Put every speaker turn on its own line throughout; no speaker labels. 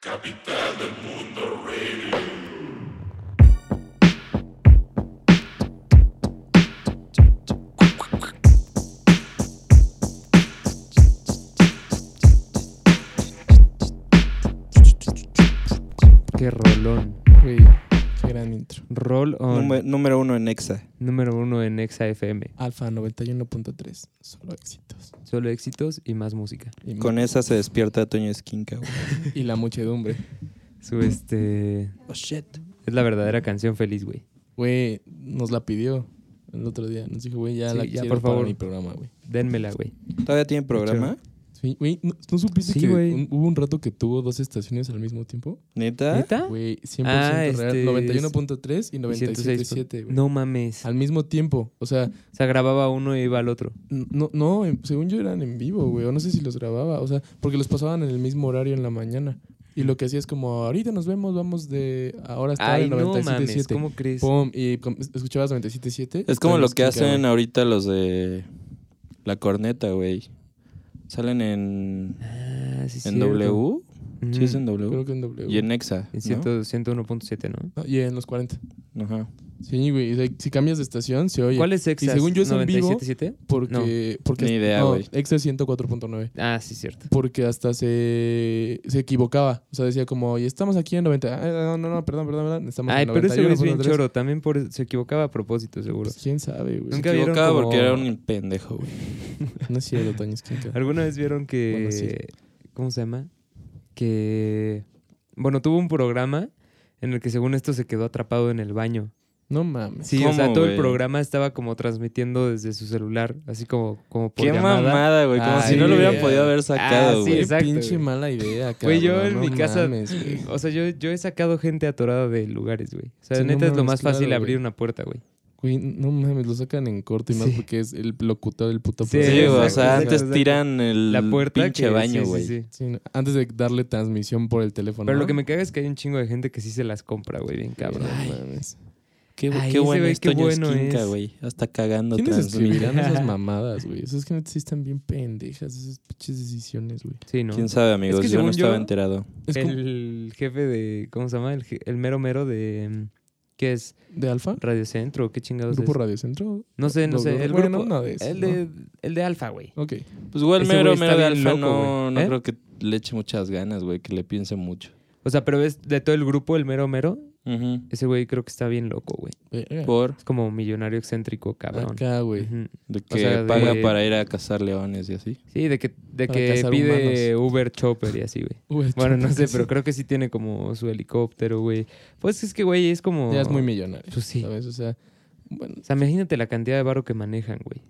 Capital del Mundo Radio.
Qué rolón.
Güey, qué gran intro.
Roll on.
Número, número uno en Exa.
Número uno en Exa FM.
Alfa 91.3. Solo éxitos.
Solo éxitos y más música.
Y,
Con esa se despierta Toño Esquinca, güey.
y la muchedumbre.
Su este.
Oh, shit.
Es la verdadera canción feliz, güey.
Güey, nos la pidió el otro día. Nos dijo, güey, ya
Sí,
la
ya,
quiero
por
para
favor.
mi programa, güey.
Dénmela, güey.
¿Todavía tiene programa?
Sí, güey, ¿no, no supiste
Sí,
que
güey.
un- hubo un rato que tuvo dos estaciones al mismo tiempo?
¿Neta?
¿Neta?
Güey, 100%
Ah,
real.
este,
91.3 y
106.7,
97.7, güey.
No mames.
Al mismo tiempo. O sea,
O sea, grababa uno y iba al otro.
n- no, no, en- según yo eran en vivo, güey. O no sé si los grababa. O sea, porque los pasaban en el mismo horario en la mañana. Y lo que hacía es como, ahorita nos vemos, vamos de ahora hasta
Ay,
el
no mames.
97.7.
¿Cómo crees?
Pum, y com- escuchabas 97.7.
Es como lo que
Entonces,
hacen ahorita los de La Corneta, güey. Salen en,
Ah, sí,
en
cierto. Mm,
W.
Ujú.
Sí, es en
que-
W.
Creo que en W.
Y en Exa.
En
¿no?
100 101.7, ¿no?
No, y en los 40.
Ajá.
Sí, güey. o sea, si cambias de estación, se oye.
¿Cuál es Exa?
Y según yo es en vivo.
97.7?
Porque, porque
Ni idea,
no,
güey.
Exa 104.9.
Ah, sí, cierto.
Porque hasta se, se equivocaba. O sea, decía como, y estamos aquí en 90. Ah, no, no, no, perdón, perdón, perdón. Estamos
Ay,
en
pero ese güey es bien
91.3.
choro. También por, se equivocaba a propósito, seguro.
Pues, ¿Quién sabe, güey?
Se
Nunca vieron
equivocaba
como-
porque era un pendejo, güey.
No es cierto, Toño Esquinca.
¿Alguna vez vieron que...
Bueno, sí.
¿Cómo se llama? Que... Bueno, tuvo un programa en el que según esto se quedó atrapado en el baño.
No mames.
Sí, o sea,
¿Cómo,
todo el
güey?
programa estaba como transmitiendo desde su celular, así como, como por
Qué
llamada.
mamada, güey. Como
Ay,
si no lo hubieran
güey.
podido haber sacado,
Ah, sí,
güey.
exacto,
Qué pinche
güey.
mala idea, cabrón.
Güey, yo en
no
mi casa-
mames, güey.
O sea, yo, yo he sacado gente atorada de lugares, güey. O sea,
Sí, no
neta es lo más
mames,
fácil
claro,
abrir
güey.
una puerta, güey.
Güey, no mames, lo sacan en corto y más
Sí.
porque es el locutor del puto
Sí,
Sí,
programa.
güey, o sea,
exacto,
antes
exacto.
tiran el
La puerta
pinche
que- sí,
baño,
sí,
güey.
sí.
Sí, no, Antes de darle transmisión por el teléfono.
Pero lo
¿no?
que me caga es que hay un chingo de gente que sí se las compra, güey, bien cabrón.
No
Ay,
mames.
Qué,
Ay,
qué
ese
bueno
güey,
es
qué
Toño
bueno
Esquinca,
es.
güey. Ya está cagando
¿Quiénes
transmite.
escribirán esas mamadas, güey? Esas que neta sí están bien pendejas, esas pinches decisiones, güey.
Sí, ¿no?
¿Quién sabe, amigos? yo no
según yo-
estaba enterado.
Es como-
El jefe de... ¿Cómo se llama? El, je- el mero mero de... mm, ¿Qué es?
¿De Alfa?
¿Radio Centro? ¿Qué chingados
¿Grupo
es?
Radio Centro?
No sé, eh, no
Doble
sé.
R.
El
Bueno,
grupo...
una de esas,
el,
¿no?
de, el de Alfa, güey.
Ok. Eh,
Pues igual
Ese güey
mero,
está
mero de
bien
alfa
loco,
no,
güey.
no
¿Eh?
creo que le eche muchas ganas, güey, que le piense mucho.
O sea, pero es de todo el grupo, el mero mero.
Ujú.
Ese güey creo que está bien loco, güey.
Verga.
Por
Es como millonario excéntrico, cabrón.
eh, Acá, güey.
Ujú.
de que
sea, de-
paga para ir a cazar leones y así.
Sí, de que, de
Para
que
cazar
pide Uber Chopper y así, güey.
Uy,
Bueno, no sé,
chupas.
pero creo que sí tiene como su helicóptero, güey. Pues es que, güey, es como...
Ya es muy millonario.
Pues sí.
¿Sabes? O sea, bueno,
O sea, imagínate la cantidad de varo que manejan, güey.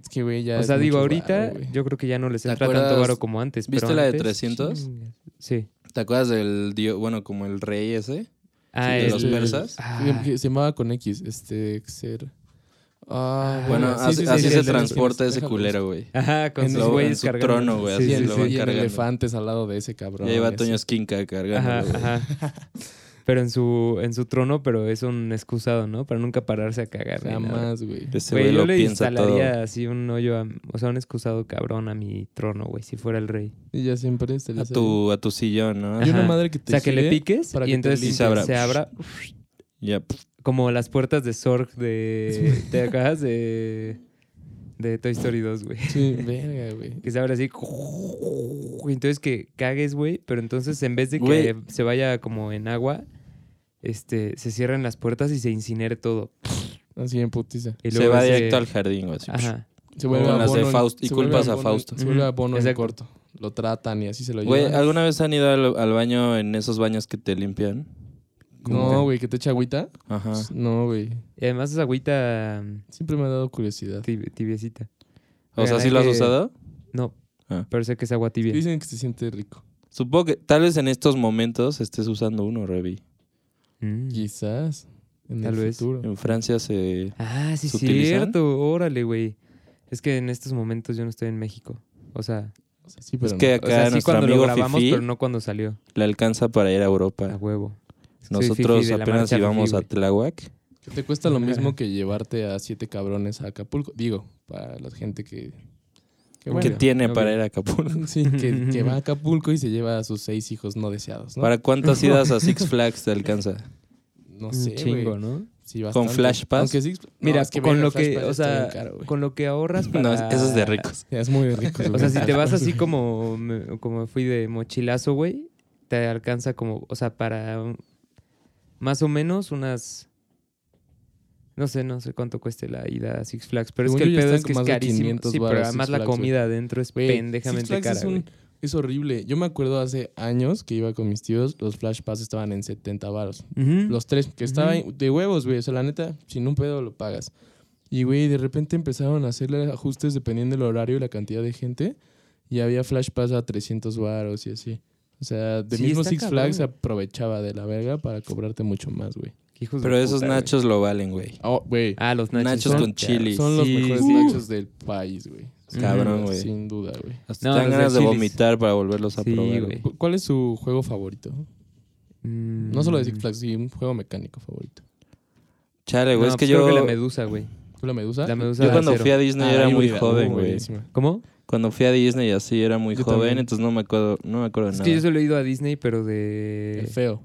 es que, güey, ya.
O
es
sea, digo,
mucho
ahorita
varo, güey.
yo creo que ya no les
¿Te
entra tanto
acuerdas-
varo como antes.
¿Viste
pero
la de
antes,
300?
chingas. Sí.
¿Te acuerdas del dios, bueno, como el rey ese?
Ah,
de
el-
los persas.
Ah,
Se llamaba con X, este, ser. Ah,
Bueno,
sí,
así,
sí, sí,
así
sí,
se
sí, sí, sí,
transporta ese
déjalo.
culero, güey.
Ajá, con
En
sus
lo-
güeyes
en su
cargando.
trono, güey,
Sí,
así
sí,
lo
sí,
van
y en
cargando.
elefantes al lado de ese
Ah,
cabrón.
Ya lleva
y así.
Toño Esquinca
Ajá,
cargándolo, güey.
ajá. Pero en su, en su trono, pero es un excusado, ¿no? Para nunca pararse a cagar. ni nada.
Jamás, güey.
Ese
Güey,
güey
yo
lo
le
piensa todo.
instalaría así un hoyo, a- o sea, un excusado cabrón a mi trono, güey, si fuera el rey.
Y ya siempre este se
A
les
tu, a tu sillón, ¿no?
Y una
Ajá.
madre que te
o sea, que le
gire
piques
para
y
que te
entonces
limpies.
se abra,
Se abra. Ya, pues, pf,
como las puertas de Zorg de... ¿Te acuerdas? De, de Toy Story 2, güey.
Sí, verga, güey.
Que se abre así. y entonces que cagues, güey. Pero entonces en vez de que
Güey.
se vaya como en agua, este, se cierran las puertas y se incinere todo.
Así en putiza.
Y
se
luego
va
ese-
directo al jardín, güey. pues. así, pf.
Ajá.
Se
Con las de
abono en-
Fausto- y
se vuelve
culpas a
abono-
Fausto.
Se vuelve
Ujú,
abono en
exacto.
corto. Lo tratan y así se lo
Güey,
llevan.
¿alguna vez han ido al, al baño en esos baños que te limpian?
No, güey, que te echa agüita.
Ajá.
No, güey.
Y además esa agüita mm,
Siempre me ha dado curiosidad.
tib- tibiecita.
O sea,
Oigan,
¿sí
hay
lo has
que-
usado?
No,
Ah.
pero sé que es agua tibia.
Dicen que se siente rico.
Supongo que tal vez en estos momentos estés usando uno, Revi.
Mm.
Quizás. En
Tal
el
vez.
futuro.
En Francia se...
Ah, sí,
¿Se
cierto. Órale, güey. Es que en estos momentos yo no estoy en México. O sea,
O sea, sí, pero
Es pues que
o
acá
sea, sí
nuestro
cuando lo
amigo
grabamos,
Fifi
pero no cuando salió.
le alcanza para ir a
A
Europa.
huevo. Es que soy
Nosotros
Fifi de la
apenas
marcha
íbamos
Fifi,
a
güey.
Tláhuac.
no. te cuesta lo mismo que llevarte a siete cabrones a Acapulco. Digo, para la gente que Que bueno.
que tiene
obvio.
para ir a Acapulco.
Sí, que, que va a Acapulco y se lleva a sus seis hijos no deseados, ¿no?
¿Para cuántas idas a Six Flags te alcanza?
No
Un
sé,
chingo,
güey.
¿no?
Sí,
¿Con
bastante.
Flash Pass?
Aunque Six- no,
Mira,
es que
con
verga,
lo
Flash
que,
Pass
o
está
sea,
bien caro, güey.
con lo que ahorras para...
No, eso
Ah,
es de ricos.
Es muy rico.
O sea, si te vas así como, me- como fui de mochilazo, güey, te alcanza como, o sea, para un- más o menos unas... No sé, no sé cuánto cueste la ida a Six Flags, pero es
Según
que el
yo, ya
pedo
está
es que
en
es
más de
carísimo.
500
Sí, pero
varas
además
Six
la
Flags, güey.
comida adentro es
Güey, Six
pendejamente
Flags
cara,
es, un-
güey.
es horrible. Yo me acuerdo hace años que iba con mis tíos, los Flash Pass estaban en 70 varos.
Ujú.
Los tres, que estaban de huevos, güey. O sea, la neta, sin un pedo lo pagas. Y, güey, de repente empezaron a hacerle ajustes dependiendo del horario y la cantidad de gente. Y había Flash Pass a 300 varos y así. O sea, de
Sí,
mismo
está
Six
cabrón.
Flags se aprovechaba de la verga para cobrarte mucho más, güey.
Hijos de
Pero esos
puta, güey.
nachos lo valen, güey.
Oh, güey.
Ah, los nachos.
Nachos
son-
con chili.
Son los
sí,
mejores
sí.
nachos del país, güey. Sin
Cabrón,
duda,
güey.
Sin duda, güey.
Hasta
No,
te dan
los de
ganas de
chilis.
vomitar para volverlos a
Sí,
probar.
güey.
güey.
¿Cu- ¿Cuál es su juego favorito?
Mm.
No solo de Six Flags, sí, un juego mecánico favorito.
Chale, güey,
No,
es que
pues
yo,
creo que la medusa, güey.
¿Tú la medusa?
La medusa
yo cuando
acero.
fui a Disney
Ah,
era muy
híbrida,
joven,
uh,
güey.
buenísima.
¿Cómo?
Cuando fui a Disney y así era muy
Yo
joven,
también.
entonces no me acuerdo, no me acuerdo de
Es
nada.
que yo solo he ido a Disney, pero de...
El feo.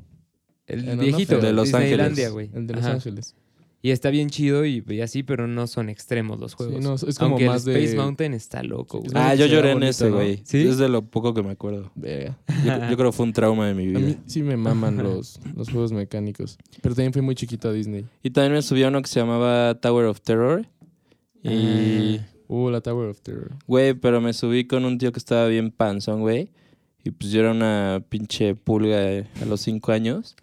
El
Eh, No, no
viejito.
feo.
de Los Ángeles.
El de Los Ángeles.
Y está bien chido y, y así, pero no son extremos los juegos.
Sí, no, es como
Aunque
más
el Space
de-
Mountain está loco, güey.
Ah,
que
yo
se vea
lloré en
bonito,
ese,
¿no?
güey.
¿Sí?
Es de lo poco que me acuerdo.
Verga.
Yo, yo creo que fue un trauma de mi
A mí
vida.
sí me maman los, los juegos mecánicos. Pero también fui muy chiquito a Disney.
Y también me subí a uno que se llamaba Tower of Terror. Y,
Ah.
Uh, la Tower of Terror.
güey, pero me subí con un tío que estaba bien panzón, güey. Y pues yo era una pinche pulga eh, a los cinco años.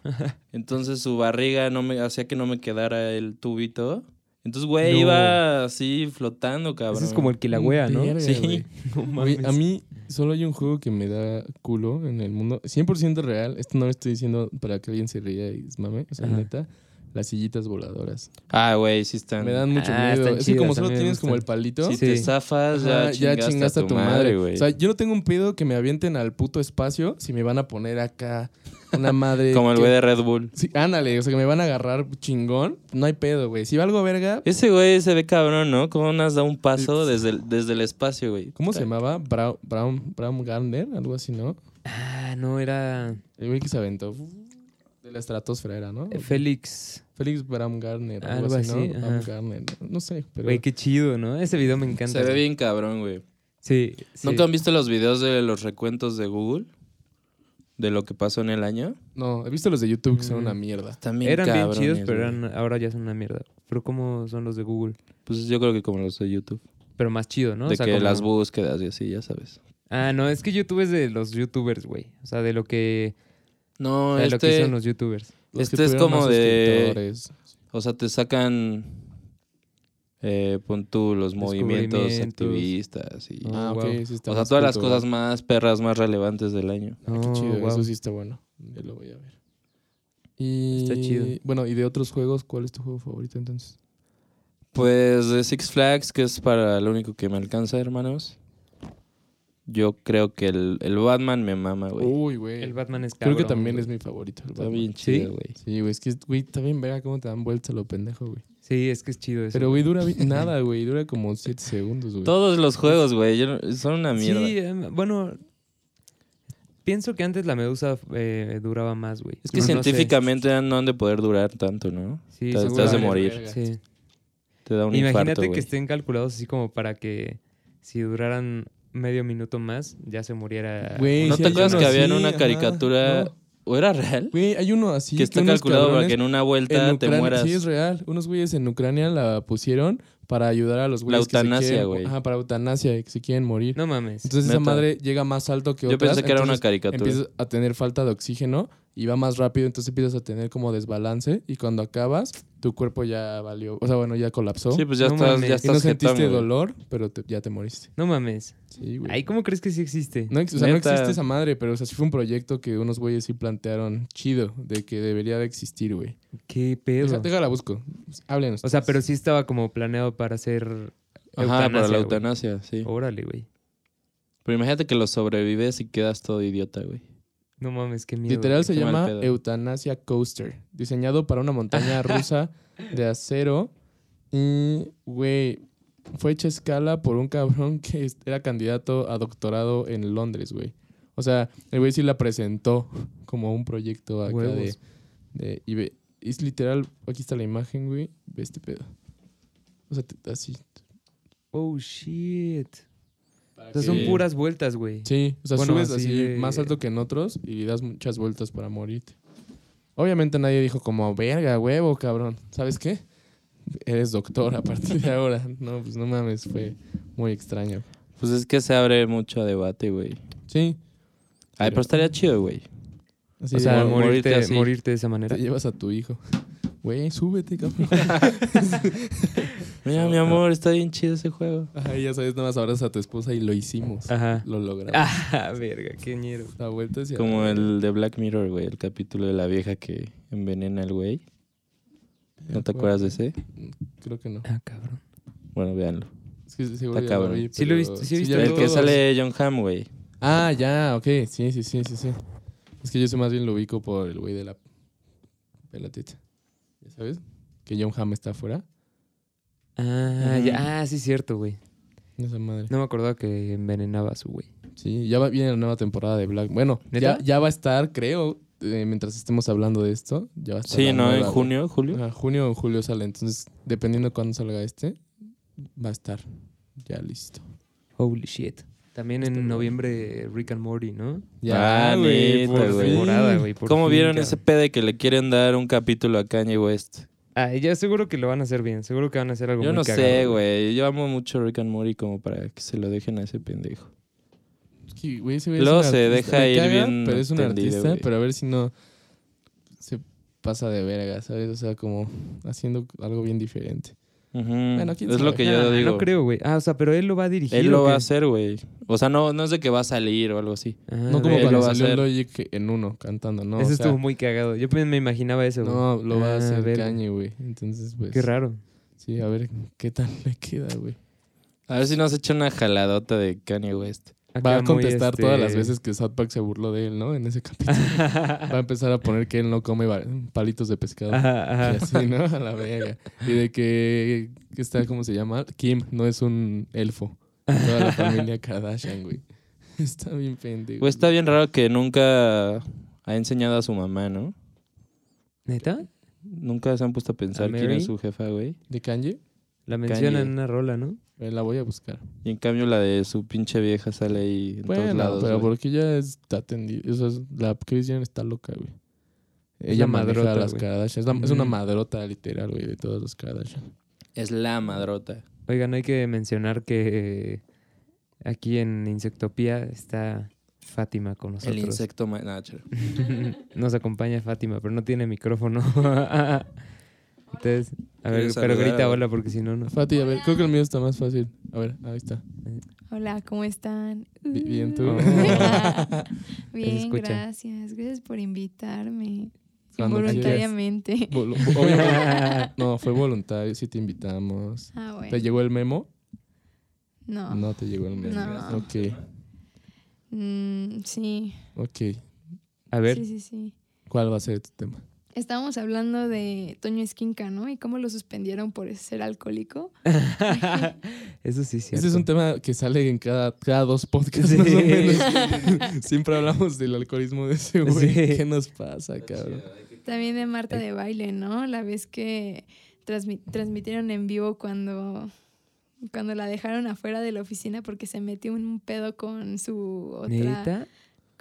Entonces su barriga no me hacía que no me quedara el tubito. Entonces, güey,
No.
iba así flotando, cabrón.
Ese es como el Kilauea, ¿no?
Verga,
Sí.
güey.
No
Güey,
mames.
a mí solo hay un juego que me da culo en el mundo. 100% real. Esto no lo estoy diciendo para que alguien se ría y se mame. O sea,
Ajá.
neta. Las sillitas voladoras.
Ah, güey, sí están.
Me dan mucho
Ah,
miedo.
están
Es que como
chidas, a
solo
mí me
tienes como el
gustan.
palito.
Si
Sí.
te zafas,
Ajá,
ya, chingaste a tu madre, güey.
O sea, yo no tengo un pedo que me avienten al puto espacio si me van a poner acá una madre.
como el
que-
güey de Red Bull.
Sí, ándale, o sea, que me van a agarrar chingón. No hay pedo, güey. Si valgo verga,
Ese güey se ve cabrón, ¿no? Como nos da un paso desde el, desde el espacio, güey.
¿cómo se llamaba? Brown, Brown, Brown Gardner, algo así, ¿no?
Ah, no, era
El güey que se aventó uf, de la estratosfera, era, ¿no?
eh, Félix.
Félix Brown Gardner, algo,
Algo
así,
así,
¿no?
ajá.
Brown Gardner, no, no sé, pero.
Güey, qué chido, ¿no? Ese video me encanta.
Se ve bien cabrón, güey.
Sí. sí.
¿Nunca han visto los videos de los recuentos de Google? De lo que pasó en el año.
No, he visto los de YouTube que son
Mm.
una mierda.
También
Eran bien chidos, pero eran- ahora ya son una mierda. Pero como son los de Google.
Pues yo creo que como los de YouTube.
Pero más chido, ¿no? O
de
sea,
que
como-
las búsquedas y así, ya sabes.
Ah, no, es que YouTube es de los YouTubers, güey. O sea, de lo que,
No,
de lo que
este...
hicieron los YouTubers.
Los que
Este es
tuvieron
como
más
de-
suscriptores.
O sea, te sacan... Eh, pon tú los movimientos
Descubrimientos.
activistas y...
Oh,
Ah, ok,
wow.
sí está
o sea,
más
todas las
cultural.
cosas más perras, más relevantes del año.
Ah, qué
Oh,
chido,
guau.
eso sí está bueno. Ya lo voy a ver. Y,
Está chido.
Bueno, y de otros juegos, ¿cuál es tu juego favorito entonces?
Pues de Six Flags, que es para lo único que me alcanza, hermanos. Yo creo que el, el Batman me mama, güey.
Uy, güey.
El Batman es
Creo
cabrón.
que también
güey.
es mi favorito. el
Está
Uh, Batman.
bien
¿Sí?
chido, güey.
Sí, güey, es que, güey, está bien verga cómo te dan vuelta lo pendejo, güey.
Sí, es que es chido eso.
Pero, güey, dura vi- nada, güey, dura como 7 segundos, güey.
Todos los juegos, güey, yo no- son una mierda.
Sí, em, bueno. Pienso que antes la medusa eh, duraba más, güey.
es que
Pero no sé.
científicamente ya no han de poder durar tanto, ¿no?
Sí,
te, te
seguro.
has de
Vale,
morir.
Sí.
Te da un
Imagínate
infarto,
que
güey.
estén calculados así como para que si duraran medio minuto más, ya se muriera.
Güey,
¿No
sí
te
hay
acuerdas
uno
que había en
así,
una
ajá,
caricatura-
no.
¿O era real?
Güey, hay uno así.
que está
unos
calculado para
cabrones
que en una
en
vuelta te
Ucrania-
mueras.
Sí, es real. Unos güeyes en Ucrania la pusieron para ayudar a los
La
güeyes. que se
eutanasia,
quieren-
güey.
Ajá, para eutanasia, que se quieren morir.
No mames.
Entonces esa
Neta.
madre llega más alto que
yo
otras.
pensé que era una
entonces
caricatura.
Empiezas a tener falta de oxígeno y va más rápido, entonces empiezas a tener como desbalance y cuando acabas, tu cuerpo ya valió, o sea, bueno, ya colapsó.
Sí, pues ya
No
estás,
mames.
ya
y no
estás
sentiste
jetón, güey.
dolor, pero te- ya te moriste.
No mames.
Sí, güey.
Ay, ¿cómo crees que sí existe?
No, ex- o sea, no
Neta.
existe esa madre, pero o sea, sí fue un proyecto que unos güeyes sí plantearon chido, de que debería de existir, güey.
¿Qué
O
pedo?
sea, déjala busco. Háblenos.
O sea, pero sí estaba como planeado para hacer.
Ajá, para la
güey.
eutanasia, sí.
Órale, güey.
Pero imagínate que lo sobrevives y quedas todo idiota, güey.
No mames, qué miedo.
Literal
güey.
se
Qué mal
llama
pedo.
Eutanasia Coaster, diseñado para una montaña rusa de acero. Y, güey, fue hecha a escala por un cabrón que es- era candidato a doctorado en Londres, güey. O sea, el güey sí la presentó como un proyecto acá de,
Huevos.
de- Y ve, es literal, aquí está la imagen, güey. Ve este pedo. O sea, te- así.
Oh, shit. O sea,
que-
son puras vueltas, güey.
Sí, o sea,
Bueno,
subes
así
así,
de-
más alto que en otros y das muchas vueltas para morirte. Obviamente nadie dijo como, verga, huevo, cabrón. ¿Sabes qué? Eres doctor a partir de ahora. No, pues no mames, fue muy extraño.
Pues es que se abre mucho a debate, güey.
Sí,
Ay, pero estaría chido, güey.
así
o
de,
sea,
mor- morirte
morirte,
así.
morirte de esa manera.
te llevas a tu hijo. Güey, súbete, cabrón.
Mira, mi amor, está bien chido ese juego.
Ay, ya sabes, nada más abrazas a tu esposa y lo hicimos.
Ajá.
Lo logramos.
Ah, verga, qué ñero.
La vuelta hacia
Como el de Black Mirror, güey. El capítulo de la vieja que envenena al güey. ¿No te acuerdas de ese?
Creo que no.
Ah, cabrón.
Bueno, véanlo.
Es que seguro
Está
ya lo
cabrón.
vi,
Sí lo he
pero-
visto, sí he visto
ya
El
lo-
que sale John Hamm, güey.
Ah, ya, ok. Sí, sí, sí, sí, sí. Es que yo soy más bien lo ubico por el güey de la pelotita. ¿Ya sabes? Que John Hamm está afuera.
Ah,
Ujú.
ya. Ah, sí, cierto, güey.
Esa madre.
No me acordaba que envenenaba a su güey.
Sí, ya va, viene la nueva temporada de Black. Bueno, ya,
¿Neta?
ya va a estar, creo, eh, mientras estemos hablando de esto. Ya va a estar
Sí,
la
¿no? En
nueva, güey.
junio, julio.
Ajá, junio o julio sale. Entonces, dependiendo de cuándo salga este, va a estar ya listo.
Holy shit. También en noviembre Rick and Morty, ¿no?
Ya,
Ah,
güey.
neta,
por
güey.
fin.
Temporada, güey. por
¿Cómo
fin,
vieron
cabrón.
ese pedo de que le quieren dar un capítulo a Kanye West?
Ah, ya seguro que lo van a hacer bien. Seguro que van a hacer algo
Yo
muy
no
cagado,
sé, güey. Yo amo mucho Rick and Morty como para que se lo dejen a ese pendejo.
Es que, güey, ese güey es
Luego
un
se
artista.
deja
Me
ir
caga,
bien
Pero es un
tendido,
artista,
güey.
pero a ver si no se pasa de verga, ¿sabes? O sea, como haciendo algo bien diferente.
Ujú.
Bueno, quién
es lo
sabe.
que
Nah,
yo digo.
No creo, güey. Ah, o sea, pero él lo va a dirigir.
Él
¿o
lo va
qué?
a hacer, güey. O sea, no, no es de que va a salir o algo así.
Ah,
no como
verga.
él
cuando
lo va a
salió
hacer.
Logic en uno cantando, ¿no?
Eso
o sea,
estuvo muy cagado. Yo me imaginaba eso, güey.
No, lo va a
Ah,
hacer
verga.
Kanye, güey. Entonces, pues.
Qué raro.
Sí, a ver qué tal le queda, güey.
A ver si nos echa una jaladota de Kanye West.
Va
Acá
a
muy,
contestar
este,
todas las veces que South Park se burló de él, ¿no? En ese capítulo. va a empezar a poner que él no come va- palitos de pescado.
Ah,
Ah.
Ajá,
Y
ajá.
así, ¿no? A la verga. Y de que, que está, ¿cómo se llama? Kim, no es un elfo. Toda la familia Kardashian, güey. Está bien pendejo.
Güey, Pues está bien raro que nunca ha enseñado a su mamá, ¿no?
¿Neta?
Nunca se han puesto a pensar
¿A
quién
Mary?
es su jefa, güey.
¿De Kanye?
La menciona en
Kanye.
una rola, ¿no?
Eh, la voy a buscar.
Y en cambio la de su pinche vieja sale ahí en
Bueno,
todos lados.
pero
güey.
porque ella está atendida. O sea, es- la Kris Jenner está loca, güey. Ella
la
maneja a
madrota,
las
güey.
Kardashian. Es, la- es una
Ujú.
madrota literal, güey, de todas las Kardashian.
Es la madrota.
Oigan, hay que mencionar que aquí en Insectopía está Fátima con nosotros.
El insecto ma- nah, chale.
Nos acompaña Fátima, pero no tiene micrófono. Entonces, a ver,
¿Quieres
pero
saludar,
grita
o-
hola porque si no, no.
Fati, a ver, creo que el mío está más fácil. A ver, ahí está.
Hola, ¿cómo están?
Bi- Bien tú.
Oh.
Bien,
escucha.
gracias. Gracias por invitarme.
Cuando quieras.
Involuntariamente.
Volu- obviamente- no, fue voluntario, sí te invitamos.
Ah, bueno.
¿Te llegó el memo?
No.
No te llegó el memo.
No.
Ok,
Mm, sí.
ok.
A ver,
Sí, sí, sí.
¿Cuál va a ser tu tema?
Estábamos hablando de Toño Esquinca, ¿no? Y cómo lo suspendieron por ser alcohólico.
eso sí es cierto.
Este es un tema que sale en cada, cada dos podcasts
Sí.
más o menos. Siempre hablamos del alcoholismo de ese güey.
Sí.
¿Qué nos pasa, cabrón?
También de
Eh.
Marta de baile, ¿no? La vez que transmi- transmitieron en vivo cuando, cuando la dejaron afuera de la oficina porque se metió en un pedo con su otra.
¿Neta?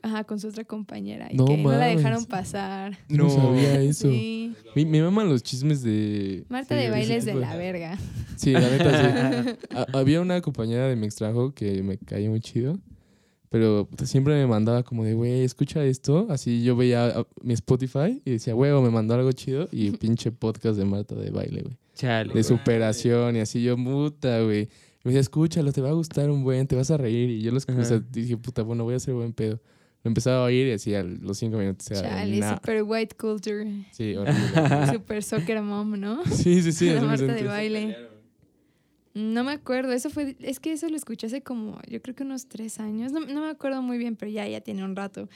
Ajá, con su otra compañera. Y
No
que no la
mames.
dejaron pasar.
No,
No.
sabía eso.
Sí.
Mi, me maman los chismes de...
Marta de
baile
bailes de la verga.
Sí, la neta, sí. Ha- había una compañera de mi extrajo que me caía muy chido, pero puta, siempre me mandaba como de, güey, escucha esto. Así yo veía ah, mi Spotify y decía, güey, o me mandó algo chido y pinche podcast de Marta de baile, güey.
Chale.
De superación y así yo, puta, güey. Y Me decía, escúchalo, te va a gustar un buen, te vas a reír. Y yo lo escu- o sea,
Ajá.
dije, puta, bueno, voy a hacer buen pedo. Lo empezaba a oír y así a los cinco minutos. era de,
Chale,
"Nah".
super white culture.
Sí, horrible.
Super soccer mom, ¿no?
sí, sí, sí.
la
así me
Marta de
sentí.
baile. No me acuerdo, eso fue, es que eso lo escuché hace como, yo creo que unos tres años, no, no me acuerdo muy bien, pero ya, ya tiene un rato.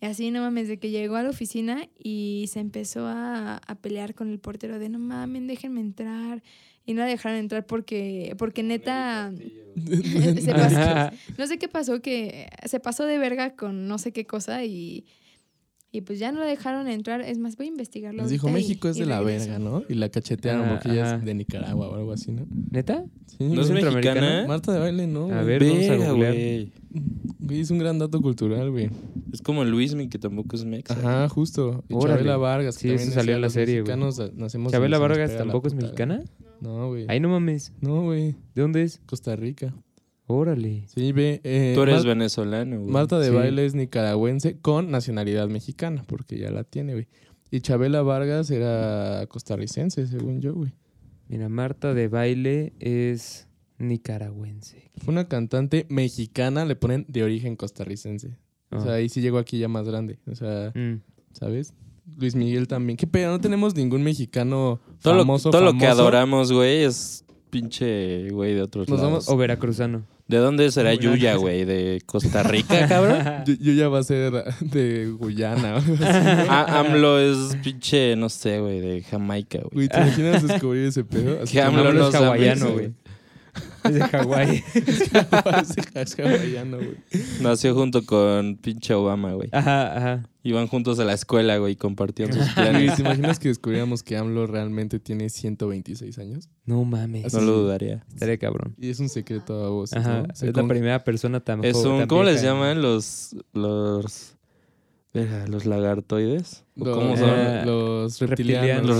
Y así, no mames, de que llegó a la oficina y se empezó a, a pelear con el portero de, no mames, déjenme entrar. y no la dejaron entrar porque, porque neta se pasó- no sé qué pasó, que se pasó de verga con no sé qué cosa y, y pues ya no la dejaron entrar. Es más, voy a investigarlo.
Les dijo,
ahorita y-
México es
y
de la
regreso".
verga, ¿no? Y la cachetearon
Ah,
porque ella
ajá.
es de Nicaragua o algo así, ¿no?
¿Neta?
Sí,
¿No es
güey.
¿Centroamericana?
mexicana?
Marta de baile, ¿no?
A
güey?
ver, vamos a
Verga,
googlear.
güey.
Güey, es un gran dato cultural, güey.
Es como Luismi, que tampoco es mexa.
Ajá, justo. Y
Órale.
Chabela Vargas. que
Sí,
también
eso salió
decía,
en la
"Los
serie, güey".
mexicanos a- nacemos y
¿Chabela
se nos
Vargas
pega la
tampoco es
puta".
mexicana?
No, güey.
Ay, no mames.
No, güey.
¿De dónde es?
Costa Rica.
Órale.
Sí, ve. eh,
Tú eres
Mar-
venezolano, güey.
Marta de
Sí.
Baile es nicaragüense con nacionalidad mexicana, porque ya la tiene, güey. Y Chabela Vargas era costarricense, según yo, güey.
Mira, Marta de baile es nicaragüense.
Fue una cantante mexicana, le ponen de origen costarricense. O sea,
Ah.
ahí sí llegó aquí ya más grande. O sea,
Mm.
¿sabes? Luis Miguel también. ¿Qué pedo? No tenemos ningún mexicano
Todo, lo,
famoso,
todo lo que
famoso.
adoramos, güey, es pinche, güey, de otros
Nos
lados.
vamos-
O veracruzano.
¿De dónde será
Veracruz.
Yuya, güey? ¿De Costa Rica, cabrón?
Yo, yo ya va a ser de Guyana. o algo así.
A- Ah, AMLO es pinche, no sé, güey, de Jamaica, güey.
Güey, ¿te imaginas descubrir ese pedo? Así
Que AMLO
AMLO
no
es
sabe
hawaiano,
eso,
güey. Es de Hawái.
es hawaiano, güey.
Nació junto con pinche Obama, güey.
Ajá, ajá.
Iban juntos a la escuela, güey, compartían sus
Güey,
planes.
¿Te imaginas que descubriéramos que AMLO realmente tiene 126 años?
No mames.
No lo dudaría.
Estaré cabrón.
Y es un secreto a vos.
Ajá.
¿no?
Es
Se
la
con-
primera persona tan
Es
joven,
un,
tan
¿cómo les
vieja.
llaman los, los, verga, los lagartoides? ¿O
los,
¿Cómo son?
eh,
los reptilianos.
Los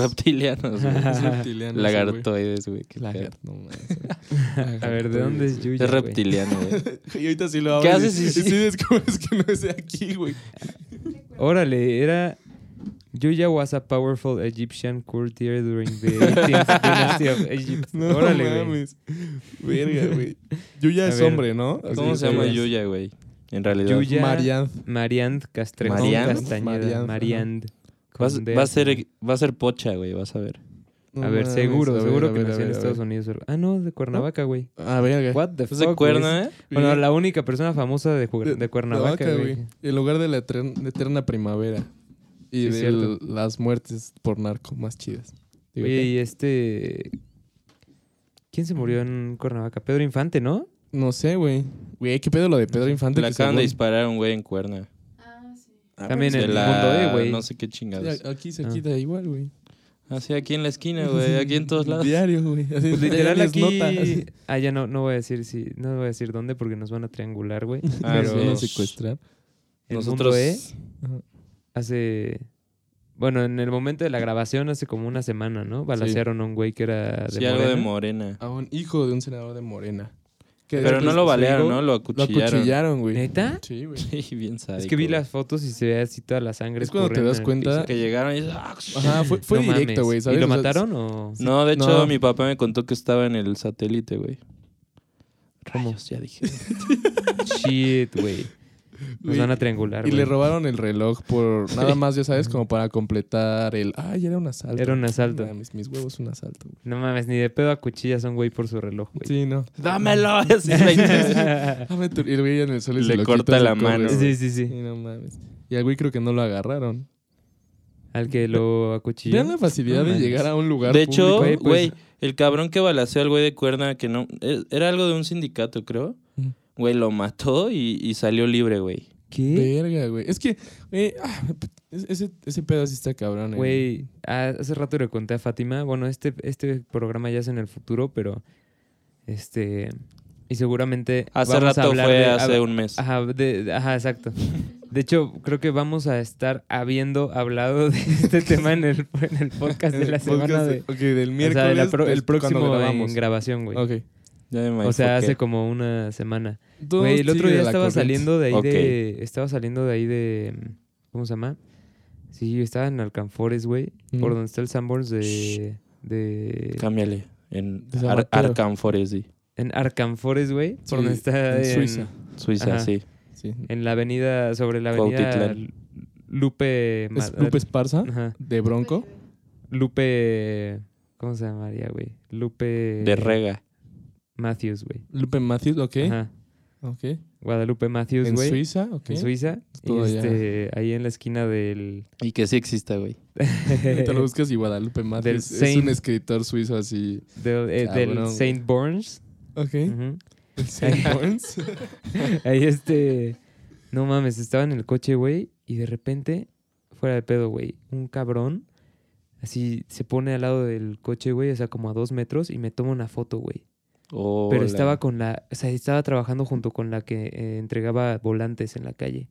reptilianos, güey.
Los reptilianos.
Lagartoides, güey. qué pedo.
Lagarto. No,
A ver, ¿de dónde es Yuya?
Es
güey?
reptiliano, güey.
Y ahorita sí lo hago.
¿Qué
y-
haces si
y
sí?
sí descubres que no es de aquí, güey?
Órale, era. Yuya was a powerful Egyptian courtier during the 18th dynasty of Egypt.
No
eh, Órale, güey.
mames. Verga, güey. Yuya
A
es
ver,
hombre, ¿no?
¿Cómo
Así
se llama
es.
Yuya, güey? En realidad.
Yuya.
Marianne.
Mariand Castrejón
Mariand.
Castañeda.
Mariand,
Mariand.
Va,
con
a-
D.
va a ser, va a ser pocha, güey, vas a ver.
No
A ver,
mames,
seguro,
a ver,
seguro
a
que
ver, a
nació en
ver, a
Estados
ver.
Unidos. Ah, no, de Cuernavaca, güey.
Ah, verga.
What the
¿Es
fuck?
de
güey?
cuerna, eh?
Bueno, la única persona famosa de, Cuer- de Cuernavaca,
Cuernavaca,
güey.
El lugar de la etern- de eterna primavera. Y
Sí,
de
cierto.
las muertes por narco más chidas. Digo,
Oye, y este. ¿Quién se murió en Cuernavaca? Pedro Infante, ¿no?
No sé, güey. Güey, ¿qué pedo lo de Pedro Infante?
Le
que
acaban de
según-
disparar a un güey en cuerna.
Ah, sí.
También en
De
el
la-
mundo E, güey.
No sé qué chingados.
Sí, a- Aquí
Ah.
cerquita, igual, güey.
Así aquí en la esquina, güey. Aquí en todos lados.
Diario, güey. Así,
Pues literal
diario
aquí.
es nota. Así.
Ah, ya no, no voy a decir si, no voy a decir dónde porque nos van a triangular, güey.
Ah,
Nos van a
pero-
secuestrar.
El
Nosotros.
mundo E hace. Bueno, en el momento de la grabación, hace como una semana, ¿no? Balacearon a un güey que era de
Sí, algo de
Morena.
morena. Ah,
A un hijo de un senador de Morena. Que
Pero no
después
lo balearon,
luego
¿no? Lo
Lo
acuchillaron.
acuchillaron, güey.
¿Neta?
Sí, güey.
Sí, bien sádico.
Es que vi
güey.
las fotos y se ve así toda la sangre.
Es cuando
escurriendo
te das
en el
cuenta-
piso.
Que llegaron y... ¡Ah!
Ajá, fue, fue
No
directo,
mames.
güey, ¿sabes?
¿Y lo
O sea,
mataron o...?
No, de hecho,
No.
mi papá me contó que estaba en el satélite, güey.
¿Cómo?
Rayos, ya dije.
Shit, güey. Nos
güey,
van a triangular,
Y
güey.
le robaron el reloj por nada más, ya sabes, como para completar el. Ay, era un asalto.
Era un asalto.
Mames, mis huevos, un asalto. güey.
No mames, ni de pedo a cuchillas a un güey por su reloj, güey.
Sí, no.
¡Dámelo! Así le intenta.
Dame tu- Ah, Y el güey en el sol y se
Le
lo
corta
quitas y
la
corre,
mano,
güey.
sí, sí,
Sí,
sí.
no mames. Y al güey creo que no lo agarraron.
Al que lo acuchilló.
Vean la facilidad
No
de
mames.
llegar a un lugar.
De hecho,
público.
güey,
Güey, pues-
el cabrón que balaceó al güey de cuerda, que no. eh, Era algo de un sindicato, creo.
Ujú.
Güey, lo mató y, y salió libre, güey.
¿Qué?
Verga, güey. Es que, güey, ah, es- ese, ese pedo sí está cabrón, eh.
Güey, ah, hace rato le conté a Fátima. Bueno, este, este programa ya es en el futuro, pero. Este. Y seguramente.
Hace
vamos a
rato
hablar
fue
de-
hace
ah,
un mes.
Ajá, de- de- ajá, exacto. De hecho, creo que vamos a estar habiendo hablado de este tema en el, en el podcast de
El
la
podcast
semana de.
de- ok, del
o
miércoles.
sea, de la pro-
del-
el próximo
cuando
en grabación, güey.
Ok.
Ya me
O sea,
maifoqué.
hace como una semana.
Todo
Güey, el otro
sigue
día
la
estaba
corriente.
saliendo de ahí
Ok.
de. Estaba saliendo de ahí de. ¿Cómo se llama? Sí, yo estaba en Alcanfores, güey.
Mm.
Por donde está el Sanborns de. de
Cámbiale. En
Pues,
De San
Ar-
Mateo.
Arkham Forest, sí.
en Arcanfores, güey.
Sí,
por donde está.
en
En,
Suiza.
Suiza,
Ajá.
sí.
Sí.
en la avenida. Sobre la avenida.
Cuautitlán.
Lupe. Ma-
Es Lupe Esparza,
Ajá.
de Bronco.
Lupe. ¿Cómo se llamaría, güey? Lupe.
De rega.
Matthews, güey.
Lupe Matthews, ok.
Ajá.
Ok.
Guadalupe Matthews,
¿En
güey.
Suiza? Ok.
En Suiza. Y
Todo allá.
este, ahí en la esquina del.
Y que sí exista, güey.
Te lo buscas y Guadalupe Matthews
Del
es
Saint.
un escritor suizo así.
del, eh, del
Cabrón, güey.
Saint Burns.
Ok.
Ujú.
El Saint Burns.
Ahí este. No mames, estaba en el coche, güey. Y de repente, fuera de pedo, güey. Un cabrón. Así se pone al lado del coche, güey. O sea, como a dos metros. Y me toma una foto, güey. Pero
Hola.
estaba con la. O sea, estaba trabajando junto con la que eh, entregaba volantes en la calle.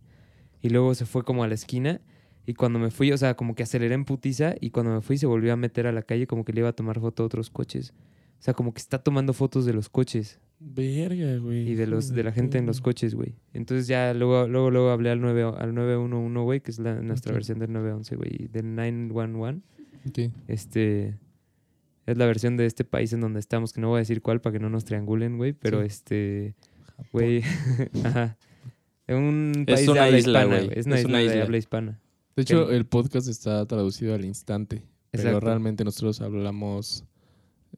Y luego se fue como a la esquina. Y cuando me fui, o sea, como que aceleré en putiza. Y cuando me fui, se volvió a meter a la calle. Como que le iba a tomar foto a otros coches. O sea, como que está tomando fotos de los coches.
Verga, güey.
Y de los de la gente en los
coches.
coches, güey. Entonces ya luego luego luego hablé al 9 al 911, güey, que es la, nuestra
Ok.
versión del 911, güey, y del 911. Este es la versión de este país en donde estamos, que no voy a decir cuál para que no nos triangulen, güey, pero
Sí.
este güey, ajá. En Un
Es
país de
una
habla
isla,
hispana,
güey.
güey. Es una
Es
isla
una
de
isla.
habla hispana.
De hecho,
Ten-
el podcast está traducido al instante. Pero
Exacto.
realmente nosotros hablamos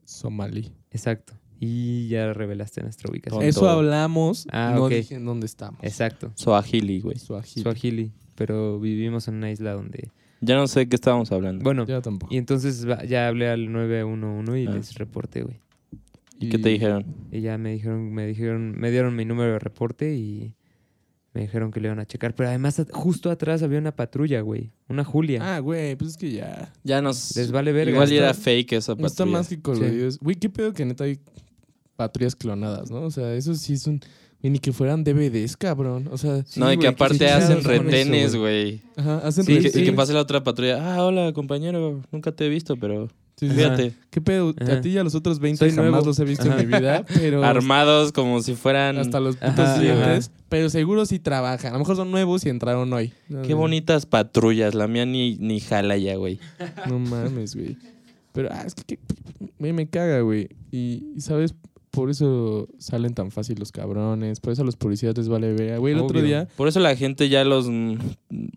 somalí.
Exacto. Y ya revelaste nuestra ubicación.
Tonto.
Eso hablamos,
Ah,
no
ok.
dije en dónde estamos.
Exacto.
Swahili, güey.
Suajili.
Swahili, pero vivimos en una isla donde
Ya no sé de qué estábamos hablando.
bueno,
Yo tampoco.
Y entonces va- ya hablé al 911 y
Ah.
les reporté, güey.
¿Y qué te dijeron?
Y ya me dijeron, me dijeron, me dieron mi número de reporte y me dijeron que le iban a checar. Pero además, at- justo atrás había una patrulla, güey. Una Julia.
Ah, güey, pues es que ya.
Ya nos...
Les vale verga.
Igual ya era
Está-
fake esa
No está
patrulla.
más que colorido. Güey, qué pedo que neta hay patrullas clonadas, ¿no? O sea, eso sí es un. Y ni que fueran DVDs, cabrón. O sea,
Sí,
No, y
güey,
que
qué
aparte
chingados
hacen
con eso,
retenes, güey.
ajá, hacen
Sí,
Y que,
redes-
y que
sí.
pase la otra patrulla. Ah, hola, compañero. Nunca te he visto, pero
Sí, sí, sí.
Ajá.
fíjate.
¿Qué pedo?
Ajá.
A ti y a los otros 20
Soy
jamás
nuevo.
los he visto
Ajá.
en mi vida, pero.
Armados como si fueran...
Hasta los putos
Ajá,
dientes. Pero seguro sí trabajan. A lo mejor son nuevos y entraron hoy.
Qué bonitas patrullas. La mía ni, ni jala ya, güey.
No mames, güey. Pero ah, es que, que- me, me caga, güey. Y, y, ¿sabes? Por eso salen tan fácil los cabrones. Por eso a los policías les vale verga. Güey, el otro
Obvio.
día...
Por eso la gente ya los... mm,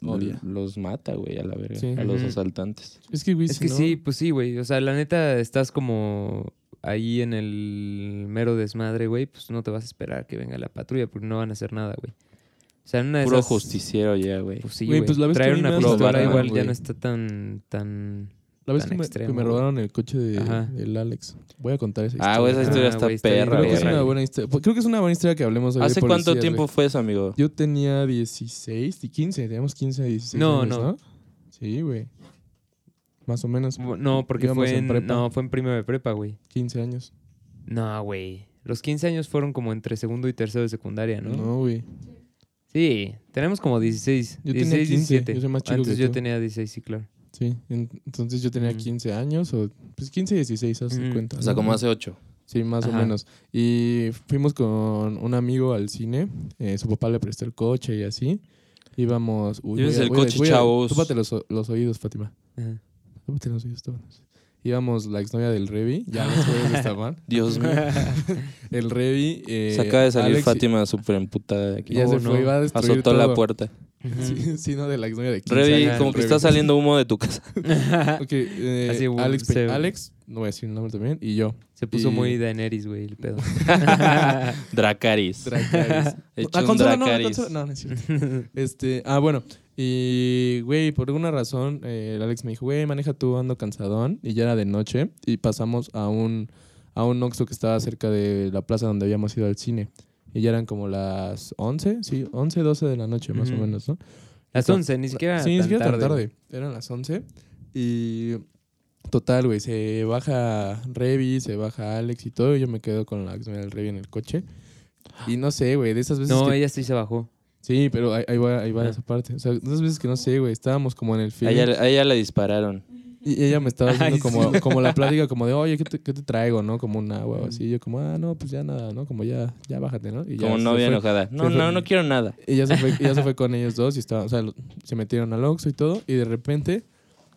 Odia.
Los mata, güey, a la verga.
Sí.
A los
Ujú.
asaltantes.
Es que, güey,
Es
si
que
no-
sí, pues sí, güey. O sea, la neta, estás como ahí en el mero desmadre, güey. Pues no te vas a esperar que venga la patrulla porque no van a hacer nada, güey. O sea, en una de
Puro
esas-
justiciero ya, güey.
Pues sí,
Güey,
güey.
pues la vez que
Traer
a mí me
una
asaltaron,
pistola igual ya
güey.
no está tan, tan...
La vez
tan
que me,
extremo,
que me
güey.
robaron el coche de,
Ajá.
del Alex. Voy a contar esa historia.
Ah, güey, esa
Ah,
historia está
güey, está bien
perra,
Creo que, es
verga,
güey.
una
güey.
buena historia. Creo que es una buena historia que hablemos hoy de
¿Hace cuánto
policías,
tiempo
güey.
fue eso, amigo?
Yo tenía 16, y 15. Teníamos 15, 16
No,
años,
no.
¿no? Sí, güey. Más o menos.
No, porque
Pues, Íbamos
fue
en
en,
prepa.
no, fue en primero de prepa, güey.
15 años.
No, güey. Los 15 años fueron como entre segundo y tercero de secundaria, ¿no?
No, güey.
Sí, tenemos como 16.
Yo tenía
16,
15,
17.
yo soy más chico
Antes
que
yo
tú.
tenía 16, sí, claro.
Sí, en- entonces yo tenía
Ujú.
15 años, o pues 15, 16, haz de
Ujú.
cuenta.
O sea,
¿no?
como hace ocho.
Sí, más
Ajá.
o menos. Y fuimos con un amigo al cine, eh, su papá le prestó el coche y así. Íbamos... uy,
Llévense
voy a-
el
voy a-
coche,
voy a-
chavos.
Tópate los, o- los oídos, Fátima.
Ajá.
Tópate los oídos, tópanos. Íbamos la exnovia del Revi, ya los jueves de Estamar.
Dios mío.
El Revi... Eh,
Se acaba de salir
Alex-
Fátima súper emputada de aquí.
Ya se
Oh, no.
fue, iba a destruir
Azotó la
todo.
puerta.
Sí, sí, no, de la exnovia de 15
Revi,
años,
como
el
que
Revi.
está saliendo humo de tu casa.
Ok, eh,
Así, bu-
Alex,
se-
Alex, no voy a decir el nombre también, y yo.
Se puso
Y-
muy Daenerys, güey, el pedo.
Dracaris.
Dracarys.
Hecho
La
un
consola no, la
Dracarys.
consola- no, no es cierto. este, ah, bueno. Y, güey, por alguna razón, eh, el Alex me dijo, güey, maneja tú, ando cansadón. Y ya era de noche. Y pasamos a un, a un Oxxo que estaba cerca de la plaza donde habíamos ido al cine. Y ya eran como las 11, sí, 11, 12 de la noche, más o
Ujú.
menos, ¿no?
Las
Está-
11, ni siquiera
sí, ni
tan
siquiera
tarde.
tan tarde. Eran las 11. Y total, güey, se baja Revi, se baja Alex y todo. Y yo me quedo con la del Revi en el coche. Y no sé, güey, de esas veces
No,
Pues que
ella sí se bajó.
Sí, pero ahí, ahí va, ahí va
Ah.
esa parte. O sea, unas veces que no sé, güey, estábamos como en el
A
film
ella, a ella le dispararon.
y ella me estaba haciendo
Ay,
como, como la plática, como de, oye, ¿qué te, qué te traigo, no? Como un agua o así. Y yo como, ah, no, pues ya nada, ¿no? Como ya, ya bájate, ¿no? Y ya
Como
se
novia
fue.
enojada. No,
fue.
no, no quiero nada.
Y ya se fue, ya se fue con ellos dos y estaba, o sea, lo- se metieron al Oxxo y todo. Y de repente,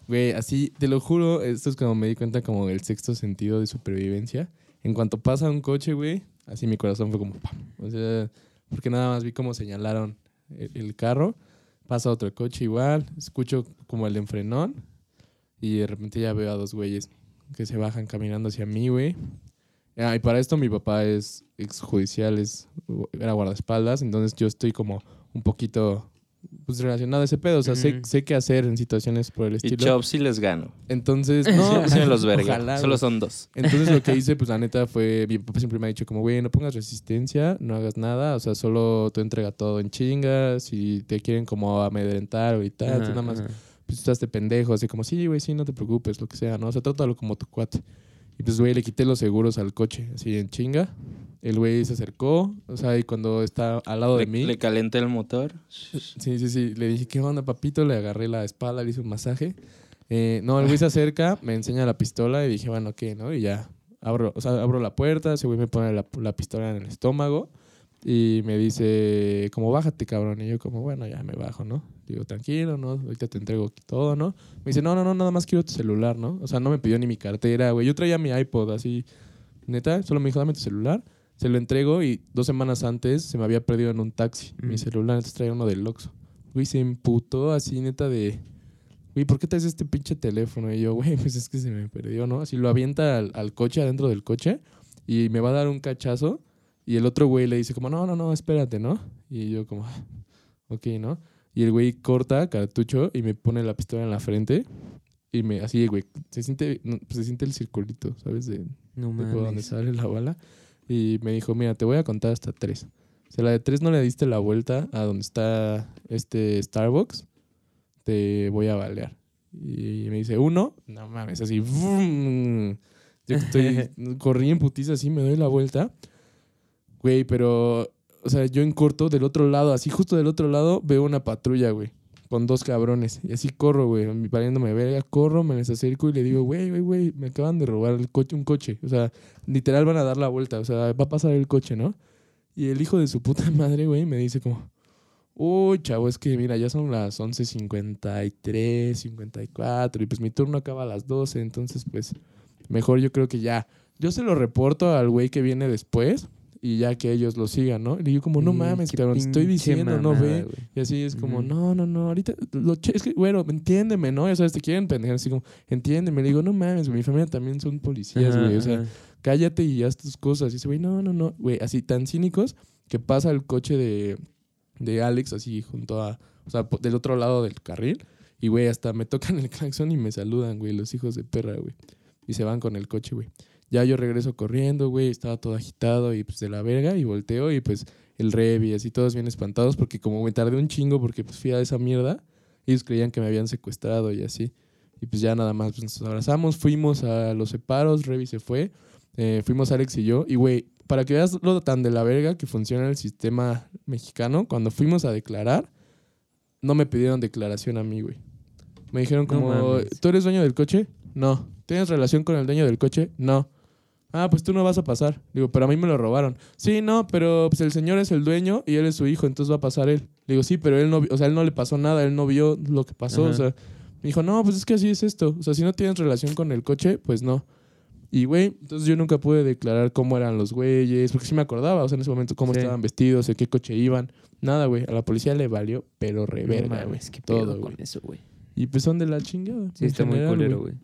güey, así, te lo juro, esto es como me di cuenta como del sexto sentido de supervivencia. En cuanto pasa un coche, güey, así mi corazón fue como, pam. O sea, porque nada más vi cómo señalaron el, el carro. Pasa otro coche igual, escucho como el enfrenón. Y de repente ya veo a dos güeyes que se bajan caminando hacia mí, güey. Ah, y para esto mi papá es exjudicial, es, era guardaespaldas, entonces yo estoy como un poquito pues, relacionado a ese pedo. O sea, sé,
Ujú.
sé qué hacer en situaciones por el
Y
estilo.
Chop sí les gano.
Entonces,
No,
no, pues,
sí me los
Ojalá,
verga.
güey.
Solo son dos.
Entonces lo que hice, pues la neta fue, mi papá siempre me ha dicho como, güey, no pongas resistencia, no hagas nada, o sea, solo tú entrega todo en chingas, si te quieren como amedrentar o gritar, tú
Ajá,
nada más,
ajá.
pues estás de pendejo, así como, sí, güey, sí, no te preocupes, lo que sea, ¿no? O sea, trátalo como tu cuate. Y pues, güey, le quité los seguros al coche, así en chinga. El güey se acercó, o sea, y cuando está al lado
Le,
de mí...
le calenté el motor.
Sí, sí, sí. Le dije, ¿qué onda, papito? Le agarré la espalda, le hice un masaje. Eh, no, el güey se acerca, me enseña la pistola y dije, bueno, ¿qué, no? Y ya, abro, o sea, abro la puerta, ese güey me pone la, la pistola en el estómago y me dice, como, bájate, cabrón. Y yo como, bueno, ya me bajo, ¿no? Digo, tranquilo, ¿no? Ahorita te entrego aquí todo, ¿no? Me dice, no, no, no, nada más quiero tu celular, ¿no? O sea, no me pidió ni mi cartera, güey. Yo traía mi iPod así, neta, solo me dijo, dame tu celular. Se lo entrego y dos semanas antes se me había perdido en un taxi mi
Mm.
celular, entonces traía uno del Oxxo. Güey, se emputó así, neta, de... Güey, ¿por qué traes este pinche teléfono? Y yo, güey, pues es que se me perdió, ¿no? Así lo avienta al, al coche, adentro del coche, y me va a dar un cachazo. Y el otro güey le dice como, no, no, no, espérate, ¿no? Y yo como, "Ah, ok, ¿no? Y el güey corta cartucho y me pone la pistola en la frente. Y me, así, güey, se siente, no, pues, se siente el circulito, ¿sabes? De,
No
de por donde
mames.
sale la bala. Y me dijo, mira, te voy a contar hasta tres. O sea, la de tres no le diste la vuelta a donde está este Starbucks, te voy a balear. Y me dice, uno, no mames, así, ¡vum! Yo estoy, corrí en putiza así, me doy la vuelta. Güey, pero, o sea, yo en corto del otro lado, así justo del otro lado, veo una patrulla, güey, con dos cabrones. Y así corro, güey, valiéndome verga, corro, me les acerco y le digo, güey, güey, güey, me acaban de robar el coche, un coche. O sea, literal van a dar la vuelta, o sea, va a pasar el coche, ¿no? Y el hijo de su puta madre, güey, me dice como, uy, chavo, es que mira, ya son las 11.53, 54, y pues mi turno acaba a las 12, entonces pues mejor yo creo que ya. Yo se lo reporto al güey que viene después y ya que ellos lo sigan, ¿no? Y yo como, no
Sí,
mames,
qué
cabrón, te estoy
pinche
diciendo, no
mamada,
ve.
güey.
Y así es como,
Ujú.
no, no, no, ahorita, lo che- es que, bueno, entiéndeme, ¿no? Ya sabes, te quieren pendejar, así como, entiéndeme. Le digo, no mames, mi familia también son policías,
Ajá,
güey, o sea,
ajá.
cállate y haz tus cosas. Y ese güey, no, no, no, güey, así tan cínicos que pasa el coche de, de Alex así junto a, o sea, po- del otro lado del carril. Y, güey, hasta me tocan el claxon y me saludan, güey, los hijos de perra, güey. Y se van con el coche, güey. Ya yo regreso corriendo, güey, estaba todo agitado y pues de la verga y volteo y pues el Revi, así todos bien espantados porque como me tardé un chingo porque pues fui a esa mierda, ellos creían que me habían secuestrado y así. Y pues ya nada más pues, nos abrazamos, fuimos a los separos, Revi se fue, eh, fuimos Alex y yo. Y güey, para que veas lo tan de la verga que funciona el sistema mexicano, cuando fuimos a declarar, no me pidieron declaración a mí, güey. Me dijeron
No
como,
mames.
¿tú eres dueño del coche? No. ¿Tienes relación con el dueño del coche? No. Ah, pues tú no vas a pasar. Digo, pero a mí me lo robaron. Sí, no, pero pues el señor es el dueño y él es su hijo, entonces va a pasar él. Le digo, sí, pero él no, vi- o sea, él no le pasó nada, él no vio lo que pasó,
Ajá.
o sea, me dijo, no, pues es que así es esto. O sea, si no tienes relación con el coche, pues no. Y, güey, entonces yo nunca pude declarar cómo eran los güeyes, porque sí me acordaba, o sea, en ese momento, cómo
Sí.
estaban vestidos, en qué coche iban. Nada, güey, a la policía le valió, pero
No
reverga, güey.
mames, qué pedo
todo, güey.
con eso, güey.
Y pues son de la chingada.
Sí,
en
está muy
general,
culero, güey.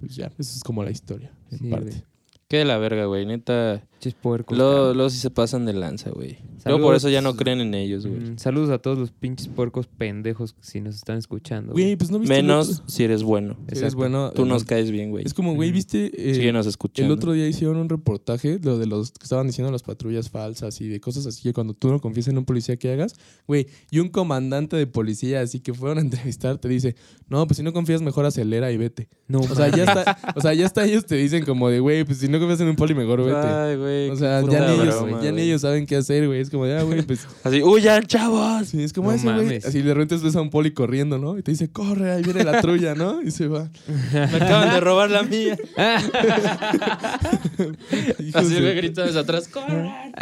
Pues ya, eso es como la historia, en
Sí,
parte.
güey.
Qué de la verga, güey. Neta.
Chis puercos.
Luego,
cabrón.
luego sí se pasan de lanza, güey. Luego por eso ya no
Saludos.
creen en ellos, güey.
Mm, Saludos a todos los pinches puercos pendejos que si nos están escuchando.
Güey, pues no viste. el
Menos
otro-
si eres bueno.
Sí, es bueno.
Tú
eh,
nos caes bien, güey.
Es como, güey,
Ujú.
viste. eh,
Síguenos escuchando.
El otro día hicieron un reportaje, lo de los que estaban diciendo las patrullas falsas y de cosas así que cuando tú no confías en un policía que hagas, güey, y un comandante de policía así que fueron a entrevistar te dice, no, pues si no confías mejor acelera y vete.
No,
O sea, ya está, o sea, ya está ellos te dicen como de, güey, pues si no confías en un poli mejor vete.
Ay,
O
güey. qué
sea,
puta
ya, ni ellos,
broma,
ya ni
güey.
ellos saben qué hacer, güey. Es como, ya, güey, pues
Así, huyan, chavos.
Sí, es como
No
ese, güey.
mames.
Así de repente ves a un poli corriendo, ¿no? Y te dice, corre, ahí viene la trulla, ¿no? Y se va.
Me acaban de robar la mía.
Hijos
Así
de-
me grita desde atrás, corran.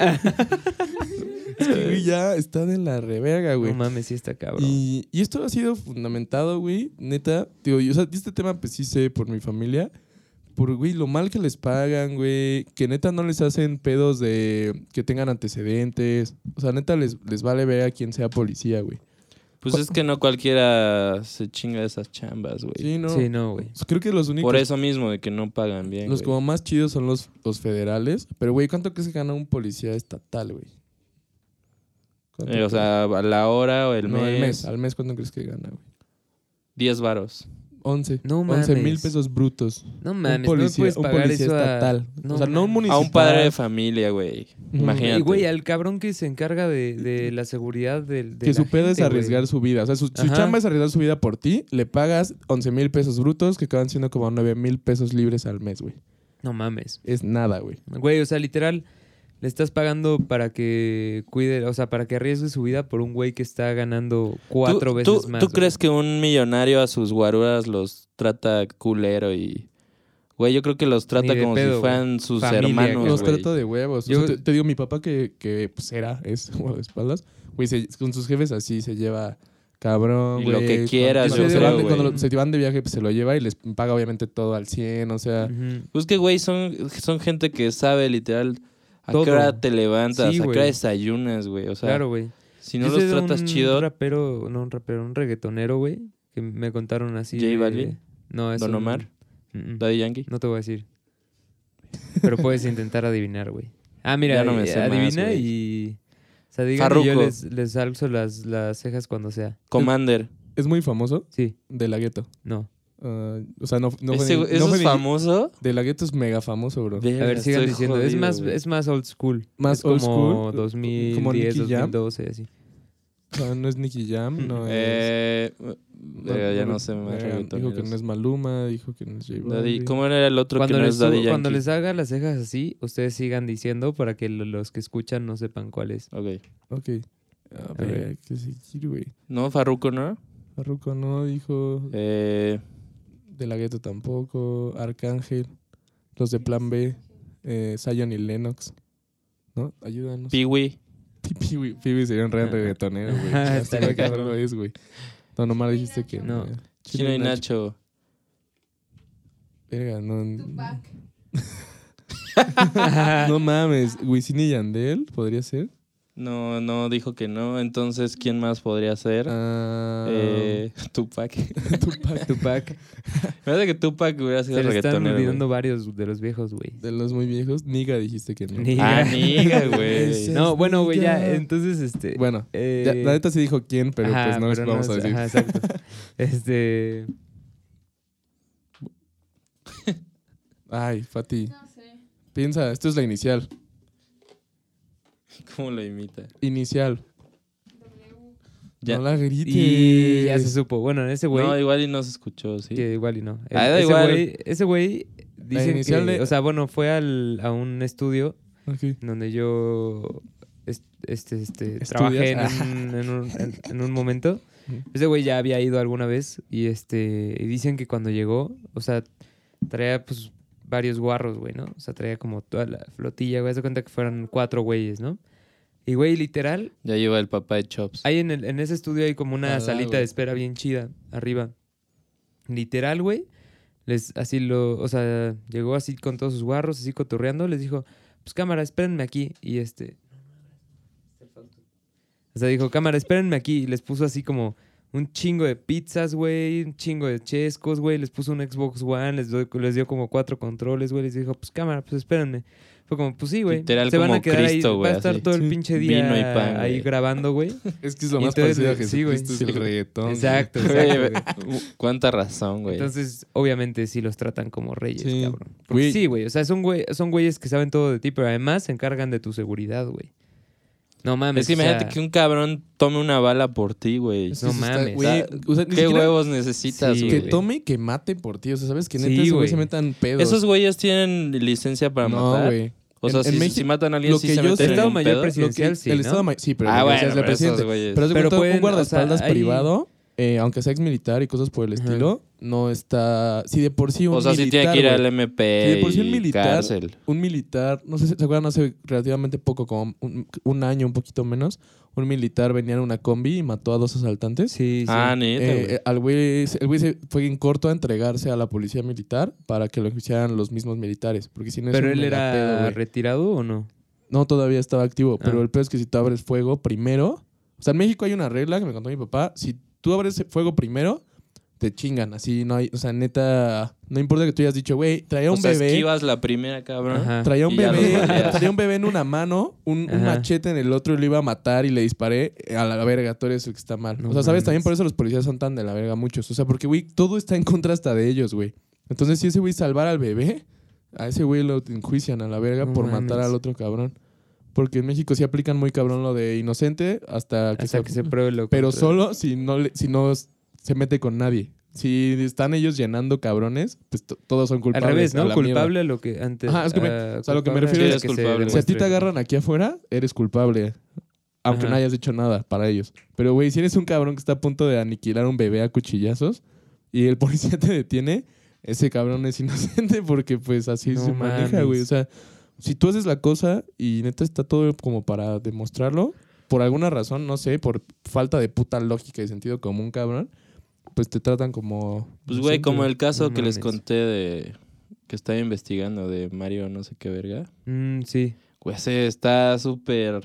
Es que, güey, ya está de la reverga, güey.
No mames, sí está cabrón.
Y, y esto ha sido fundamentado, güey. Neta, digo, yo, o sea, este tema pues sí sé por mi familia. Por, güey, lo mal que les pagan, güey. Que neta no les hacen pedos de que tengan antecedentes. O sea, neta les, les vale ver a quien sea policía, güey.
Pues es que no cualquiera se chinga esas chambas, güey.
Sí, no. Pues,
Sí, no, güey.
Creo que los únicos.
Por eso mismo, de que no pagan bien.
Los
güey.
como más chidos son los, los federales. Pero, güey, ¿cuánto que se gana un policía estatal, güey? ¿Cuánto
Eh, o
crees?
sea, a la hora o el
No,
mes.
al mes. Al mes, ¿cuánto crees que gana, güey?
10 varos.
11.
No
11 mil
mames.
pesos brutos.
No mames, no
policía-
puedes
un
pagar
policía
eso a-
estatal. O sea, no un
mames.
A un padre de
Municipal.
familia, güey.
Mm.
Imagínate.
Y, güey, al cabrón que se encarga de, de la seguridad del. de
que
la
su pedo es
gente, güey.
arriesgar su vida. O sea, su, su
Ajá.
chamba es arriesgar su vida por ti. Le pagas 11 mil pesos brutos, que acaban siendo como 9 mil pesos libres al mes, güey.
No mames.
Es nada, güey.
Güey, o sea, literal, le estás pagando para que cuide, o sea, para que arriesgue su vida por un güey que está ganando
¿Tú-
cuatro
tú-
veces más.
¿Tú
güey.
crees que un millonario a sus guaruras los trata culero y. Güey, yo creo que los trata
de
como
pedo,
si fueran sus
Familia,
hermanos.
cabrón.
Los
güey.
trato de huevos. O
Yo-
sea, te, te digo, mi papá que, que pues, era, es guardaespaldas, güey, se- con sus jefes así se lleva cabrón,
Y
güey.
lo que quieras,
Cuando,
yo
se,
creo,
van de,
güey.
cuando lo- se van de viaje, pues, se lo lleva y les paga obviamente todo al 100, o sea...
Ujú.
Pues que, güey, son, son gente que sabe literal a
Todo.
qué hora te levantas,
Sí,
a qué
güey.
hora desayunas, güey. O sea,
Claro, güey.
si no
Yo
los
sé de
tratas
un
chido,
rapero, no un rapero, un reggaetonero, güey, que me contaron así.
¿J
de-
Balvin?
No, es
Don
un-
Omar,
Mm, mm.
Daddy Yankee.
No te voy a decir. Pero puedes intentar adivinar, güey. Ah, mira,
Ya no me
eh,
sé más,
adivina
güey.
y... O sea, digan y yo
Farruko.
les, les alzo las, las cejas cuando sea.
Commander.
Es muy famoso
Sí,
de la gueto.
no.
Ah, o sea, no, no fue
Ese
ni-
güey-
no
¿Eso
fue
es
ni-
famoso?
De la gueto es mega famoso, bro.
A ver, sigan diciendo. es, más,
Es...
es más old school.
Más
es
old
como
school,
2010,
como Nicky Jam.
2012, así.
O sea, no es Nicky Jam, no es...
Eh, verga, ya no sé
me
más
Dijo que no
reggaetoneros.
es Maluma, dijo que no es J
Daddy-
Balvin.
¿Cómo era el otro
Cuando,
que no
les,
es Daddy
subo-
Yankee?
cuando les haga las cejas así, ustedes sigan diciendo para que lo- los que escuchan no sepan cuál es.
Ok.
Ok. Ah, pero
ver.
hay que seguir, güey.
No, Farruko, ¿no?
Farruko no dijo,
Eh,
De la Gueto tampoco, Arcángel, los de Plan B, eh, Zion y Lennox. ¿No? Ayúdanos.
Piwi.
Pibi, Pibi sería un re reggaetonero, güey.
Ah,
Así
estaría
de cabrón
cabrón.
lo es, güey. No, nomás dijiste que
No.
eh,
Chino y Nacho.
Verga, no.
Tupac.
Ah.
No mames, Wisin y Yandel podría ser.
No, no, dijo que no. Entonces, ¿quién más podría ser?
Ah,
Eh, Tupac.
Tupac, Tupac.
Me parece que Tupac hubiera sido
Se le están
reggaetonero.
olvidando varios de los viejos, güey.
De los muy viejos, Niga dijiste que no.
güey.
Niga.
Ah, niga, güey.
Ese-
No, bueno, güey, ya.
Ya.
Entonces, este...
Bueno,
eh,
ya, la neta sí dijo quién, pero
ajá,
pues no les
pero
vamos a
es-
decir.
ajá, exacto. este...
Ay, Fati,
No sé.
piensa, esto es la inicial.
¿Cómo lo imita?
Inicial.
Ya.
No la grites.
Y ya se supo. Bueno, ese güey...
No, igual y no se escuchó, ¿sí?
Que igual y no. El-
Ah, da
ese
igual.
güey- Ese güey dicen que...
inicial de-
O sea, bueno, fue al, a un estudio
Ok.
donde yo est- este, este,
¿Estudias?
trabajé en un, en un- en- en un momento.
Ujú.
Ese güey ya había ido alguna vez y este y dicen que cuando llegó, o sea, traía pues varios guarros, güey, ¿no? O sea, traía como toda la flotilla, güey. Haz de cuenta que fueron cuatro güeyes, ¿no? Y, güey, literal,
Ya lleva el papá de Chops.
Ahí en, el- en ese estudio hay como una
Ah,
salita
güey.
de espera bien chida, arriba. Literal, güey. Les, así lo, o sea, llegó así con todos sus guarros, así cotorreando, les dijo, pues cámara, espérenme aquí. Y este... O sea, dijo, cámara, espérenme aquí. Y les puso así como un chingo de pizzas, güey, un chingo de chescos, güey. Les puso un Xbox One, les, do- les dio como cuatro controles, güey. Les dijo, pues cámara, pues espérenme. Fue como, pues sí, güey.
Literal
Se van
como
a quedar
Cristo,
ahí.
güey,
Va a estar
así.
todo
Sí.
el pinche día
Vino y pan,
ahí
güey.
grabando, güey.
Es que es lo
Y
más
entonces
parecido a
le- sí, güey.
Jesucristo,
Sí,
es el
güey.
reggaetón. güey.
Exacto,
Güey,
exacto. güey.
u- Cuánta razón, güey.
Entonces, obviamente, sí los tratan como reyes,
Sí.
cabrón. Porque
Güey.
Sí, güey. O sea, son, güey, son güeyes que saben todo de ti, pero además se encargan de tu seguridad, güey. No mames.
es que
o sea,
imagínate que un cabrón tome una bala por ti, güey.
Es que
No
eso está-
mames.
güey, o sea, ni
¿Qué
siquiera
huevos necesitas,
Sí,
güey?
Que
güey.
tome y que mate por ti. O sea, sabes que neta
Sí,
esos
güey.
güey se metan pedos.
¿Esos güeyes tienen licencia para
No,
matar?
güey.
O sea,
En-
si,
en
si
México-
matan a alguien,
lo
sí
que yo
se meten
sé-
en
Estado
un
mayor
pedo?
presidencial.
Lo que-
sí,
el
¿no?
Estado ma- Sí, pero
Ah,
el
bueno,
presidente es el
pero esos
presidente.
güeyes.
Pero, se
Pero
cuenta,
pueden,
un guardaespaldas
o sea, hay-
privado, eh, aunque sea ex militar y cosas por el
Ajá.
estilo, no está. Si de por sí un
O sea,
militar.
si tiene que ir
güey,
al MP
Sí, de por sí un
y
militar-
cárcel.
un militar, no sé si se acuerdan hace relativamente poco, como un, un año, un poquito menos, un militar venía en una combi y mató a dos asaltantes.
Sí, sí.
Ah, neta,
Eh,
güey.
eh, al güey, se- el güey se fue en corto a entregarse a la policía militar para que lo enjuiciaran los mismos militares. Porque si no es
pero
un
él era
megapedo, güey.
retirado o no?
No, todavía estaba activo.
Ah.
Pero el peor es que si tú abres fuego primero, O sea, en México hay una regla que me contó mi papá. Si tú abres fuego primero, te chingan. Así no hay, o sea, neta, no importa que tú hayas dicho, güey, traía
O
un
sea,
bebé.
esquivas la primera, cabrón.
Ajá.
Traía un
Y ya
bebé,
los golpeas.
traía un bebé en una mano, un, un
Ajá.
machete en el otro y lo iba a matar y le disparé eh, a la verga, tú eres el que está mal.
No
o sea, sabes,
mames.
también por eso los policías son tan de la verga muchos. O sea, porque, güey, todo está en contra hasta de ellos, güey. Entonces, si ese güey salvar al bebé, a ese güey lo enjuician a la verga
No
por matar
mames.
al otro cabrón. Porque en México sí aplican muy cabrón lo de inocente hasta que,
Hasta
se-
que se pruebe lo
Pero
contrario.
solo si no, le- si no s- se mete con nadie. Si están ellos llenando cabrones, pues to- todos son
Al
culpables.
revés,
a
¿no?
la mierda.
Culpable a lo que antes.
Ajá, es que me-
ah,
o sea, lo que me
culpable
refiero
a
es
que
que
se
culpable.
Si a ti te
demuestre.
agarran aquí afuera, eres culpable. Aunque
Ajá.
no hayas hecho nada para ellos. Pero, güey, si eres un cabrón que está a punto de aniquilar a un bebé a cuchillazos y el policía te detiene, ese cabrón es inocente porque, pues, así
No
se maneja,
mames.
güey. O sea, si tú haces la cosa y neta está todo como para demostrarlo, por alguna razón, no sé, por falta de puta lógica y sentido común, cabrón, pues te tratan como...
Pues, güey,
inocente,
como el caso
No
que les
mames.
conté de... Que estaba investigando de Mario no sé qué verga.
Mm, sí.
Güey, ese está súper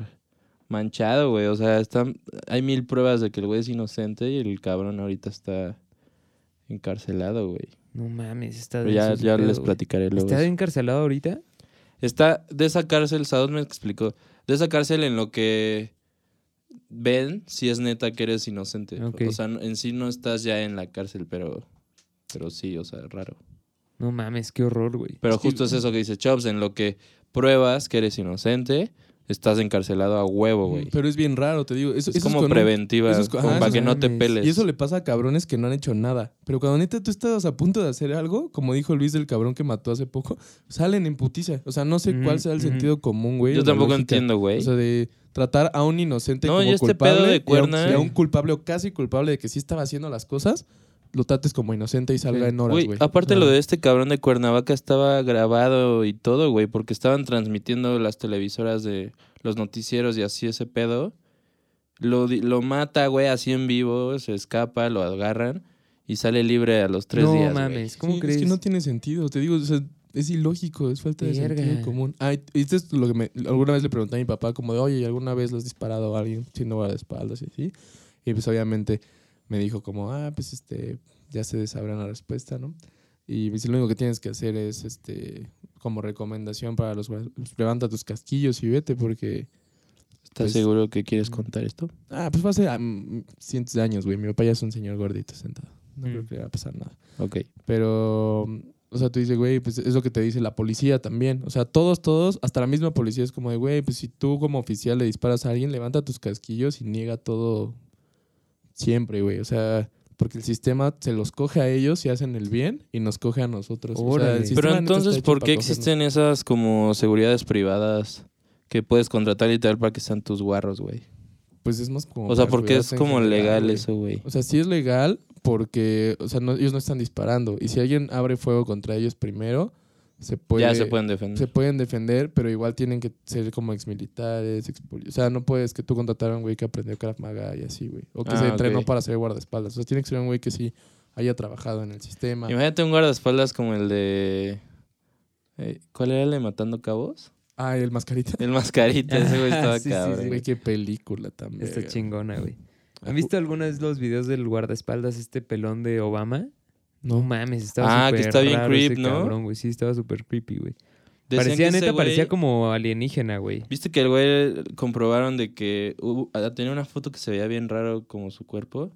manchado, güey. O sea, están, hay mil pruebas de que el güey es inocente y el cabrón ahorita está encarcelado, güey.
No mames, está
Pero ya
denso ese
ya
pedo,
les
güey.
platicaré luego.
¿Está
eso.
encarcelado ahorita?
Está de esa cárcel, Sadot me explicó, de esa cárcel en lo que ven si es neta que eres inocente.
Ok.
O sea, en sí no estás ya en la cárcel, pero, pero sí, o sea, raro.
No mames, qué horror, güey.
Pero justo es eso que dice Chops, en lo que pruebas que eres inocente, estás encarcelado a huevo, güey.
Pero es bien raro, te digo. Eso,
Es
eso
como
con un-
preventiva,
eso es con-
como
ajá,
para
eso
que
es-
no te
mames.
peles.
Y eso le pasa a cabrones que no han hecho nada. Pero cuando neta tú estabas a punto de hacer algo, como dijo Luis del cabrón que mató hace poco, salen en putiza. O sea, no sé
Ujú,
cuál sea el
ujú.
sentido común, güey. o
Yo
la
tampoco
lógica.
entiendo, güey.
O sea, de tratar a un inocente
No,
como
y este
culpable
pedo de
y a un-
cuerna-
y a un culpable o casi culpable de que sí estaba haciendo las cosas, lo trates como inocente y salga
Sí.
en horas,
Güey,
güey.
aparte
Ah.
lo de este cabrón de Cuernavaca estaba grabado y todo, güey, porque estaban transmitiendo las televisoras de los noticieros y así ese pedo. Lo, di- lo mata, güey, así en vivo, se escapa, lo agarran y sale libre a los tres
no
días. güey.
mames, ¿cómo
Sí,
crees?
Es que no tiene sentido, te digo, o sea, es ilógico, es falta de
Verga.
sentido común. Ah, y esto es lo que me- alguna vez le pregunté a mi papá, como de, oye, ¿alguna vez le has disparado a alguien siendo a de espaldas y así? Y pues obviamente me dijo como, ah, pues este, ya se sabrán la respuesta, ¿no? Y pues, lo único que tienes que hacer es, este, como recomendación para los guardias, pues, levanta tus casquillos y vete porque,
¿Estás
Pues-
seguro que quieres contar esto?
ah, pues va a ser ah, mm, cientos de años, güey, mi papá ya es un señor gordito sentado, no
Mm.
creo que le va a pasar nada.
Ok.
Pero, o sea, tú dices, güey, pues es lo que te dice la policía también. O sea, todos, todos, hasta la misma policía es como de, güey, pues si tú como oficial le disparas a alguien, levanta tus casquillos y niega todo siempre, güey. O sea, porque el sistema se los coge a ellos y hacen el bien y nos coge a nosotros. O sea, el
Órale.
sistema
Pero
neta está
entonces,
hecho
¿por
para
qué
cogernos.
existen esas como seguridades privadas que puedes contratar y tal para que sean tus guarros, güey?
Pues es más como...
O sea,
para
porque es
cuidarse en
como
general,
legal
güey.
eso, güey.
O sea, sí es legal porque, o sea, no- ellos no están disparando. Y si alguien abre fuego contra ellos primero, se puede...
Ya se pueden defender.
se pueden defender, pero igual tienen que ser como exmilitares, expul- o sea, no puedes que tú contratara a un güey que aprendió Krav Maga y así, güey, o que
Ah,
se entrenó
ok.
para ser guardaespaldas, o sea, tiene que ser un güey que sí haya trabajado en el sistema.
Imagínate un guardaespaldas como el de. eh, ¿Cuál era el de Matando Cabos?
Ah, ¿y el mascarita.
El mascarita, ese güey estaba
Ah, Sí, sí,
cabrón.
sí.
Güey, qué película también. Ah,
Está chingona, güey. ¿Han visto alguna vez los videos del guardaespaldas este pelón de Obama? No mames, estaba
Ah, que
súper
está bien
raro ese
creep, ¿no?
cabrón, güey. Sí, estaba súper creepy, güey.
Decían
Parecía,
que ese
neta,
güey-
parecía como alienígena, güey.
Viste que el güey comprobaron de que hubo- ah, tenía una foto que se veía bien raro como su cuerpo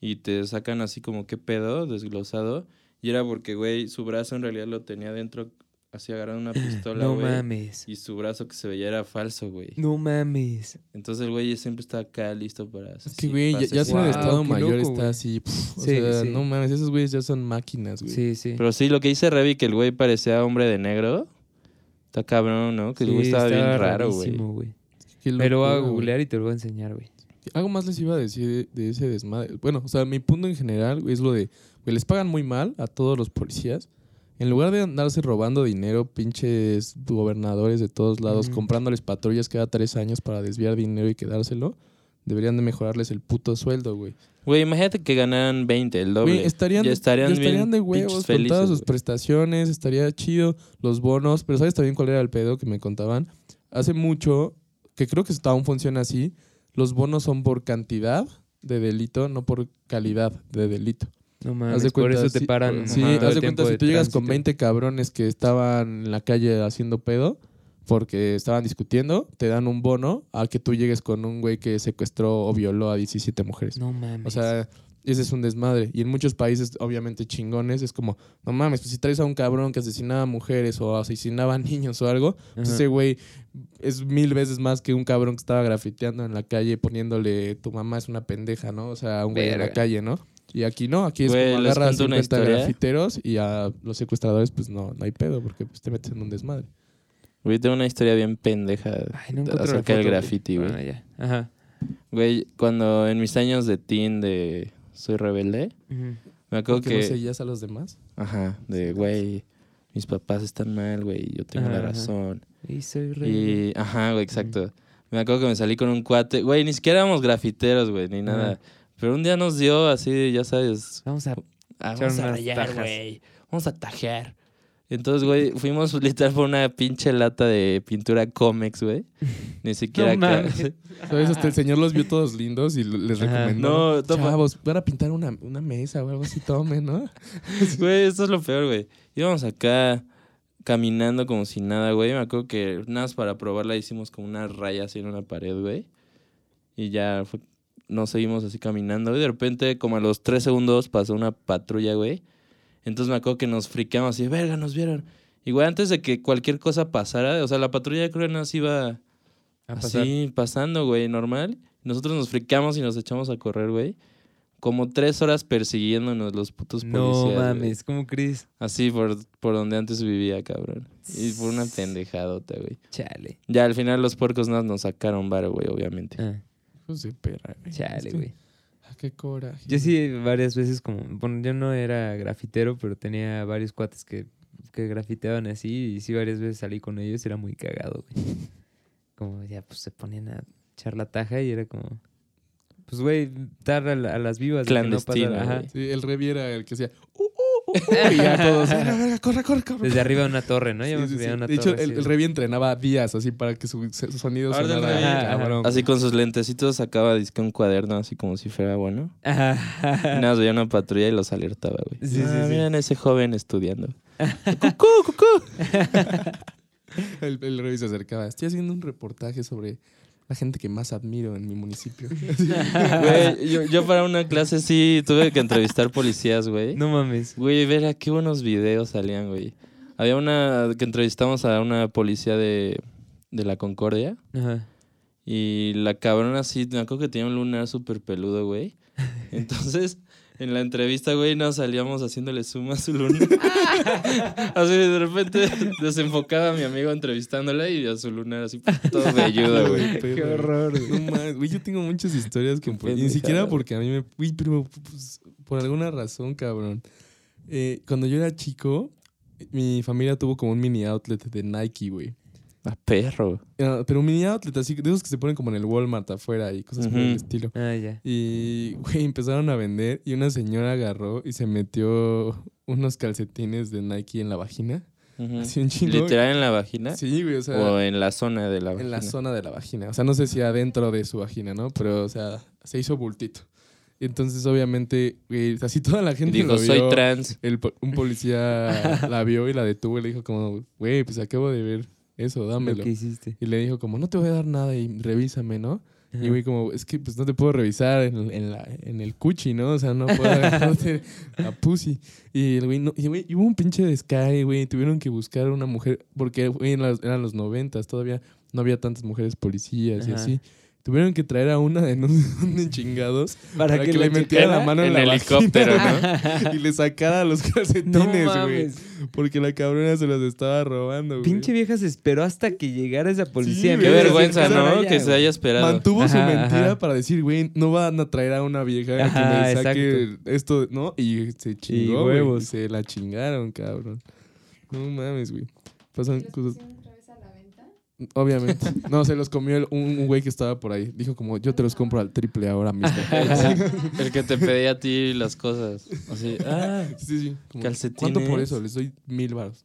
y te sacan así como qué pedo desglosado y era porque güey su brazo en realidad lo tenía dentro así agarrando una pistola
No
güey
mames.
y su brazo que se veía era falso güey
No mames.
entonces el güey siempre está acá listo para
Es que, güey, ya, ya
asesinar.
si en el
Wow,
estado
qué
mayor
loco,
está
güey.
así, pf, o
Sí,
sea,
sí.
no mames, esos güeyes ya son máquinas, güey.
Sí, sí.
Pero sí, lo que dice Revi, que el güey parecía hombre de negro. Está cabrón, ¿no? Que el
Sí,
güey estaba bien
estaba
raro, güey.
rarísimo, güey.
Qué
Me lo voy a
locura, güey.
googlear y te lo voy a enseñar, güey.
Algo más les iba a decir de, de ese desmadre. Bueno, o sea, mi punto en general güey, es lo de, güey, les pagan muy mal a todos los policías. En lugar de andarse robando dinero, pinches gobernadores de todos lados,
Ujú.
comprándoles patrullas cada tres años para desviar dinero y quedárselo, deberían de mejorarles el puto sueldo, güey.
Güey, imagínate que ganaran 20, el doble.
Güey, estarían,
ya estarían,
ya estarían
bien
de
pinches
huevos con
felices,
todas sus
güey.
prestaciones, estaría chido, los bonos, pero ¿sabes también cuál era el pedo que me contaban? Hace mucho, que creo que esto aún funciona así, los bonos son por cantidad de delito, no por calidad de delito.
No
Haz
mames,
de
Ah, por
cuenta,
eso te
si-
paran.
Sí,
mamá, todo
haz
el
de cuenta,
tiempo
si tú llegas con
tránsito.
20 cabrones que estaban en la calle haciendo pedo porque estaban discutiendo, te dan un bono a que tú llegues con un güey que secuestró o violó a 17 mujeres.
No mames.
O sea, ese es un desmadre. Y en muchos países, obviamente chingones, es como, no mames, pues si traes a un cabrón que asesinaba mujeres o asesinaba niños o algo, pues
Ajá.
ese güey es mil veces más que un cabrón que estaba grafiteando en la calle poniéndole tu mamá es una pendeja, ¿no? O sea, un güey en la
Verga.
calle, ¿no? Y aquí no, aquí es
Güey,
como
les
agarras
cuento
50
una historia.
grafiteros y a los secuestradores pues no, no hay pedo porque pues te metes en un desmadre.
Güey, tengo una historia bien pendeja
Ay, no encuentro la
acerca del
foto,
graffiti, güey.
Ah, ya. Ajá.
Güey, cuando en mis años de teen de Soy Rebelde,
Ujú.
me acuerdo
¿Porque no
que...
seguías a los demás?
Ajá, de güey, mis papás están mal, güey, yo tengo la
Ajá.
razón.
Y soy rey.
Y, ajá, güey, exacto. Me acuerdo que me salí con un cuate. Güey, ni siquiera éramos grafiteros, güey, ni nada. Pero un día nos dio así, ya sabes.
Vamos a.
"Ah,
Echaron
vamos a
unas
rayar,
tajas.
güey. Vamos a tajear. Entonces, güey, fuimos literal por una pinche lata de pintura cómics, güey. Ni siquiera.
No
acá-
mames.
¿Sabes? Hasta este, el señor los vio todos lindos y l- les
Ajá.
recomendó.
No, toma.
Chavos, van a pintar una, una mesa o algo así, tomen, ¿no?
Güey, esto es lo peor, güey. Íbamos acá caminando como si nada, güey. Me acuerdo que nada más para probarla hicimos como una raya así en una pared, güey. Y ya fue- nos seguimos así caminando. Y de repente, como a los tres segundos, pasó una patrulla, güey. Entonces me acuerdo que nos friqueamos así, verga, nos vieron. Y, güey, antes de que cualquier cosa pasara, o sea, la patrulla creo que nada más iba
A pasar.
así pasando, güey, normal. Nosotros nos friqueamos y nos echamos a correr, güey. Como tres horas persiguiéndonos los putos policías.
no
güey.
mames, ¿cómo crees?
Así por, por donde antes vivía, cabrón. Y por una pendejadota, güey.
Chale.
Ya al final los puercos nas nos sacaron varo, güey, obviamente.
Ah,
Hijos de perra, Pues, güey.
chale,
Es que-
güey.
ah, qué coraje.
Yo sí varias veces como, bueno, yo no era grafitero, pero tenía varios cuates que, que grafiteaban así y sí varias veces salí con ellos y era muy cagado, güey. Como ya pues se ponían a echar la taja y era como, pues güey, dar a, la- a las vivas. de que no pasa-
Clandestino,
ajá.
güey.
Sí, el reviera el que decía, "Uh, uh, uh, uh", y ya todos, "Ah, la verga, corre, corre, corre.
Desde arriba de una torre, ¿no? Yo
Sí,
me
sí,
subía
sí.
a una
De hecho,
torre.
el,
así.
el Revi entrenaba días así para que su, su sonido
Ahora el
sonara
Revi,
ajá.
cabrón.
Así con sus lentecitos sacaba disque un cuaderno, así como si fuera bueno. Y
Ajá.
nada, más veía una patrulla y los alertaba, güey.
Sí, sí,
Ah,
sí.
Miren ese joven estudiando. ¡Cucú, cucú!
El, el Revi se acercaba. Estoy haciendo un reportaje sobre la gente que más admiro en mi municipio.
Güey, yo, yo para una clase sí tuve que entrevistar policías, güey.
No mames.
Güey, verá, qué buenos videos salían, güey. Había una que entrevistamos a una policía de, de la Concordia.
Ajá.
Y la cabrona sí, me acuerdo que tenía un lunar súper peludo, güey. Entonces, en la entrevista, güey, nos salíamos haciéndole suma a su lunar. así de repente desenfocaba a mi amigo entrevistándola y a su lunar así todo velludo, güey.
Qué horror, güey. No mames, güey, yo tengo muchas historias que...
Qué
y ni siquiera
pendejada.
porque a mí me... Uy, pero pues, por alguna razón, cabrón. Eh, cuando yo era chico, mi familia tuvo como un mini outlet de Nike, güey.
A perro.
Ah, pero un mini outlet así, de esos que se ponen como en el Walmart afuera y cosas por el
Ujú.
estilo.
Ah, ya.
Y, güey, empezaron a vender y una señora agarró y se metió unos calcetines de Nike en la vagina.
Ujú.
Así un chingo.
¿Literal en la vagina?
Sí, güey, o sea,
o en la zona de la vagina.
en la zona de la vagina. O sea, no sé si adentro de su vagina, ¿no? Pero, o sea, se hizo bultito. Y entonces, obviamente, güey, así toda la gente
Digo,
lo
soy
vio.
trans.
El po- un policía la vio y la detuvo y le dijo como, güey, pues acabo de ver eso,
Lo
dámelo.
que hiciste.
Y le dijo como, no te voy a dar nada y revísame, ¿no? Y
Ajá.
güey, como, es que pues no te puedo revisar en, en la, en el cuchi, ¿no? O sea, no puedo agarrarte la pussy. Y el güey, no, y, güey, y hubo un pinche descare, güey. Tuvieron que buscar a una mujer, porque güey, en las- eran los noventas, todavía no había tantas mujeres policías y
Ajá.
así. Tuvieron que traer a una de no sé dónde chingados para, que,
lo
le metiera la
checara?
mano en,
En
la
helicóptero,
vagina y le sacara los
Ah. No
calcetines, güey.
mames.
porque la cabrona se los estaba robando, güey.
Pinche vieja se esperó hasta que llegara esa policía.
güey.
Qué
en vez de
vergüenza,
decir,
¿no?
"Cámara,
Que
ya,
se haya esperado.
Mantuvo su
Ajá,
mentira
ajá.
para decir, güey, no van a traer a una vieja
Ajá,
que me saque esto, ¿no? Y se chingó, güey.
huevos.
y se la chingaron, cabrón. No mames, güey. Pasan cosas, obviamente. No, se los comió el- un un güey que estaba por ahí. Dijo como, yo te los compro al triple ahora mismo.
El que te pedía a ti las cosas. Así, ah,
sí, sí. como,
Calcetines.
¿Cuánto por eso? Les doy mil baros.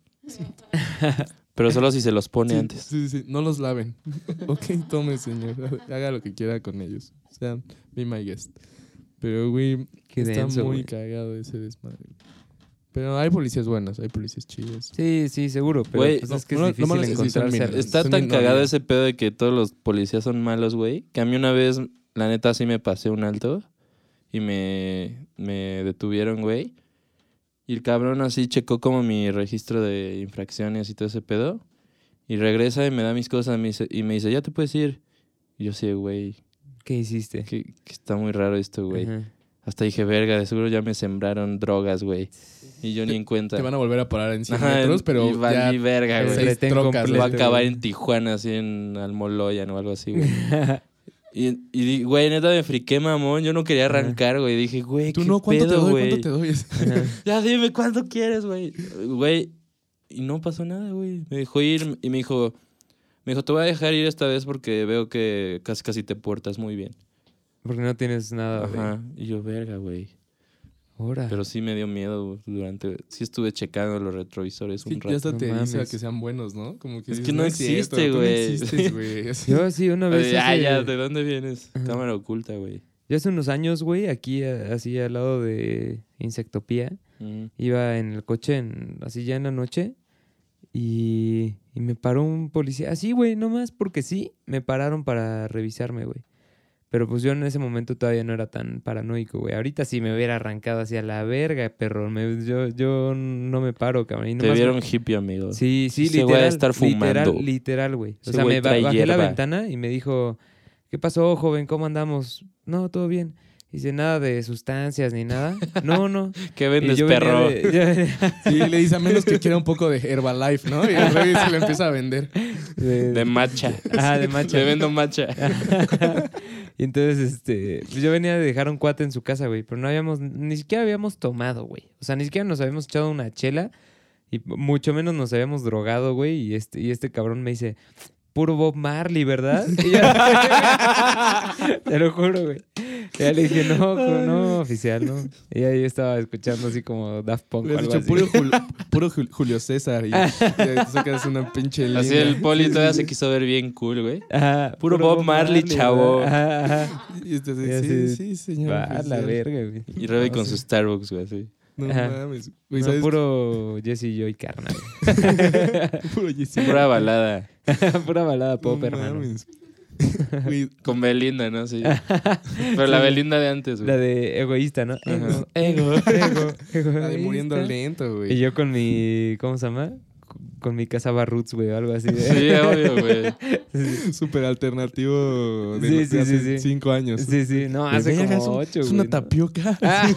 Pero solo si se los pone
Sí,
antes.
Sí, sí, sí. no los laven. ok, tome, señor. Haga lo que quiera con ellos. O sea, be my guest. Pero, güey,
Qué
está
denso,
muy
güey.
cagado ese desmadre. Pero hay policías buenas, hay policías chidas.
Sí, sí, seguro. Pero
Güey,
pues
no,
es que
no,
es
lo malo
difícil
es que sí son
encontrarse.
mineros.
a-
Está
Es
tan
una
cagado
minoría.
ese pedo de que todos los policías son malos, güey, que a mí una vez, la neta, sí me pasé un alto y me, me detuvieron, güey. Y el cabrón así checó como mi registro de infracciones y todo ese pedo. Y regresa y me da mis cosas me dice- y me dice, ya te puedes ir. Y yo sí, güey,
¿Qué hiciste?
que, que está muy raro esto, güey.
Ajá.
Hasta dije, verga, de seguro ya me sembraron drogas, güey. Y yo ni en cuenta.
Te van a volver a parar en 100
Ajá,
metros,
y
pero ya
valí verga,
el
güey.
seis
seis
retén
trocas.
completo,
Va a
güey.
acabar en Tijuana, así en Almoloyan o algo así, güey. Y, y di- güey, neta me friqué, mamón. Yo no quería
Ajá.
arrancar, güey. Dije, güey,
Tú
qué
no, ¿cuánto te
pedo,
doy?
güey.
¿Cuánto te doy?
Ajá.
Ya dime cuánto quieres, güey. Güey, y no pasó nada, güey. Me dejó ir y me dijo, me dijo, te voy a dejar ir esta vez porque veo que casi casi te portas muy bien.
Porque no tienes
Ah,
nada. Ajá.
Ajá. Y yo, verga, güey. Pero sí me dio miedo güey, durante. Sí estuve checando los retrovisores
Sí,
un
ya
rato.
hasta
No
te dice a
mames.
que sean buenos, ¿no? Como que
Es
dices,
que no
cierto,
existe,
tú no
güey".
existes, güey. Así.
Yo sí, una vez.
Ay, ah,
hace-
ya, ¿de dónde vienes? Cámara oculta, güey.
Yo hace unos años, güey, aquí a- así al lado de Insectopía,
Ujú.
iba en el coche, en- así ya en la noche, y, y me paró un policía. Así, güey, nomás porque sí, me pararon para revisarme, güey. Pero pues yo en ese momento todavía no era tan paranoico, güey. Ahorita sí me hubiera arrancado hacia la verga, perro. Me- yo, yo no me paro, cabrón. Y
Te
nomás-
vieron hippie, amigo.
Sí, sí,
Ese güey ha
literal.
de estar fumando.
Literal, literal, güey. O
Ese
sea,
güey
me ba-
trae
bajé la
hierba.
ventana y me dijo, ¿qué pasó, joven? ¿Cómo andamos? No, todo bien. Dice, nada de sustancias ni nada. No, no.
¿Qué
Y
vendes,
yo venía
perro?
de- yo venía
Sí, le dice a menos que quiera un poco de Herbalife, ¿no? Y el rey se le empieza a vender.
de-
De macha.
Ah, de macha.
Te vendo macha.
y entonces, este, pues yo venía de dejar un cuate en su casa, güey, pero no habíamos, ni siquiera habíamos tomado, güey. O sea, ni siquiera nos habíamos echado una chela y mucho menos nos habíamos drogado, güey. Y este, y este cabrón me dice, puro Bob Marley, ¿verdad? Y yo- te lo juro, güey. Y ya le dije, no, co- no, oficial, no. Y ahí estaba escuchando así como Daft Punk
Le
o
has
algo
dicho
así.
puro, Jul- puro Jul- Julio César y y te sacas una pinche línea.
Así el poli todavía se quiso ver bien cool, güey.
Ajá,
puro Bob Marley,
¿verdad?
chavo.
Ajá, ajá. pues
Y estás así,
Y así,
sí, sí, señor.
Va a la
oficial.
verga, güey.
Y Rebe
Ah,
con
sí.
su Starbucks, güey, así.
No
Ajá.
mames. Güey,
No,
¿sabes?
puro Jesse Joy, carnal.
Puro Yeezy.
Pura balada.
Pura balada
No
pop, hermano.
mames. Güey,
Con Belinda, ¿no? Sí. Pero la Belinda de antes,
La
güey.
de egoísta, ¿no?
Ajá.
Ego, ego, ego, ego.
la de muriendo
egoísta.
lento,
Y
güey.
yo con mi, ¿cómo se llama? Con mi casaba roots, güey, o algo así. de-
Sí, obvio, güey.
Súper alternativo de
Sí,
los
sí,
de
sí,
hace
sí.
cinco años.
Sí, sí, no,
Güey,
hace
verga,
como
es un-
ocho,
Es
güey,
una
¿no? Ah,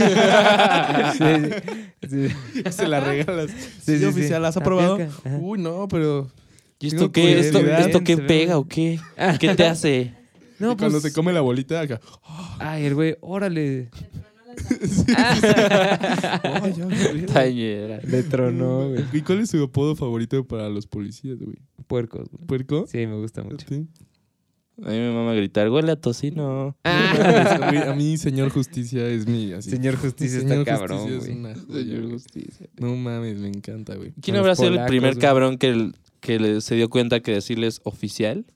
tapioca.
Sí, sí.
Se la regalas. Sí,
Sí, sí,
oficial,
sí.
¿has aprobado?
Tapioca, ajá.
Uy, no, pero
¿Y
Tengo
esto qué? ¿Esto,
curiosidad.
esto qué
¿eh? Se ve
pega
muy-
o qué? ¿Qué te hace?
No,
cuando
pues,
se come la bolita, acá.
ay, el güey, órale.
Ay, ya, güey.
Tañera.
Le tronó, güey.
¿Y cuál es su apodo favorito para los policías, güey?
Puercos, güey.
¿Puerco?
Sí, me gusta mucho.
Sí.
A mí me mama gritar, huele a tocino.
Güey, a mí, señor justicia es mi. Así.
Ah. Señor Justicia
Señor
está cabrón,
Justicia es
güey.
una joya, güey.
justicia.
No mames, me encanta, güey.
¿Quién
Los
habrá sido el
polacos,
primer
güey.
cabrón que, el- que le- se dio cuenta que decirles oficial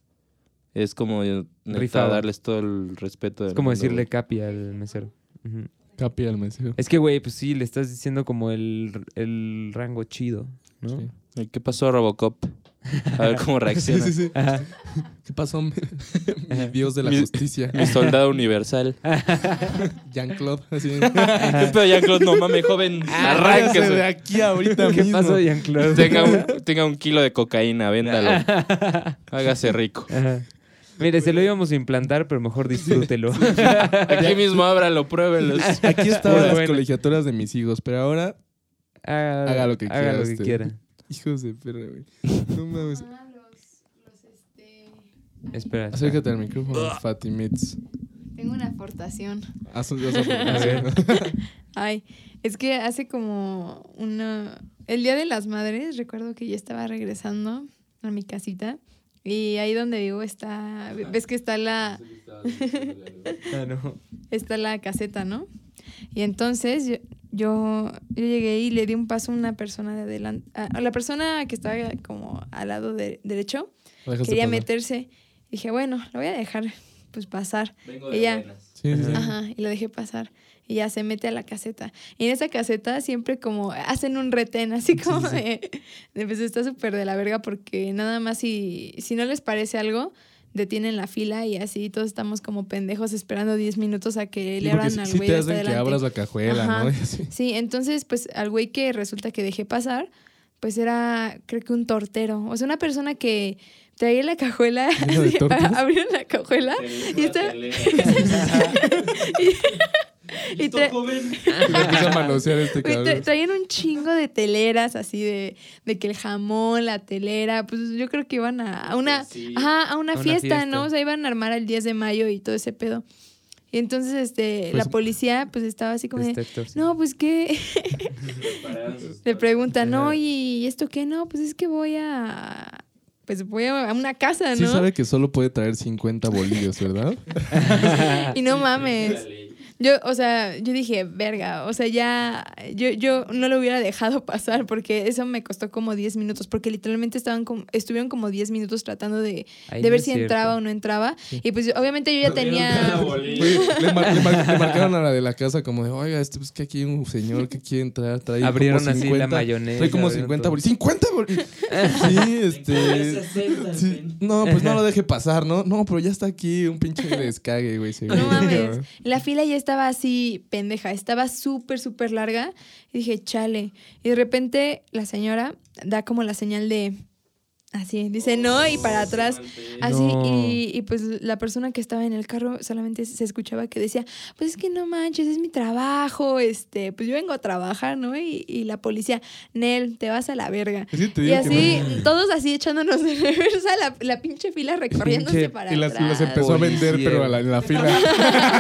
es como eh, neta,
Rifado.
darles todo el respeto?
Es
del
como
mundo,
decirle
güey.
capi al mesero. Ujú.
Capi al mesero.
Es que, güey, pues sí, le estás diciendo como el, el rango chido, ¿no?
Sí.
¿Y ¿Qué pasó a Robocop? A ver cómo
Sí,
reacciona.
sí, sí.
Ajá.
¿Qué pasó? mi mi Dios de la
Mi-
justicia.
Mi soldado universal.
Jean-Claude. Así.
Pero Jean-Claude, no mames, joven.
Ah,
Váyase de
Arránquese.
aquí ahorita
¿Qué
mismo.
pasó, Jean-Claude?
Tenga un, tenga un kilo de cocaína, véndalo. Hágase rico.
Ajá. Mire, se lo íbamos a implantar, pero mejor disfrútelo.
Aquí mismo ábralo, pruébelo.
Aquí estaban
Muy
las
bueno.
colegiaturas de mis hijos, pero ahora,
haga,
Haga lo que
haga
quiera
lo que
usted.
quiera.
hijos de perra, güey. No mames.
Ah, los- los, este,
Espera. espera.
Acércate al micrófono, Fatimits.
Tengo una aportación.
Haz un- haz una aportación.
Ay, es que hace como una... El Día de las Madres, recuerdo que yo estaba regresando a mi casita y ahí donde vivo está... ¿Ves que está la...
Ah, no.
está la caseta, ¿no? Y entonces yo- yo, yo llegué y le di un paso a una persona de adelante, a a la persona que estaba como al lado de- derecho,
La dejaste
quería
pasar.
meterse. Dije, bueno, lo voy a dejar pues pasar.
Vengo
de Ella. buenas.
Sí, sí, sí.
Ajá, y lo dejé pasar. Y ya se mete a la caseta. Y en esa caseta siempre como hacen un retén, así como de, de, pues está súper de la verga porque nada más si, si no les parece algo, detienen la fila y así todos estamos como pendejos esperando 10 minutos a que
Sí, porque
le abran
sí-
al
sí
güey este
te
hasta
hacen que
adelante.
abras la cajuela,
Ajá.
¿no? Sí.
Sí, entonces pues al güey que resulta que dejé pasar, pues era creo que un tortero, o sea, una persona que traía la cajuela,
¿Llena de
así,
tortas?
a- abrieron la cajuela y estaba... y, y tra-
Y le empieza a manosear este
Güey, tra-
cabrón.
traían un chingo de teleras así de, de que el jamón, la telera, pues yo creo que iban a, a una,
Sí.
ajá, a una,
A una
fiesta,
fiesta.
¿no? O sea, iban a armar el 10 de mayo y todo ese pedo. Y entonces este la
Pues-
policía pues estaba así como de,
Este actor, sí.
no, pues qué le preguntan, "No, y esto qué? No, pues es que voy a pues voy a a una casa,
Sí
¿no?"
sabe que solo puede traer 50 bolillos, ¿verdad?
y no mames. Yo, o sea, yo dije, verga, o sea, ya, yo, yo no lo hubiera dejado pasar porque eso me costó como 10 minutos, porque literalmente estaban como, estuvieron como 10 minutos tratando de,
Ay,
de
no
ver
es
si
cierto.
entraba o no entraba. Y pues yo- obviamente yo ya tenía...
Güey, le, mar- le mar- le marcaron a la de la casa como de, oiga, este, pues que aquí hay un señor que quiere entrar. Trae
Abrieron
como
así la
50,
mayonesa,
Trae como
abrieron
50
todo.
bolillos. ¡50 bolillos! Sí, este... sí, no, pues no lo deje pasar, ¿no? No, pero ya está aquí un pinche descague, güey. seguro.
No mames. La fila ya estaba así pendeja, estaba súper, súper larga. Y dije, chale. Y de repente la señora da como la señal de... Así, dice no y para atrás. Así,
No.
y, y, pues la persona que estaba en el carro solamente se escuchaba que decía, pues es que no manches, es mi trabajo, este, pues yo vengo a trabajar, ¿no? Y, y la policía, Nel, te vas a la verga.
Es que te
Y
digo que
así,
no.
todos así echándonos de reversa, la, la pinche fila recorriéndose
pinche-
para
Y las,
atrás.
las empezó a vender,
Policía.
pero a la, en la fila.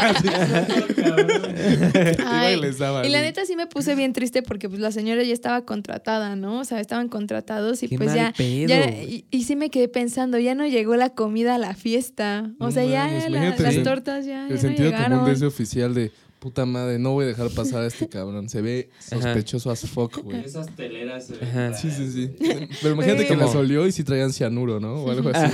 Iba
Ay,
y les daba.
Y la
así.
neta sí me puse bien triste porque pues la señora ya estaba contratada, ¿no? O sea, estaban contratados y
Qué
pues
mal
ya...
pedo,
ya-
güey.
y, y sí me quedé pensando, ya no llegó la comida a la fiesta. O
No
sea, ya
mames,
la-
imagínate
las
el-
tortas ya, ya
El
no
sentido común de
llegaron.
ese oficial de puta madre, no voy a dejar pasar a este cabrón. Se ve sospechoso as fuck, güey.
Esas teleras. eh,
Ajá.
Sí, sí, sí. Pero imagínate que
Como-
las olió y si traían cianuro, ¿no? O algo así.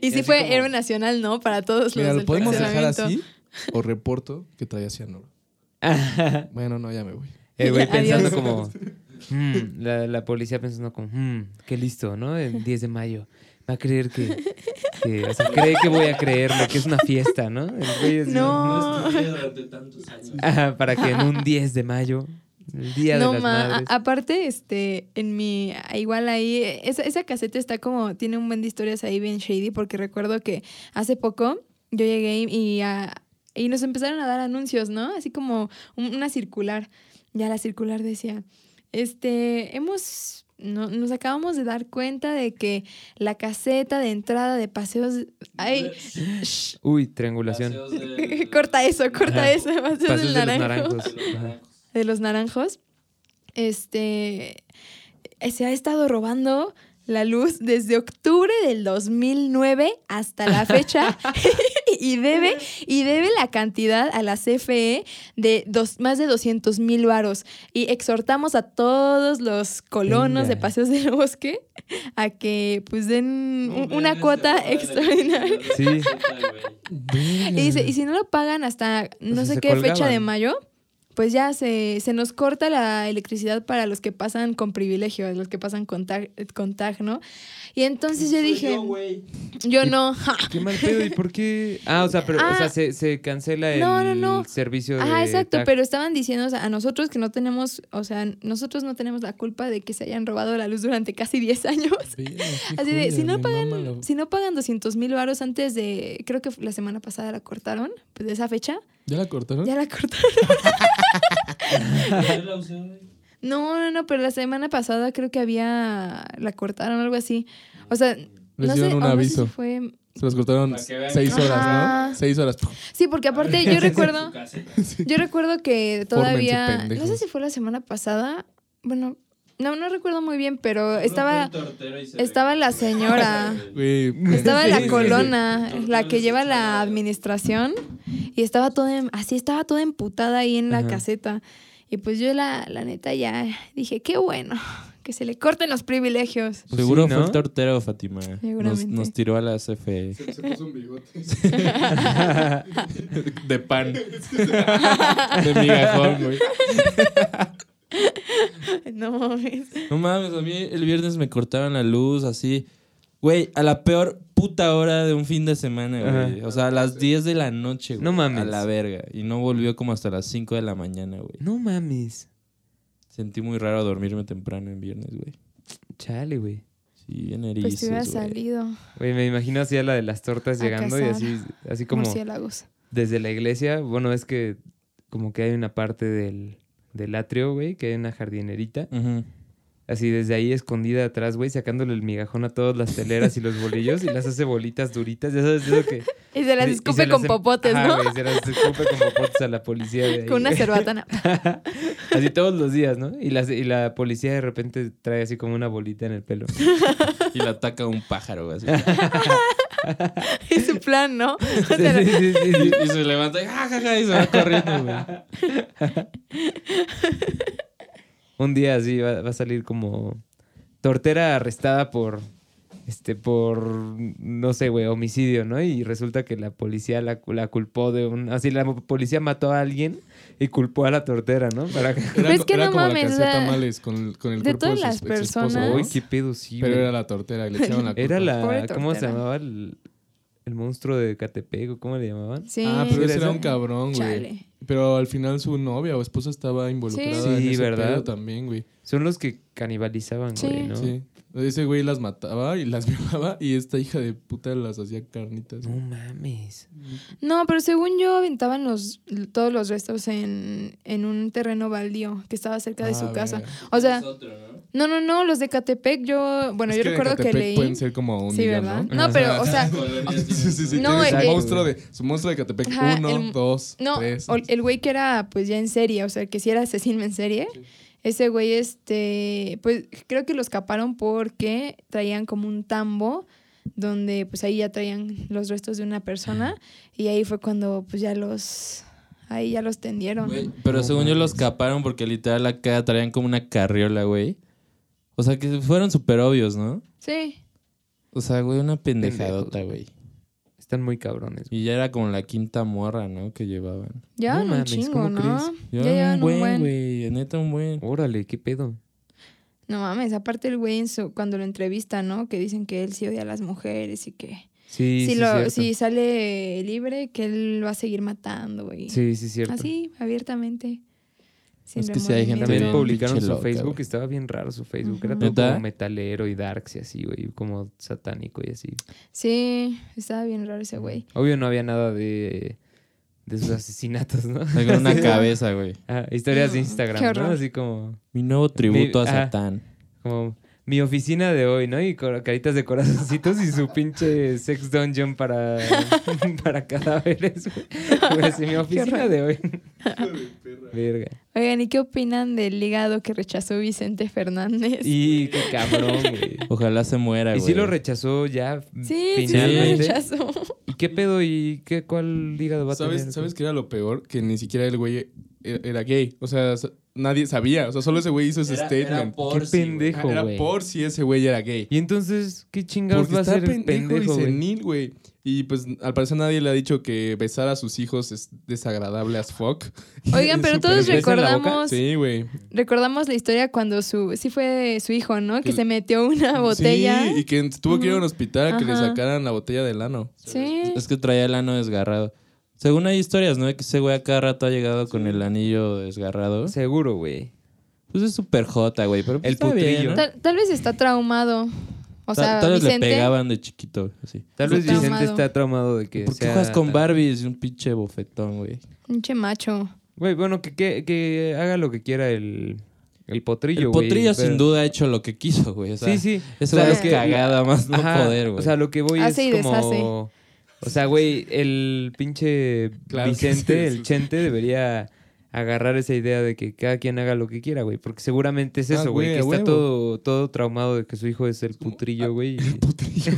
Y sí
así
fue
como-
héroe nacional, ¿no? Para todos
Mira,
los
¿lo
del
podemos dejar
fraccionamiento.
así? O reporto que traía cianuro. Bueno, no, ya me voy.
El güey
Ya,
pensando
adiós.
como. "Mm", la, la policía pensando como, "Mm, qué listo, ¿no? El 10 de mayo. Va a creer que. que- o sea, cree que voy a creerle, que es una fiesta, ¿no? El güey así,
No,
durante tantos años.
Ajá, para que en un 10 de mayo, el día
no
de las
ma.
madres.
A- Aparte, este, en mi, igual ahí, eh, esa, esa caseta está como, tiene un buen de historias ahí bien shady, porque recuerdo que hace poco yo llegué y, y, ah, y nos empezaron a dar anuncios, ¿no? Así como un- una circular. Ya la circular decía, este, hemos, no- nos acabamos de dar cuenta de que la caseta de entrada de paseos, ay, shh,
Uy, triangulación.
Paseos del-
corta eso, corta
Ajá.
eso. Paseos,
Paseos
del
de los
naranjo.
naranjos. Ajá.
De los naranjos. Este. eh, Se ha estado robando la luz desde octubre del 2009 hasta la fecha. y, debe, y debe la cantidad a la CFE de dos, más de 200 mil varos. Y exhortamos a todos los colonos de
Venga.
Paseos del Bosque a que pues den un-
No,
una
vean
cuota
ese
extraordinaria.
lugar de
Sí.
caseta, güey.
Y dice, y si no lo pagan hasta
O
no
sea, Pues
sé
se
qué fecha de
colgaban.
mayo, pues ya se, se nos corta la electricidad para los que pasan con privilegio, los que pasan con tag, con tag, ¿no? Y entonces yo
Soy
dije,
yo, güey.
yo no. ja.
Qué mal pedo, ¿y por qué? Ah, o sea, pero o sea,
Ah.
se, se cancela el
No, no, no.
servicio de.
Ajá, exacto,
tag.
pero estaban diciendo o sea, a nosotros que no tenemos, o sea, nosotros no tenemos la culpa de que se hayan robado la luz durante casi 10 años. Así de, si no pagan, si no pagan 200 mil varos antes de, creo que la semana pasada la cortaron, pues de esa fecha,
¿Ya la cortaron?
ya la cortaron.
Yo la usé, güey.
No, no, no, pero la semana pasada creo que había. La cortaron o algo así. O sea.
Les
no
dieron un
sé, o no sé
aviso.
si fue-
Se las cortaron
Para que vean.
seis horas, ¿no?
Ajá.
Seis horas.
Sí, porque aparte yo recuerdo.
Ah, Su caseta.
Yo recuerdo que todavía. No sé
pendejos.
si fue la semana pasada. Bueno, no, no recuerdo muy bien, pero
Uno fue
estaba.
un tortero y se
estaba
ve-
la señora.
Pues
Güey,
Estaba
Sí,
este
la
sí, sí.
colona,
Total,
la que lleva la
desechada.
em, administración, y estaba toda, en- así estaba toda emputada ahí en la
Ajá.
caseta. Y pues yo la, la neta ya dije, qué bueno, que se le corten los privilegios.
Pues
Seguro
sí,
fue
¿no?
el tortero, Fátima. Nos,
Seguramente.
nos tiró a la E. CFE.
Se, se puso un bigote.
De pan. De migajón, güey.
no mames.
No mames, a mí el viernes me cortaban la luz así. Güey, a la peor puta hora de un fin de semana, güey. O sea, a las 10 de la noche, güey.
No mames.
A la verga. Y no volvió como hasta las 5 de la mañana, güey.
No mames.
Sentí muy raro dormirme temprano en viernes, güey.
Chale, güey.
Sí, bien
Pues
erizos,
te hubiera
güey.
salido
Güey, me imagino así a la de las tortas
A
llegando y
cazar
así, así como
murciélagos.
desde la iglesia. Bueno, es que como que hay una parte del, del atrio, güey, que hay una jardinerita.
Ujú.
Así desde ahí escondida atrás, güey, sacándole el migajón a todas las teleras y los bolillos y las hace bolitas duritas. Ya sabes, eso que.
Y se las
y- y
escupe
se las
con
em-
popotes,
Ajá,
¿no?
güey, se las escupe con popotes a la policía. de ahí,
Con una
güey.
cerbatana.
Así todos los días, ¿no? Y la, y la policía de repente trae así como una bolita en el pelo.
Y la ataca un pájaro, güey. así.
es su plan, ¿no? O
Sí,
sea,
sí, sí, sí, sí.
Y, y se levanta y, ¡ja, ja, ja", y se va corriendo, güey.
Un día así va, va a salir como tortera arrestada por, este, por, no sé, güey, homicidio, ¿no? Y resulta que la policía la, cu- la culpó de un... Así la policía mató a alguien y culpó a la tortera, ¿no? Para que...
Era,
Pues que
era
no
como
mames,
la que
o
hacía
sea,
tamales con, con el
de
cuerpo
todas
su
las
ex- exesposo,
personas-
¿no?
Uy, qué pedo, sí,
Pero
güey.
era la tortera, y le echaban la culpa.
Era la...
Pobre
¿Cómo se
tortera.
llamaba? El, el monstruo de Catepec, ¿o ¿cómo le llamaban?
sí.
Ah, pero ese
Era
era un
ese.
cabrón, güey.
Chale.
Pero al final su novia o esposa estaba involucrada
Sí.
en
Sí,
ese
¿verdad?
pedo también, güey.
Son los que canibalizaban,
Sí.
güey, ¿no?
Sí. Ese güey las mataba y las violaba y esta hija de puta las hacía carnitas.
No mames.
No, pero según yo aventaban los, todos los restos en, en un terreno baldío que estaba cerca de
Ah,
su
verga.
casa. O sea, no, no, no, los de Catepec, yo, bueno,
Es
yo
que en
recuerdo que
Catepec
leí.
Pueden ser como un
Sí,
día,
¿verdad?
¿no?
No, pero, o sea,
Ah,
sí, sí, sí.
No,
tiene
el-
su, monstruo de, su monstruo de Catepec.
Ajá,
uno,
el-
dos,
no,
tres.
o- el güey que era pues ya en serie, o sea, que sí era asesino en serie. Ese güey, este, pues creo que lo escaparon porque traían como un tambo donde pues ahí ya traían los restos de una persona y ahí fue cuando pues ya los, ahí ya los tendieron.
Güey, pero
No
según yo los
mames.
caparon porque literal acá traían como una carriola, güey. O sea, que fueron súper obvios, ¿no?
Sí,
O sea, güey, una pendejadota,
Pendejos.
güey.
Están muy cabrones. güey.
Y ya era como la quinta morra, ¿no? Que llevaban.
llevan un
mames,
chingo,
¿cómo
¿no? Ya
Llevaban
llevan
un buen, güey. Neta, un buen.
Órale, qué pedo.
No mames, aparte el güey en su- cuando lo entrevista, ¿no? Que dicen que él sí odia a las mujeres y que
Sí,
si,
sí,
lo-
cierto.
si
Sí,
sale libre, que él va a seguir matando, güey.
sí, cierto.
Así, abiertamente. sin
Es que sí hay gente
remordimiento.
También
Bien
publicaron
pinche
su
loca,
Facebook,
güey.
estaba bien raro su Facebook.
Ujú.
Era todo
¿Neta?
como metalero y darks y así, güey. Como satánico y así.
Sí, estaba bien raro ese güey.
Obvio no había nada de, de sus asesinatos, ¿no?
O sea, con una cabeza, güey.
Ah, historias de
No,
Instagram,
qué
¿no?
horror.
Así como,
Mi nuevo tributo a
ajá.
Satán.
como mi oficina de hoy, ¿no? Y cor- caritas de corazoncitos y su pinche sex dungeon para, para cadáveres, güey. Güey, así, mi oficina
horror.
de hoy. Verga.
Oigan, ¿y qué opinan del hígado que rechazó Vicente Fernández?
Y qué cabrón, güey.
Ojalá se muera,
Y
güey.
sí lo rechazó ya
Sí, sí, sí, lo
finalmente.
rechazó.
¿Y qué pedo y qué cuál hígado va a tener?
¿Sabes, ¿Sabes qué era lo peor? Que ni siquiera el güey era era gay. O sea, sa- nadie sabía. O sea, solo ese güey hizo ese statement.
Qué pendejo,
Ah, Era,
güey.
por si ese güey era gay.
Y entonces, ¿qué chingados
Porque
va a
está
ser
pendejo,
el pendejo,
y
güey?
senil, güey. Y pues al parecer nadie le ha dicho que besar a sus hijos es desagradable as fuck. Es
Oigan, pero
súper-
todos
¿les besan la boca?
recordamos,
Sí, güey.
recordamos la historia cuando su, sí fue su hijo, ¿no? Que
Que-
se metió una botella.
Sí, y que tuvo que ir a un hospital a que le
Ajá.
sacaran la botella de lano.
Sí.
Es que traía el ano desgarrado. Según hay historias, ¿no? De que ese güey a cada rato ha llegado con el anillo desgarrado.
Seguro, güey.
Pues es súper jota, güey. Pero pues
El
está bien,
putrillo.
¿no?
Tal, tal vez está traumado. O
Ta-
sea,
tal vez le
Vicente.
pegaban de chiquito, así.
Tal vez
Está
Vicente
traumado.
está traumado de que
¿Por qué
sea
juegas con
tan-
Barbies y un pinche bofetón, güey?
Un che macho.
Güey, bueno, que, que, que haga lo que quiera el, el potrillo,
El
güey.
potrillo
pero-
sin duda ha hecho lo que quiso, güey. O sea,
sí, sí.
Eso
O sea,
es
que-
cagada más no
Ajá,
poder, güey.
O sea, lo que voy
Hace y
es
deshace.
como... O sea, güey, el pinche
Claro que
Vicente,
sí, sí.
el Chente, debería agarrar esa idea de que cada quien haga lo que quiera, güey. Porque seguramente es
Ah,
eso, güey.
güey,
Que
a
está
huevo. Ah,
todo, todo traumado de que su hijo es el putrillo, güey. y-
Putrillo.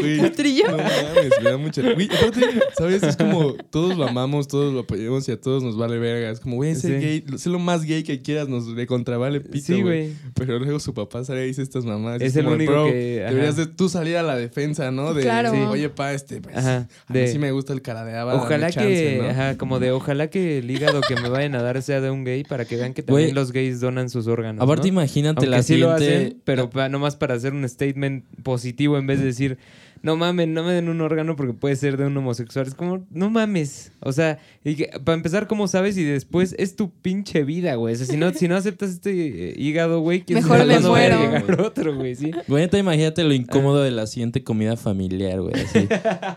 Güey,
¿Putrillo?
No mames, me da mucha. Güey, aparte, ¿sabes? Es como todos lo amamos, todos lo apoyamos y a todos nos vale verga. Es como, güey, sé
Sí.
gay, sé lo más gay que quieras, nos le contravale pito.
Sí, güey.
Pero luego su papá sale y dice estas mamadas. y
Es el
como,
único
"Bro,
que- ajá".
Deberías de tú salir a la defensa, ¿no? De,
Claro. Sí.
Oye, pa, este. Pues,
Ajá,
A mí
de-
sí me gusta el cara de abada, dame
Ojalá
chance,
que,
¿no?
ajá, como de ojalá que el hígado que me vayan a dar sea de un gay para que vean que también
Güey.
los gays donan sus órganos.
Aparte,
¿no?
imagínate la
Aunque sí lo
siguiente.
hacen, pero pa- nomás para hacer un statement positivo en vez de decir, no mames, no me den un órgano porque puede ser de un homosexual. Es como, no mames. O sea, y que- para empezar, ¿cómo sabes? Y después es tu pinche vida, güey. O sea, si no, si no aceptas este eh, hígado, güey, ¿quién
Mejor
sabe
me
cuándo vaya a
muero.
llegar otro, güey, sí.
Güey, neta, imagínate lo incómodo de la siguiente comida familiar, güey. Así.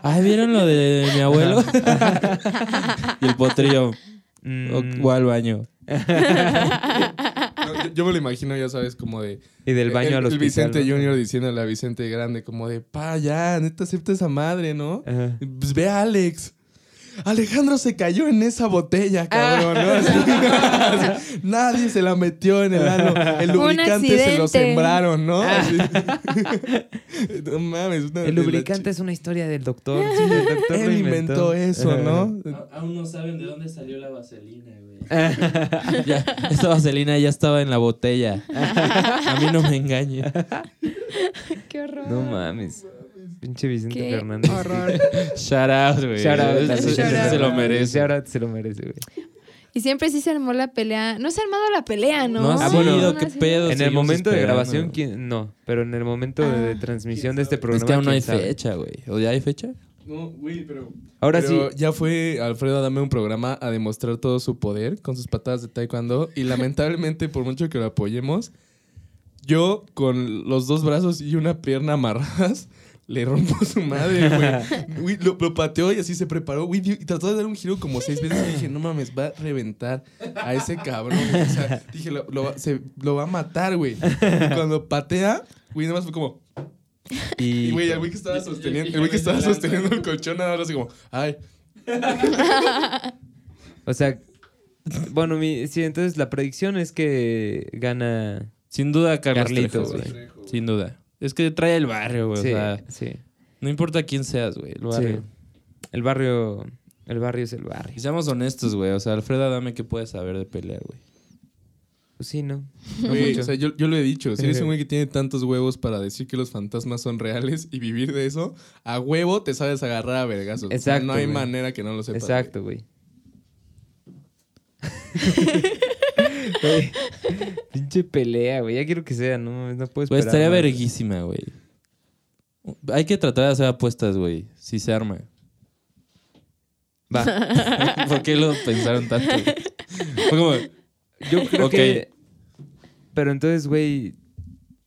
Ay, ¿vieron lo de mi abuelo? y el potrillo.
Mm,
O, o al baño.
No, yo, yo me lo imagino, ya sabes, como de.
y del baño
el,
a los
el Vicente Junior diciéndole a Vicente Grande, como de, pa, ya, neta, acepta esa madre, ¿no? Pues ve a Alex. Alejandro se cayó en esa
Ah.
botella, cabrón. ¿no? Así. Nadie se la metió en el ano. El
Fue un
lubricante se lo
accidente. Ah.
sembraron, ¿no? Así. no mames. una de
El
las
lubricante
chi-
es una historia del doctor. Sí, el doctor lo
Él inventó eso, ¿no?
Aún no saben de dónde salió la vaselina, güey. Ah, ya, esa vaselina ya estaba en la botella. A mí no me engañen.
Qué horror.
No mames. Pinche Vicente
Qué
Fernández.
horror.
Shout out, güey.
Shout out,
Ese-
Shout
ese
out.
se lo merece.
Shout out, se lo merece, güey.
Y siempre sí se armó la pelea. No se ha armado la pelea, ¿no?
No ha
Ah,
sido,
bueno.
no
qué
ha sido.
pedo.
En el
seguimos
momento de
esperando.
grabación, ¿quién? no, pero en el momento de, de
Ah.
transmisión de este programa.
Es que aún no
¿quién
hay
sabe?
fecha, güey. ¿O ya hay fecha?
No, güey, pero.
Ahora
Pero
sí,
ya fue Alfredo a darme un programa a demostrar todo su poder con sus patadas de taekwondo y lamentablemente por mucho que lo apoyemos, yo con los dos brazos y una pierna amarradas le rompo su madre, güey. Güey, lo, lo pateó y así se preparó, güey, dio- y trató de dar un giro como seis veces y dije, no mames, va a reventar a ese cabrón. güey. O sea, dije, lo, lo va- se- lo va a matar, güey. Y cuando patea, güey, nada más fue como... Y güey, el güey que estaba sosteniendo, el güey que estaba sosteniendo el colchón, ahora así como, ay,
o sea, bueno, mi, sí, entonces la predicción es que gana.
Sin duda, Carlos
Carlitos,
Trejo, güey. Sin duda. Es que trae el barrio, güey.
sí,
O sea,
sí,
no importa quién seas, güey. El barrio.
sí. El barrio, el barrio es el barrio.
Y seamos honestos, güey. O sea, Alfredo, dame qué puedes saber de pelear, güey.
Pues sí, ¿no?
Güey, o sea, yo, yo lo he dicho, si eres un güey que tiene tantos huevos para decir que los fantasmas son reales y vivir de eso, a huevo te sabes agarrar a vergazos. O sea,
Exacto,
no hay
güey.
manera que no lo sepas.
Exacto, güey. Güey, Pinche pelea, güey. Ya quiero que sea, no, no puedes
Güey,
esperar.
estaría
más.
verguísima, güey. Hay que tratar de hacer apuestas, güey. Si se arma. Va. ¿Por qué lo pensaron tanto? güey? Fue como,
Yo creo
Ok.
que. Pero entonces, güey.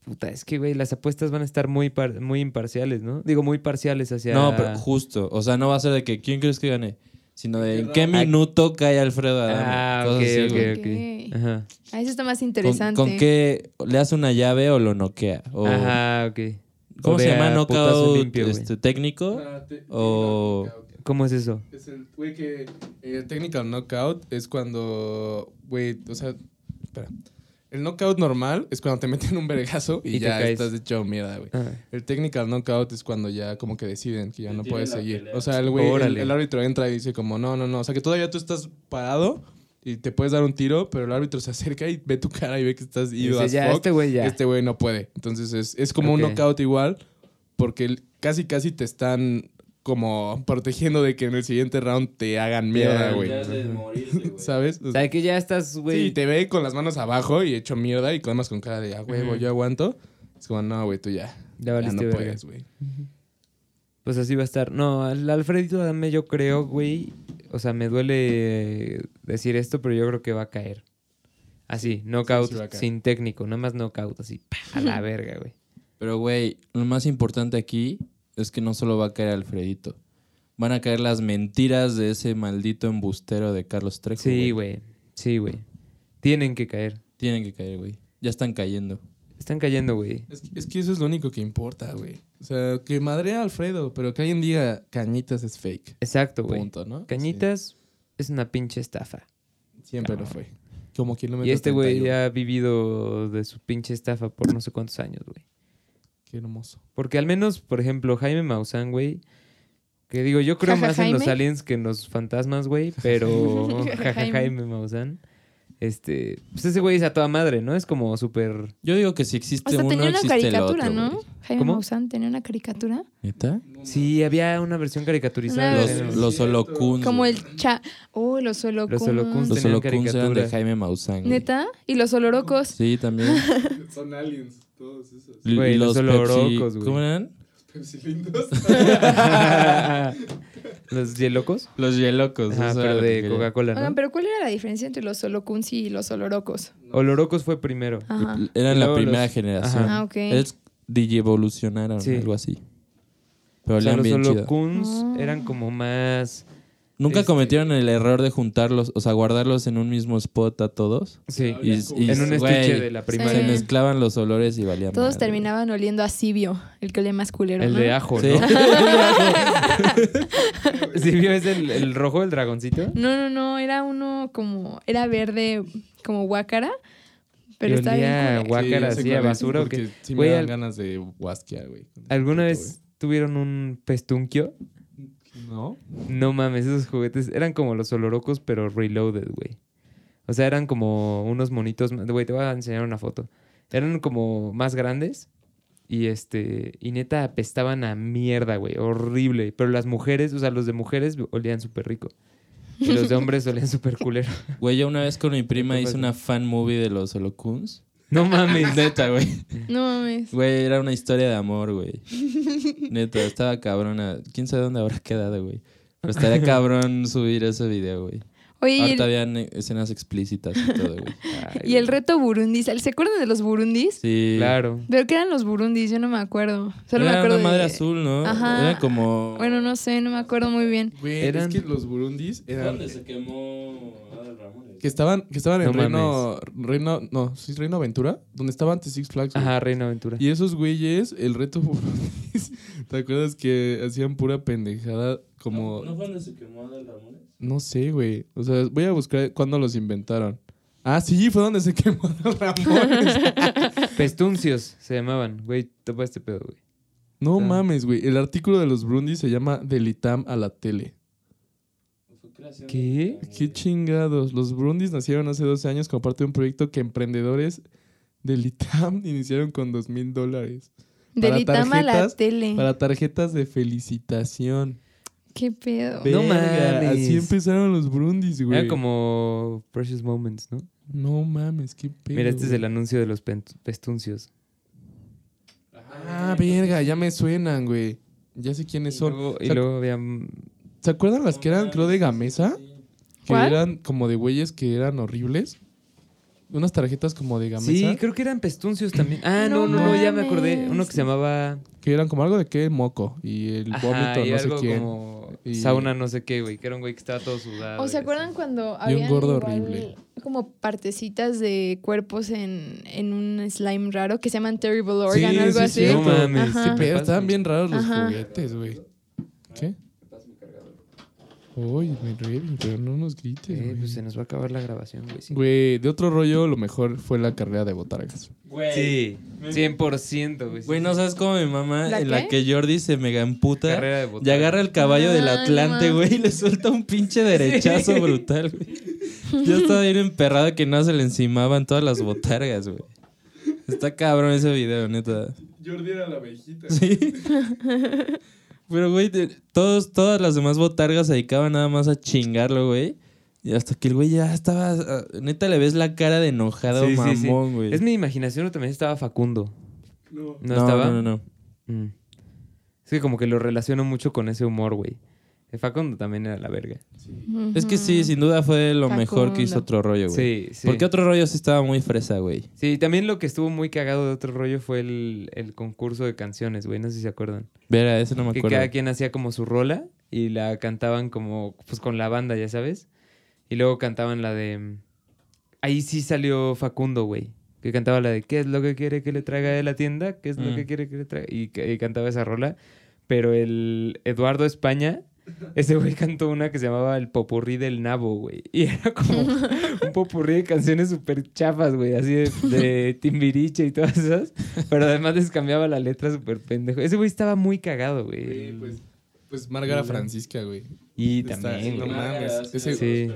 Puta, es que, güey, las apuestas van a estar muy, par- muy imparciales, ¿no? Digo, muy parciales hacia.
No, pero justo. O sea, no va a ser de que quién crees que gane, sino de en qué minuto cae Alfredo Adame.
Ah, ok,
Cosas así,
ok,
güey.
ok.
Ok.
Ajá.
Ah, eso está más
¿Con,
interesante.
con qué le hace una llave o lo noquea? O,
Ajá, ok.
¿Cómo
O
se
de
llama?
a
¿Knockout
putazo limpio, güey.
este, técnico?
Ah,
O-
¿Cómo es eso?
Es el güey que. Eh, technical knockout es cuando. Güey, o sea. Espera. El knockout normal es cuando te meten un vergazo y,
Y te
ya
caes.
estás hecho mierda, güey.
Ah,
El technical knockout es cuando ya como que deciden que ya no puedes seguir. O sea, el güey, el,
Órale.
el árbitro entra y dice como, no, no, no. O sea, que todavía tú estás parado y te puedes dar un tiro, pero el árbitro se acerca y ve tu cara y ve que estás ido
Dice,
as
ya,
fuck.
este güey ya.
Este güey no puede. Entonces es, es como un
Ok.
knockout igual porque el- casi, casi te están como protegiendo de que en el siguiente round te hagan mierda, güey. ¿Sabes?
O sea, que ya estás, güey.
Sí, te ve con las manos abajo y hecho mierda y además con cara de, ah, huevo,
Ujú.
yo aguanto. Es como, no, güey, tú ya.
Ya
ya
valiste
no
verga.
puedes, güey.
Pues así va a estar. No, al Alfredito Adame yo creo, güey. O sea, me duele eh, decir esto, pero yo creo que va a caer. Así, knockout
sí va a caer.
sin técnico, nada más knockout, así, pa, a la verga, güey.
Pero, güey, lo más importante aquí es que no solo va a caer Alfredito. Van a caer las mentiras de ese maldito embustero de Carlos Trejo.
Sí, güey. Sí, güey. Tienen que caer.
Tienen que caer, güey. Ya están cayendo.
Están cayendo, güey.
Es que, es que eso es lo único que importa, güey. O sea, que madre a Alfredo, pero que alguien diga cañitas es fake.
Exacto, güey.
Punto, ¿no?
Cañitas es una pinche estafa.
Sí, Siempre lo
Cabrón.
fue. Como kilómetro
Y este güey
31.
ya ha vivido de su pinche estafa por no sé cuántos años, güey.
Qué hermoso.
Porque al menos, por ejemplo, Jaime Maussan, güey. Que digo, yo creo
Jaja,
más en los
Jaime.
aliens que en los fantasmas, güey. Pero jaja,
Jaime.
Jaime. Maussan. Este. Pues ese güey es a toda madre, ¿no? Es como súper.
Yo digo que si existe
Hasta
uno,
tenía una
existe
caricatura,
el otro,
¿no?
güey.
Jaime
¿Cómo?
Maussan tenía una caricatura.
¿Neta?
Sí, había una versión caricaturizada.
Una
de
Los,
versión.
Jaime
los holocuns.
Como
güey.
el cha... Oh, los holocuns.
Los holocuns.
Los
tenían
holocuns eran de
caricatura.
Jaime Maussan. güey.
¿Neta? ¿Y los olorocos?
Sí, también.
Son aliens, todos esos.
L-
Güey,
y
los olorocos,
Pepsi-
güey.
¿Cómo eran?
Pepsilindos.
Maussan. los hielocos.
Los yelocos.
Ajá, pero de Coca-Cola, ¿no?
Oigan, pero ¿cuál era la diferencia entre los holocuns y los olorocos?
Olorocos fue primero.
Ah.
Ajá.
Eran
Y
la
luego
primera
los-
generación.
Ah, ok.
Ellos digievolucionaron,
Sí.
algo así. Pero
O sea,
olían
los
bien chido.
holocuns
Ah.
eran como más.
Nunca
este-
cometieron el error de juntarlos, o sea, guardarlos en un mismo spot a todos.
Sí.
Y, y-
en un estuche
güey,
de la
Se
Sí.
primaria.
mezclaban los olores y valían
Todos terminaban oliendo a Sibio, el que olía más culero.
El
¿no?
de ajo,
Sí.
¿no? ¿Sí vio ese el, el rojo, el dragoncito?
No, no, no, era uno como. Era verde, como guácara. Pero
Y
estaba bien.
olía a
culero.
guácara,
ya sé
así, a
cuál es,
basura. ¿o qué?
porque Sí me
Güey,
dan
al-
ganas de guasquear, güey.
¿Alguna vez tuvieron un pestunquio?
No.
No mames, esos juguetes eran como los olorocos, pero reloaded, güey. O sea, eran como unos monitos. más- Güey, te voy a enseñar una foto. Eran como más grandes. Y este. Y neta apestaban a mierda, güey. Horrible. Pero las mujeres, o sea, los de mujeres olían súper rico. Y los de hombres olían súper culero.
Güey, yo una vez con mi prima
¿Qué
hice
pasa?
una fan movie de los holocuns.
No mames.
Neta, güey.
No mames.
Güey, era una historia de amor, güey. Neta, estaba cabrona. ¿Quién sabe dónde habrá quedado, güey? Pero estaría cabrón subir ese video, güey.
Oye, y
Ahorita
el,
habían e, escenas explícitas y todo, güey.
Ay,
y el reto burundis. ¿Se acuerdan de los burundis?
Sí.
Claro.
¿Pero qué eran los burundis? Yo no me acuerdo. Solo me
Era
acuerdo.
una madre
de-
azul, ¿no?
Ajá.
Era como...
Bueno, no sé, no me acuerdo muy bien.
Güey,
Eran-
es que los burundis eran...
se quemó Adal Ramones?
Que estaban, que estaban en
No
Reino... Reino... No, sí, Reino Aventura. Donde estaba antes Six Flags, güey.
Ajá, Reina Aventura.
Y esos güeyes, el reto burundis... ¿Te acuerdas que hacían pura pendejada como...
fue donde se quemó Adal Ramones?
No sé, güey. O sea, voy a buscar cuándo los inventaron. Ah, sí, fue donde se quemó Ramones.
Pestuncios se llamaban. Güey, topa este pedo, güey.
No
Ah.
mames, güey. El artículo de los Brundis se llama Del ITAM a la tele.
¿Qué?
Qué chingados. Los Brundis nacieron hace 12 años como parte de un proyecto que emprendedores del ITAM iniciaron con dos mil dólares.
Del
Para
Itama a la
tarjetas,
tele.
Para tarjetas de felicitación.
Qué pedo.
Ve- No
Verga,
mames.
Así empezaron los Brundis, güey.
Era como Precious Moments, ¿no?
No mames, qué pedo.
Mira, este es
güey.
el anuncio de los pent- pestuncios.
Ah, verga, ya me suenan, güey. Ya sé quiénes
Y
son.
luego, y
O sea,
luego había...
¿Se acuerdan las que eran, creo, de Gamesa? Que
¿Cuál?
eran como de güeyes que eran horribles. Unas tarjetas como de Gamesa.
Sí, creo que eran pestuncios también. Ah, no,
No
no, no, ya me
mames.
acordé. Uno que se llamaba...
Que eran como algo de qué, moco. Y el
Ajá,
vómito,
y
no sé
algo
quién.
como...
Y-
Sauna no sé qué, güey. Que era un güey que estaba todo sudado.
¿O se
y así.
acuerdan cuando
Y un
había
gordo horrible.
como partecitas de cuerpos en, en un slime raro que se llaman Terrible Organ o algo así?
cierto. No mames,
Ajá.
sí,
Pero estaban bien
Eh,
raros los
Ajá.
juguetes, güey. ¿Qué? Uy, me revi, pero no nos grites.
Eh,
güey.
pues se nos va a acabar la grabación, güey. Sí.
Güey, de otro rollo, lo mejor fue la carrera de botargas.
Sí, 100%, güey. sí,
Güey,
sí.
no sabes cómo mi mamá,
¿La
en
qué?
la que Jordi se mega emputa,
Carrera de
y
botargas.
agarra el caballo del
Ay, no
Atlante,
mames.
güey, y le suelta un pinche derechazo brutal, güey. Yo estaba bien emperrado que no se le encimaban todas las botargas, güey. Está cabrón ese video, neta.
Jordi era la abejita.
Sí. Pero, güey, de- todos, todas las demás botargas se dedicaban nada más a chingarlo, güey. Y hasta que el güey ya estaba. ah, Neta, le ves la cara de enojado,
Sí, sí, sí.
mamón, güey.
Es mi imaginación o también estaba Facundo.
No.
¿No,
no,
estaba?
no, no, no.
Mm. Es que como que lo relaciono mucho con ese humor, güey. El Facundo también era la verga.
Es que sí, sin duda fue lo mejor que hizo
Facundo.
otro rollo, güey.
Sí, sí.
Porque otro rollo sí estaba muy fresa, güey.
Sí, también lo que estuvo muy cagado de otro rollo fue el, el concurso de canciones, güey. No sé si se acuerdan.
Vera, ese no me
que
acuerdo.
cada quien hacía como su rola y la cantaban como, pues con la banda, ya sabes. Y luego cantaban la de... mm, Ahí sí salió Facundo, güey. Que cantaba la de ¿Qué es lo que quiere que le traiga de la tienda? ¿Qué es lo
Mm.
que quiere que le traiga? Y, ca- y cantaba esa rola. Pero el Eduardo España Ese güey cantó una que se llamaba El Popurrí del Nabo, güey. Y era como un popurrí de canciones súper chafas, güey. Así de, de Timbiriche y todas esas. Pero además les cambiaba la letra súper pendejo. Ese güey estaba muy cagado, güey.
Güey, pues,
Pues Margara Francisca, güey.
y
está-
también,
no
güey.
mames, ese-
Sí.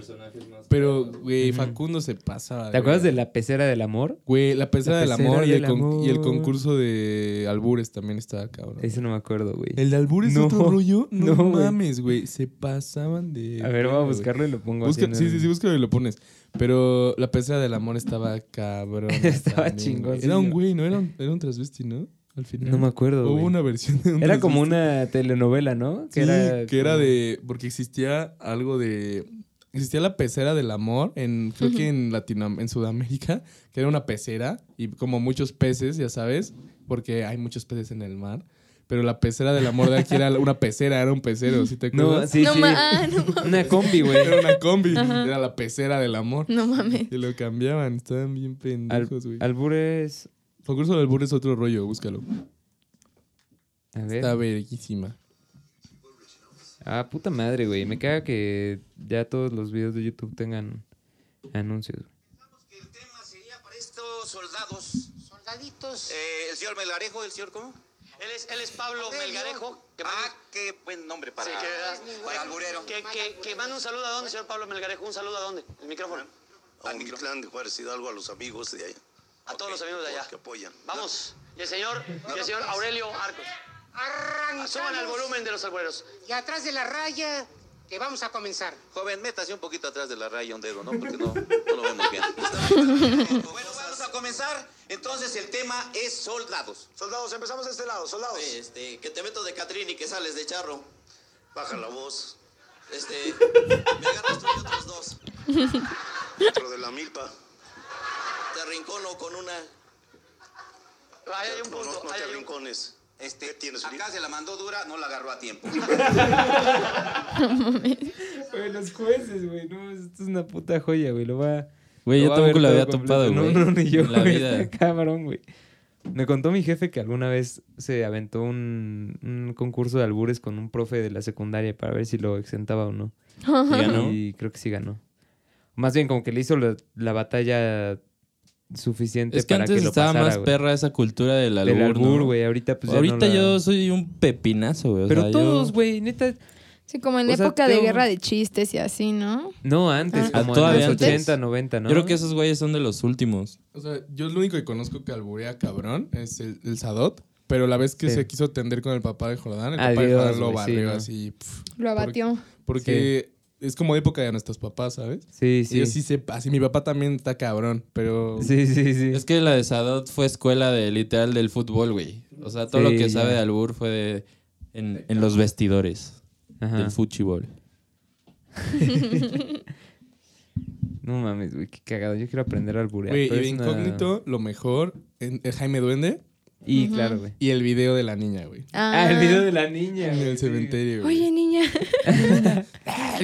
Pero, güey,
Ujú.
Facundo se pasaba.
¿Te acuerdas
güey.
de La Pecera del Amor?
Güey, la pesada
La
del
pecera
amor y, el
del
con- y el
amor.
concurso de albures también estaba cabrón.
Ese no me acuerdo, güey.
¿El de albures
No,
es otro rollo? No,
no, güey.
mames, güey. Se pasaban de.
A ver, voy a
güey.
buscarlo y lo pongo
Busca-
así en
sí,
el-
sí, sí, búscalo y lo pones. Pero la pesada del amor estaba cabrón.
Estaba
chingón.
chingoncillo.
Era un güey, ¿no? Era un, era un transvesti, ¿no? Al final.
No me acuerdo,
Hubo
güey.
una versión de un
Era como
transvesti.
una telenovela, ¿no?
Sí, que era,
como-
de. Porque existía algo de. Existía la pecera del amor en. Creo que en Latino, en Sudamérica, que era una pecera y como muchos peces, ya sabes, porque hay muchos peces en el mar. Pero la pecera del amor de aquí era una pecera, era un pecero, ¿sí te
No,
acuerdas?
sí,
no,
sí.
ma- ah, no, ma-
Una combi, güey.
Era una combi, era la pecera del amor.
no mames.
Y lo cambiaban, estaban bien pendejos, güey.
Albures.
Concurso del burro es otro rollo, búscalo.
¿Eh? A ver.
Está verguísima.
Ah, puta madre, güey. Me caga que ya todos los videos de YouTube tengan anuncios.
que el tema sería para estos soldados. ¿Soldaditos? el señor Melgarejo, ¿el señor cómo? Él es, él es Pablo Melgarejo. ah, qué buen nombre para, para alburero. Que, que, que manda un saludo a dónde, señor Pablo Melgarejo. ¿Un saludo a dónde? El micrófono.
a Mictlán de Juárez Hidalgo, a los amigos de allá.
A todos los amigos de allá.
Que apoyan.
Vamos. Y el señor, y el señor Aurelio Arcos. Suban al
Arrancamos
volumen de los albureros.
y atrás de la raya que vamos a comenzar.
Joven, métase un poquito atrás de la raya un dedo, ¿no? Porque no, no lo vemos bien.
Bueno, vamos a comenzar.
Entonces el tema es soldados.
Soldados, empezamos de este lado, soldados.
Este, que te meto de Catrín y que sales de charro. Baja la voz. Este, me agarras tú y otros dos.
Dentro de la milpa.
Te arrincono con una.
Ahí hay un
No, no,
punto.
no
ahí
te
hay un punto.
arrincones.
Este,
¿Qué tienes,
acá
Uribe?
se la mandó dura, no la agarró a tiempo.
Güey, los jueces, güey. No, esto es una puta joya, güey. Lo va.
Güey,
lo
yo
va a
tampoco
ver
la había
todo
topado,
completo.
güey.
No, no, ni yo.
En la
güey.
vida.
Está cabrón, güey. Me contó mi jefe que alguna vez se aventó un, un concurso de albures con un profe de la secundaria para ver si lo exentaba o no.
Y ganó.
Y creo que sí ganó. Más bien, como que le hizo la, la batalla suficiente
Es que
para
antes
que lo
estaba
pasara,
más
güey.
perra esa cultura del albur,
Del albur,
¿no?
güey. Ahorita, pues ya no
Ahorita
la-
yo soy un pepinazo, güey. o
Pero
sea, yo-
todos, güey, neta.
Sí, como en
O sea,
época de
tengo-
guerra de chistes y así, ¿no?
No, antes,
Ah,
como en
todavía
los
antes.
80, 90, ¿no?
Yo creo que esos güeyes son de los últimos.
O sea, yo lo único que conozco que alburea cabrón es el, el Sadot. Pero la vez que
Sí.
se quiso tender con el papá de Jordán, el papá de
Adiós,
Jordán lo
güey, sí,
barrió
¿no?
así. pf,
Lo abatió.
porque es como época de nuestros papás, ¿sabes?
Sí,
Sí.
sí.
sí se así Mi papá también está cabrón, pero.
Sí, sí, sí.
Es que la de Sadot fue escuela de literal del fútbol, güey. O sea, todo
Sí,
lo que
ya.
sabe de albur fue de- en, en los vestidores
Ajá.
del fútbol.
No mames, güey, qué cagado. Yo quiero aprender a alburear.
Güey, y
pero
de
es una-
incógnito, lo mejor, en- el Jaime Duende
Y claro, güey.
y el video de la niña, güey.
Ah, el video de la niña.
En
güey,
el
sí. Ah,
cementerio, güey.
Oye, niña.
Ay,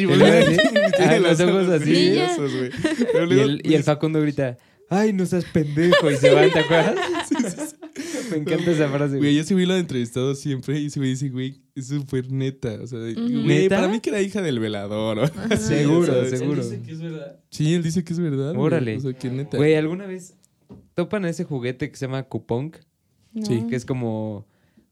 ¿El
boludo,
video así?
tiene
Ah, los ojos así.
brillosos, güey. Pero
Y
luego, pues,
el, y el Facundo grita, ay, no seas pendejo. Y se va, ¿te acuerdas? Me encanta esa frase,
Güey,
güey.
yo sí vi lo he entrevistado siempre y ese güey dice, güey, es súper neta. O sea, güey,
¿Neta?
para mí que era hija del velador. o algo así,
Seguro,
¿sabes?
seguro.
Sí, él dice que es verdad. güey.
Órale.
O sea, que neta.
Güey, ¿alguna vez topan ese juguete que se llama Cupong?
No.
Sí.
Que es como...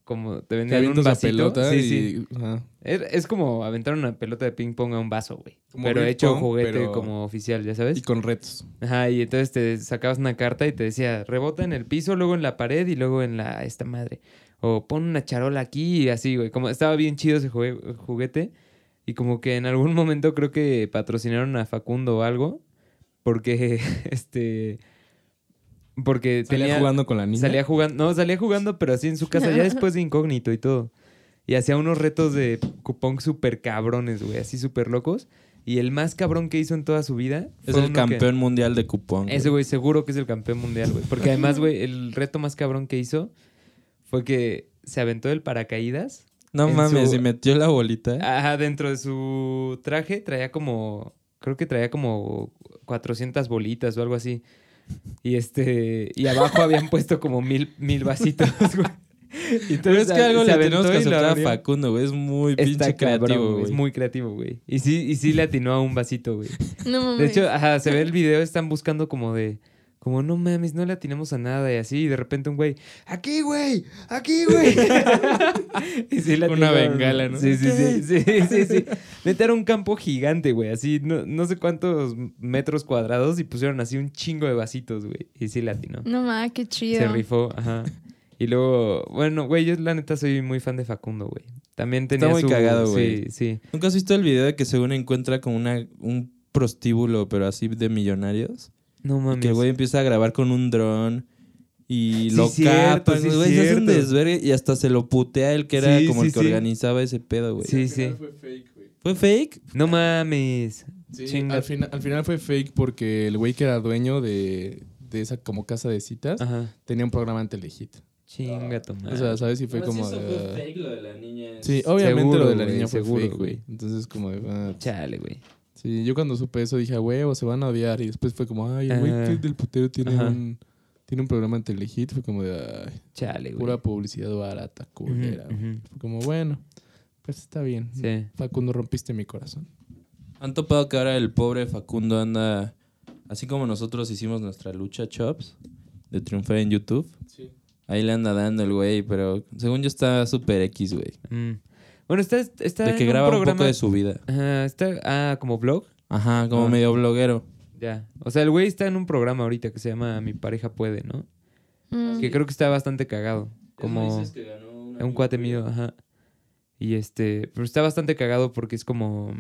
Como te
Te
vendían un
avientas la
vasito.
pelota
sí,
y...
sí.
ajá.
Es, es como aventar una pelota de ping pong a un vaso, güey.
Como
Pero
beer
hecho
pong,
juguete
pero-
como oficial, ¿ya sabes?
Y con retos.
Ajá, y entonces te sacabas una carta y te decía, rebota en el piso, luego en la pared y luego en la esta madre. O pon una charola aquí y así, güey. Como estaba bien chido ese jue- juguete. Y como que en algún momento creo que patrocinaron a Facundo o algo. Porque, este. Porque
Salía
tenía.
jugando con la niña.
Salía jugando. No, salía jugando, pero así en su casa, ya después de incógnito y todo. Y hacía unos retos de cupón súper cabrones, güey, así súper locos. Y el más cabrón que hizo en toda su vida.
Es
fue uno
el
que-
campeón mundial de cupón.
ese güey seguro que es el campeón mundial, güey. Porque además, güey, el reto más cabrón que hizo fue que se aventó del paracaídas.
No
en
mames,
su- Ah,
y metió la bolita.
Ajá, dentro de su traje traía como, creo que traía como 400 bolitas o algo así. Y este, y abajo habían puesto como mil, mil vasitos, güey. Y
Pero es que algo le tenemos que aceptar a
Facu.
Facundo, güey. Es muy
Está
pinche creativo,
creativo,
güey.
Es muy creativo, güey. Y sí, y sí le atinó a un vasito, güey.
No mames.
De hecho, ajá, se ve el video, están buscando como de. Como, no mames, no le atinamos a nada y así, y de repente un güey, aquí, güey, aquí, güey. Y sí le
Una
atinó, güey.
bengala, ¿no?
Sí, sí, sí, sí, sí, sí. Neta era un campo gigante, güey, así, no, no sé cuántos metros cuadrados y pusieron así un chingo de vasitos, güey. Y sí le atinó.
Mm,
No mames, qué chido.
Se rifó, ajá. Y luego, bueno, güey, yo la neta soy muy fan de Facundo, güey. También tenía
muy
su-
cagado, güey.
Sí, sí.
¿Nunca has visto el video de que según encuentra como una, un prostíbulo, pero así de millonarios?
No mames.
Que el güey empieza a grabar con un dron
Sí,
y lo
cierto,
capan.
sí,
güey, se hace un
cierto.
desvergue y hasta se lo putea el que era
Sí,
como el
sí,
que
sí.
organizaba ese pedo, güey.
Sí,
Al final
sí.
fue fake, güey.
¿Fue fake?
No mames.
Sí,
Chinga.
al, fina- al final fue fake porque el güey que era dueño de, de esa como casa de citas
Ajá.
tenía un programa ante Legit.
Chinga tu madre.
O sea, ¿sabes? Y fue
Pues
como... de,
lo de la niña.
Sí, obviamente
Seguro,
lo de la
güey,
niña fue
seguro,
fake, güey.
güey.
Entonces como de... ah,
Chale, güey.
sí, yo cuando supe eso dije, "A huevo, se van a odiar. Y después fue como, ay, el güey
Ah.
que del putero tiene
Ajá.
un... Tiene un programa ante Legit. Fue como de... Ay,
Chale, güey.
pura publicidad barata, culera.
Ujú,
güey.
ujú.
Fue como, bueno, pues está bien.
Sí.
Facundo, rompiste mi corazón.
¿Han topado que ahora el pobre Facundo anda... Así como nosotros hicimos nuestra lucha, Chops, de triunfar en YouTube.
Sí.
Ahí le anda dando el güey, pero según yo está súper X, güey.
Mm. Bueno, está, está
De que
en
graba
un
un,
programa.
poco de su vida.
Ajá, está ah, como blog.
Ajá, como
Ah.
medio bloguero.
Ya. O sea, el güey está en un programa ahorita que se llama Mi pareja puede, ¿no?
Mm.
Que creo que está bastante cagado. Como un cuate mío, ajá. Y este, pero está bastante cagado porque es como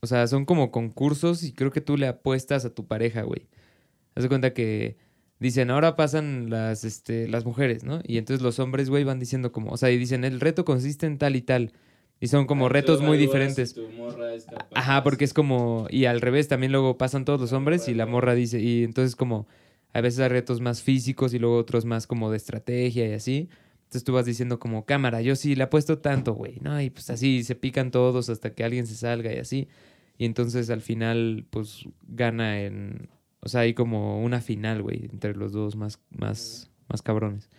o sea, son como concursos y creo que tú le apuestas a tu pareja, güey. Haz de cuenta que dicen, ahora pasan las, este, las mujeres, ¿no? Y entonces los hombres, güey, van diciendo como, o sea, y dicen, el reto consiste en tal y tal. Y son como retos muy diferentes. Ajá, porque es como, y al revés, también luego pasan todos los hombres y la morra dice, y entonces como, a veces hay retos más físicos y luego otros más como de estrategia y así. Entonces tú vas diciendo como, cámara, yo sí le apuesto tanto, güey, ¿no? Y pues así se pican todos hasta que alguien se salga y así. Y entonces al final, pues gana en. O sea, hay como una final, güey, entre los dos más, más, más cabrones.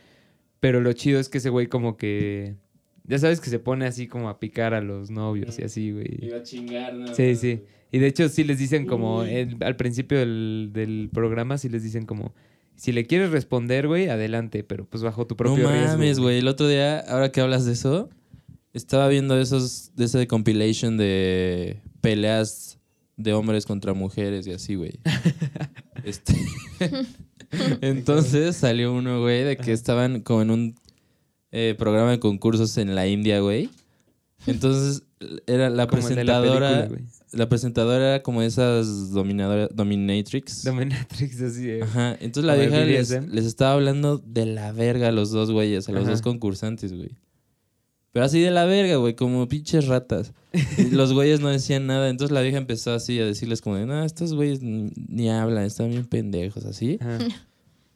Pero lo chido es que ese güey, como que. Ya sabes que se pone así como a picar a los novios y así, güey.
a chingar,
Sí, sí. Y de hecho, sí les dicen como. el- al principio del, del programa, sí les dicen como. Si le quieres responder, güey, adelante, pero pues bajo tu propio
no
riesgo.
mames, güey. El otro día, ahora que hablas de eso, estaba viendo esos, de ese compilation de peleas de hombres contra mujeres y así, güey. Este, Entonces salió uno, güey, de que estaban como en un eh, programa de concursos en la India, güey. Entonces era la
Como el de la
presentadora, la,
película, güey.
presentadora era como esas dominadora, dominatrix.
Dominatrix, así de-
Ajá, entonces la
Como de
vieja les,
BDSM.
les estaba hablando de la verga a los dos güeyes, a los
Ajá.
dos concursantes, güey. Pero así de la verga, güey, como pinches ratas. Y los güeyes no decían nada, entonces la vieja empezó así a decirles como, de, no, estos güeyes ni, ni hablan, están bien pendejos, así.
Ajá.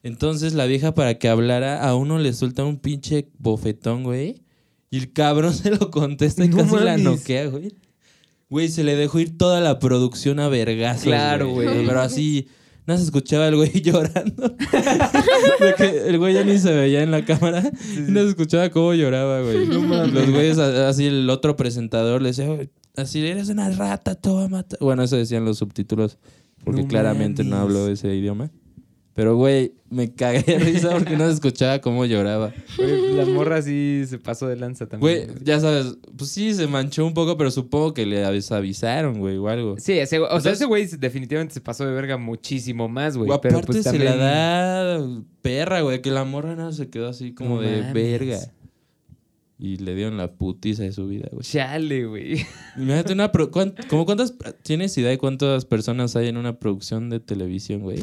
Entonces la vieja para que hablara, a uno le suelta un pinche bofetón, güey. Y el cabrón se lo contesta y
No
casi la
mames.
noquea, güey. Güey, se le dejó ir toda la producción a vergazos.
Claro, güey.
Pero así, nada se escuchaba el güey llorando. De que el güey ya ni se veía en la cámara. Y no se escuchaba cómo lloraba, güey. Los güeyes, a- así el otro presentador le decía, "Güey, así, eres una rata, te voy a matar". Bueno, eso decían los subtítulos. Porque
No
claramente no
mames.
hablo ese idioma. Pero, güey, me cagué de risa porque no se escuchaba cómo lloraba.
Güey, la morra sí se pasó de lanza también.
Güey, ya sabes, pues sí, se manchó un poco, pero supongo que le avis- avisaron, güey, o algo.
Sí, ese, güey- o sea,
Entonces-
ese güey definitivamente se pasó de verga muchísimo más, güey.
O
pero
aparte
pues
se
también...
la da perra, güey, que la morra nada se quedó así como
No
de
mames.
verga. Y le dieron la putiza de su vida, güey.
Chale, güey.
Imagínate una... pro- ¿cuán- como cuántas... ¿Tienes idea de cuántas personas hay en una producción de televisión, güey?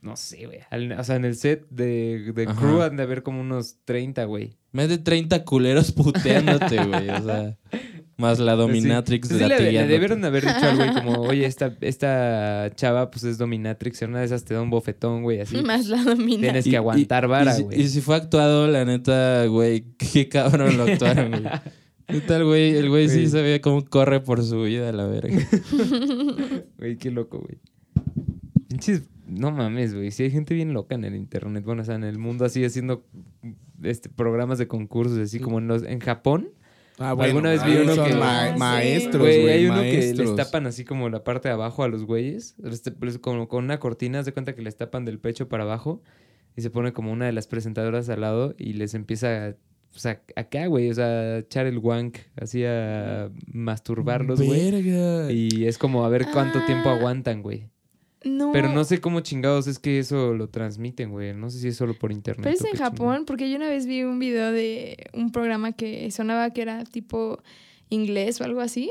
No sé, güey. Al- O sea, en el set de, de
Ajá.
crew han de haber como unos 30, güey.
Más de 30 culeros puteándote, güey. O sea, más la dominatrix
Pues Sí,
de
sí
la
le, le
tía.
debieron haber dicho al güey como, oye, esta, esta chava pues es dominatrix, en una de esas te da un bofetón, güey, así.
Más la domina.
Tienes que aguantar vara,
y si-
güey.
Y, si fue actuado, la neta, güey, qué cabrón lo actuaron, güey. ¿Qué tal, güey? El güey sí
Güey.
se veía cómo corre por su vida, la verga.
Güey, qué loco, güey. Pinches, no mames, güey. Si hay gente bien loca en el internet, bueno, o sea, en el mundo así haciendo este, programas de concursos, así como en, los, en Japón.
Ah,
Alguna vez vi
ahí
uno
son
que-
ma-
Ah, sí.
maestros,
Güey,
güey.
hay uno que
maestros.
les tapan así como la parte de abajo a los güeyes, les tap- les- como con una cortina, haz de cuenta que les tapan del pecho para abajo y se pone como una de las presentadoras al lado y les empieza a, o sea, acá, güey, o sea, a echar el wank, así a masturbarlos, güey.
Verga.
Y es como a ver cuánto tiempo
Ah.
aguantan, güey.
No.
Pero no sé cómo chingados es que eso lo transmiten, güey. No sé si es solo por internet.
Pero es
o
en
qué
Japón, porque yo una vez vi un video de un programa que sonaba que era tipo inglés o algo así.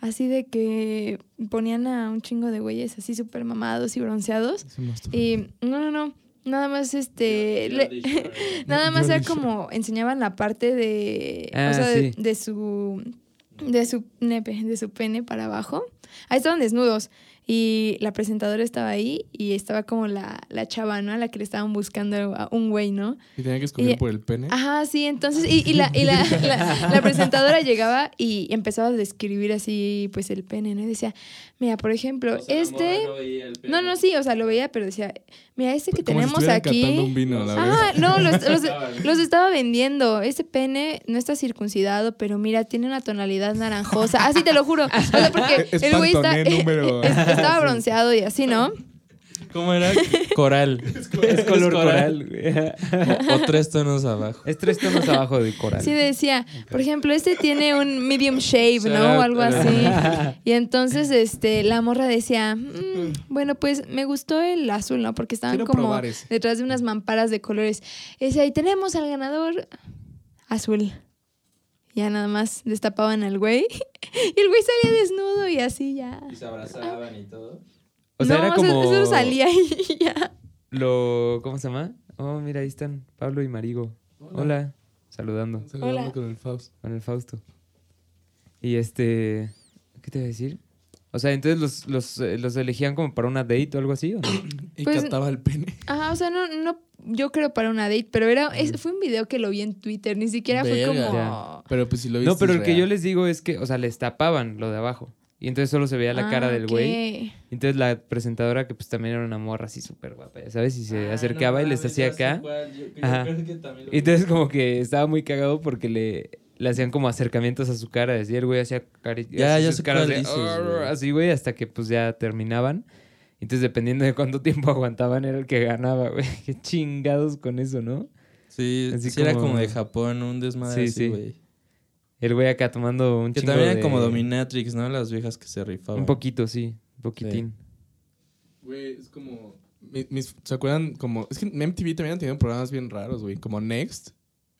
Así de que ponían a un chingo de güeyes así súper mamados y bronceados.
Se masturba.
Y no, no, no. Nada más este. le- nada más era como enseñaban la parte de.
Ah,
o sea, de,
sí.
de su. De su nepe, de su pene para abajo. Ahí estaban desnudos. Y la presentadora estaba ahí y estaba como la, la chava, ¿no? A la que le estaban buscando a un güey, ¿no?
Y tenía que escoger
Y-
por el
¿Eh?
pene.
Ajá, sí, entonces, y, y la, y la, la- la presentadora llegaba y empezaba a describir así, pues, el pene, ¿no? Y decía, mira, por ejemplo, este... No, no, sí, o sea, lo veía, pero decía, mira, este que
Como si
tenemos
estuvieran catando un
aquí...
vino, la verdad.
Ajá, no, los, los- los estaba vendiendo. Este pene no está circuncidado, pero mira, tiene una tonalidad naranjosa. Así te lo juro. O sea, porque
Es
el güey está-
Pantoné número-
es- estaba bronceado y así, ¿no?
¿Cómo era? Coral.
chingón. Es color
Es
coral, güey.
O, o tres tonos abajo.
Es tres tonos abajo de coral.
Sí, decía, por ejemplo, este tiene un medium shave, ¿no? O algo así. Y entonces, este, la morra decía, "Mm, bueno, pues me gustó el azul, ¿no? Porque estaban
Quiero
como
probar ese.
detrás de unas mamparas de colores. Y decía, y tenemos al ganador azul. Ya nada más destapaban al güey. Y el güey salía desnudo y así ya.
Y se abrazaban y todo.
O sea,
No,
era como.
eso salía y ya.
Lo. ¿Cómo se llama? Oh, mira, ahí están Pablo y Marigo. Hola. Saludando
Estaba hablando
Hola.
con el Faust.
con el Fausto. Y este. ¿Qué te iba a decir? O sea, entonces los, los, eh, los elegían como para una date o algo así, ¿o no?
Y
Pues-
cataba el pene.
Ajá, o sea, no, no, yo creo para una date, pero era, es- fue un video que lo vi en Twitter, ni siquiera fue
Verga.
como...
Ya.
Pero pues si lo viste.
Ah. No, pero
es
el que yo
real.
les digo es que, o sea, les tapaban lo de abajo. Y entonces solo se veía la cara
Ah,
del güey.
ok.
Entonces la presentadora, que pues también era una morra así súper guapa, ya ¿sabes? Y
Ah,
Ah,
se acercaba y les hacía acá. Ajá. Y entonces como que estaba muy cagado porque le, le hacían como acercamientos a su cara. Decía el güey hacía cari-
Ya,
así
ya
sus
sé
caras
cuál
de,
dices,
"Arr",
güey.
así, güey, hasta que pues ya terminaban. Entonces dependiendo de cuánto tiempo aguantaban era el que ganaba, güey. Qué chingados con eso, ¿no?
Sí,
Así
sí era
como-
como de Japón, un desmadre
Sí, sí.
así, güey.
El güey acá tomando un
Que
chingo
también eran
de-
como dominatrix, ¿no? Las viejas que se rifaban.
Un poquito, sí. Un poquitín.
Güey, es como.
Mi- mis- ¿Se acuerdan? Como. Es que en MTV también han tenido programas bien raros, güey. Como Next.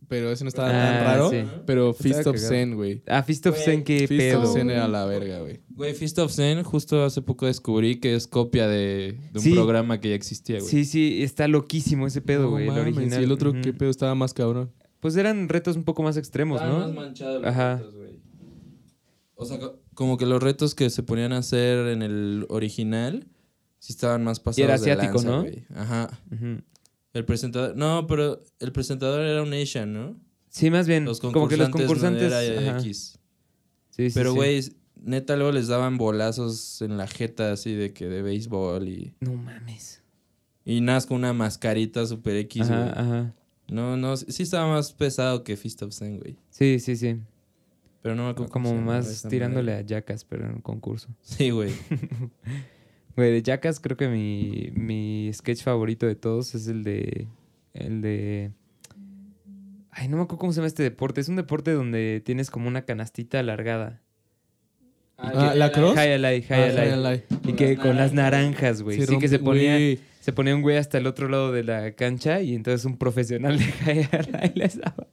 Pero ese no estaba
Ah,
tan raro.
sí.
Pero Fist of
cagado.
Zen, güey.
Ah, Fist of
Güey,
Zen, qué
Fist
pedo.
of Zen era la verga, güey.
Güey, Fist of Zen, justo hace poco descubrí que es copia de, de un
Sí.
programa que ya existía, güey.
Sí, sí, está loquísimo ese pedo,
No
güey. el
mames,
original.
Y el otro,
Ujú.
¿qué pedo? Estaba más cabrón.
Pues eran retos un poco más extremos,
Estaban
¿no?
más manchados los
Ajá.
retos, güey. O sea, co- como que los retos que se ponían a hacer en el original sí estaban más pasados. de
asiático,
lanza,
¿no?
güey. Ajá.
Ujú.
El presentador. No, pero el presentador era un Asian, ¿no?
Sí, más bien.
Los concursantes.
Mm. como que los concursantes.
no era
ajá.
X.
Sí, sí,
Pero,
sí.
güey, neta, luego les daban bolazos en la jeta así de que de béisbol y.
No mames.
Y nada, con una mascarita super X,
Ajá,
güey.
ajá.
No, no, sí sí estaba más pesado que Fist of Zen, güey.
Sí, sí, sí.
Pero no me acuerdo
Como
cómo se llamaba
más
esa
tirándole
madre.
a Jackas, pero en un concurso.
Sí, güey.
Güey, de Jackas creo que mi, mi sketch favorito de todos es el de. El de. Ay, no me acuerdo cómo se llama este deporte. Es un deporte donde tienes como una canastita alargada.
Ah, ¿la cross?
High alive, high
Ah,
alive.
High Alive.
Y que con las naranjas, güey. Sí, que se
rompe-
ponía.
güey.
Se ponía un güey hasta el otro lado de la cancha y entonces un profesional de Jaira le daba.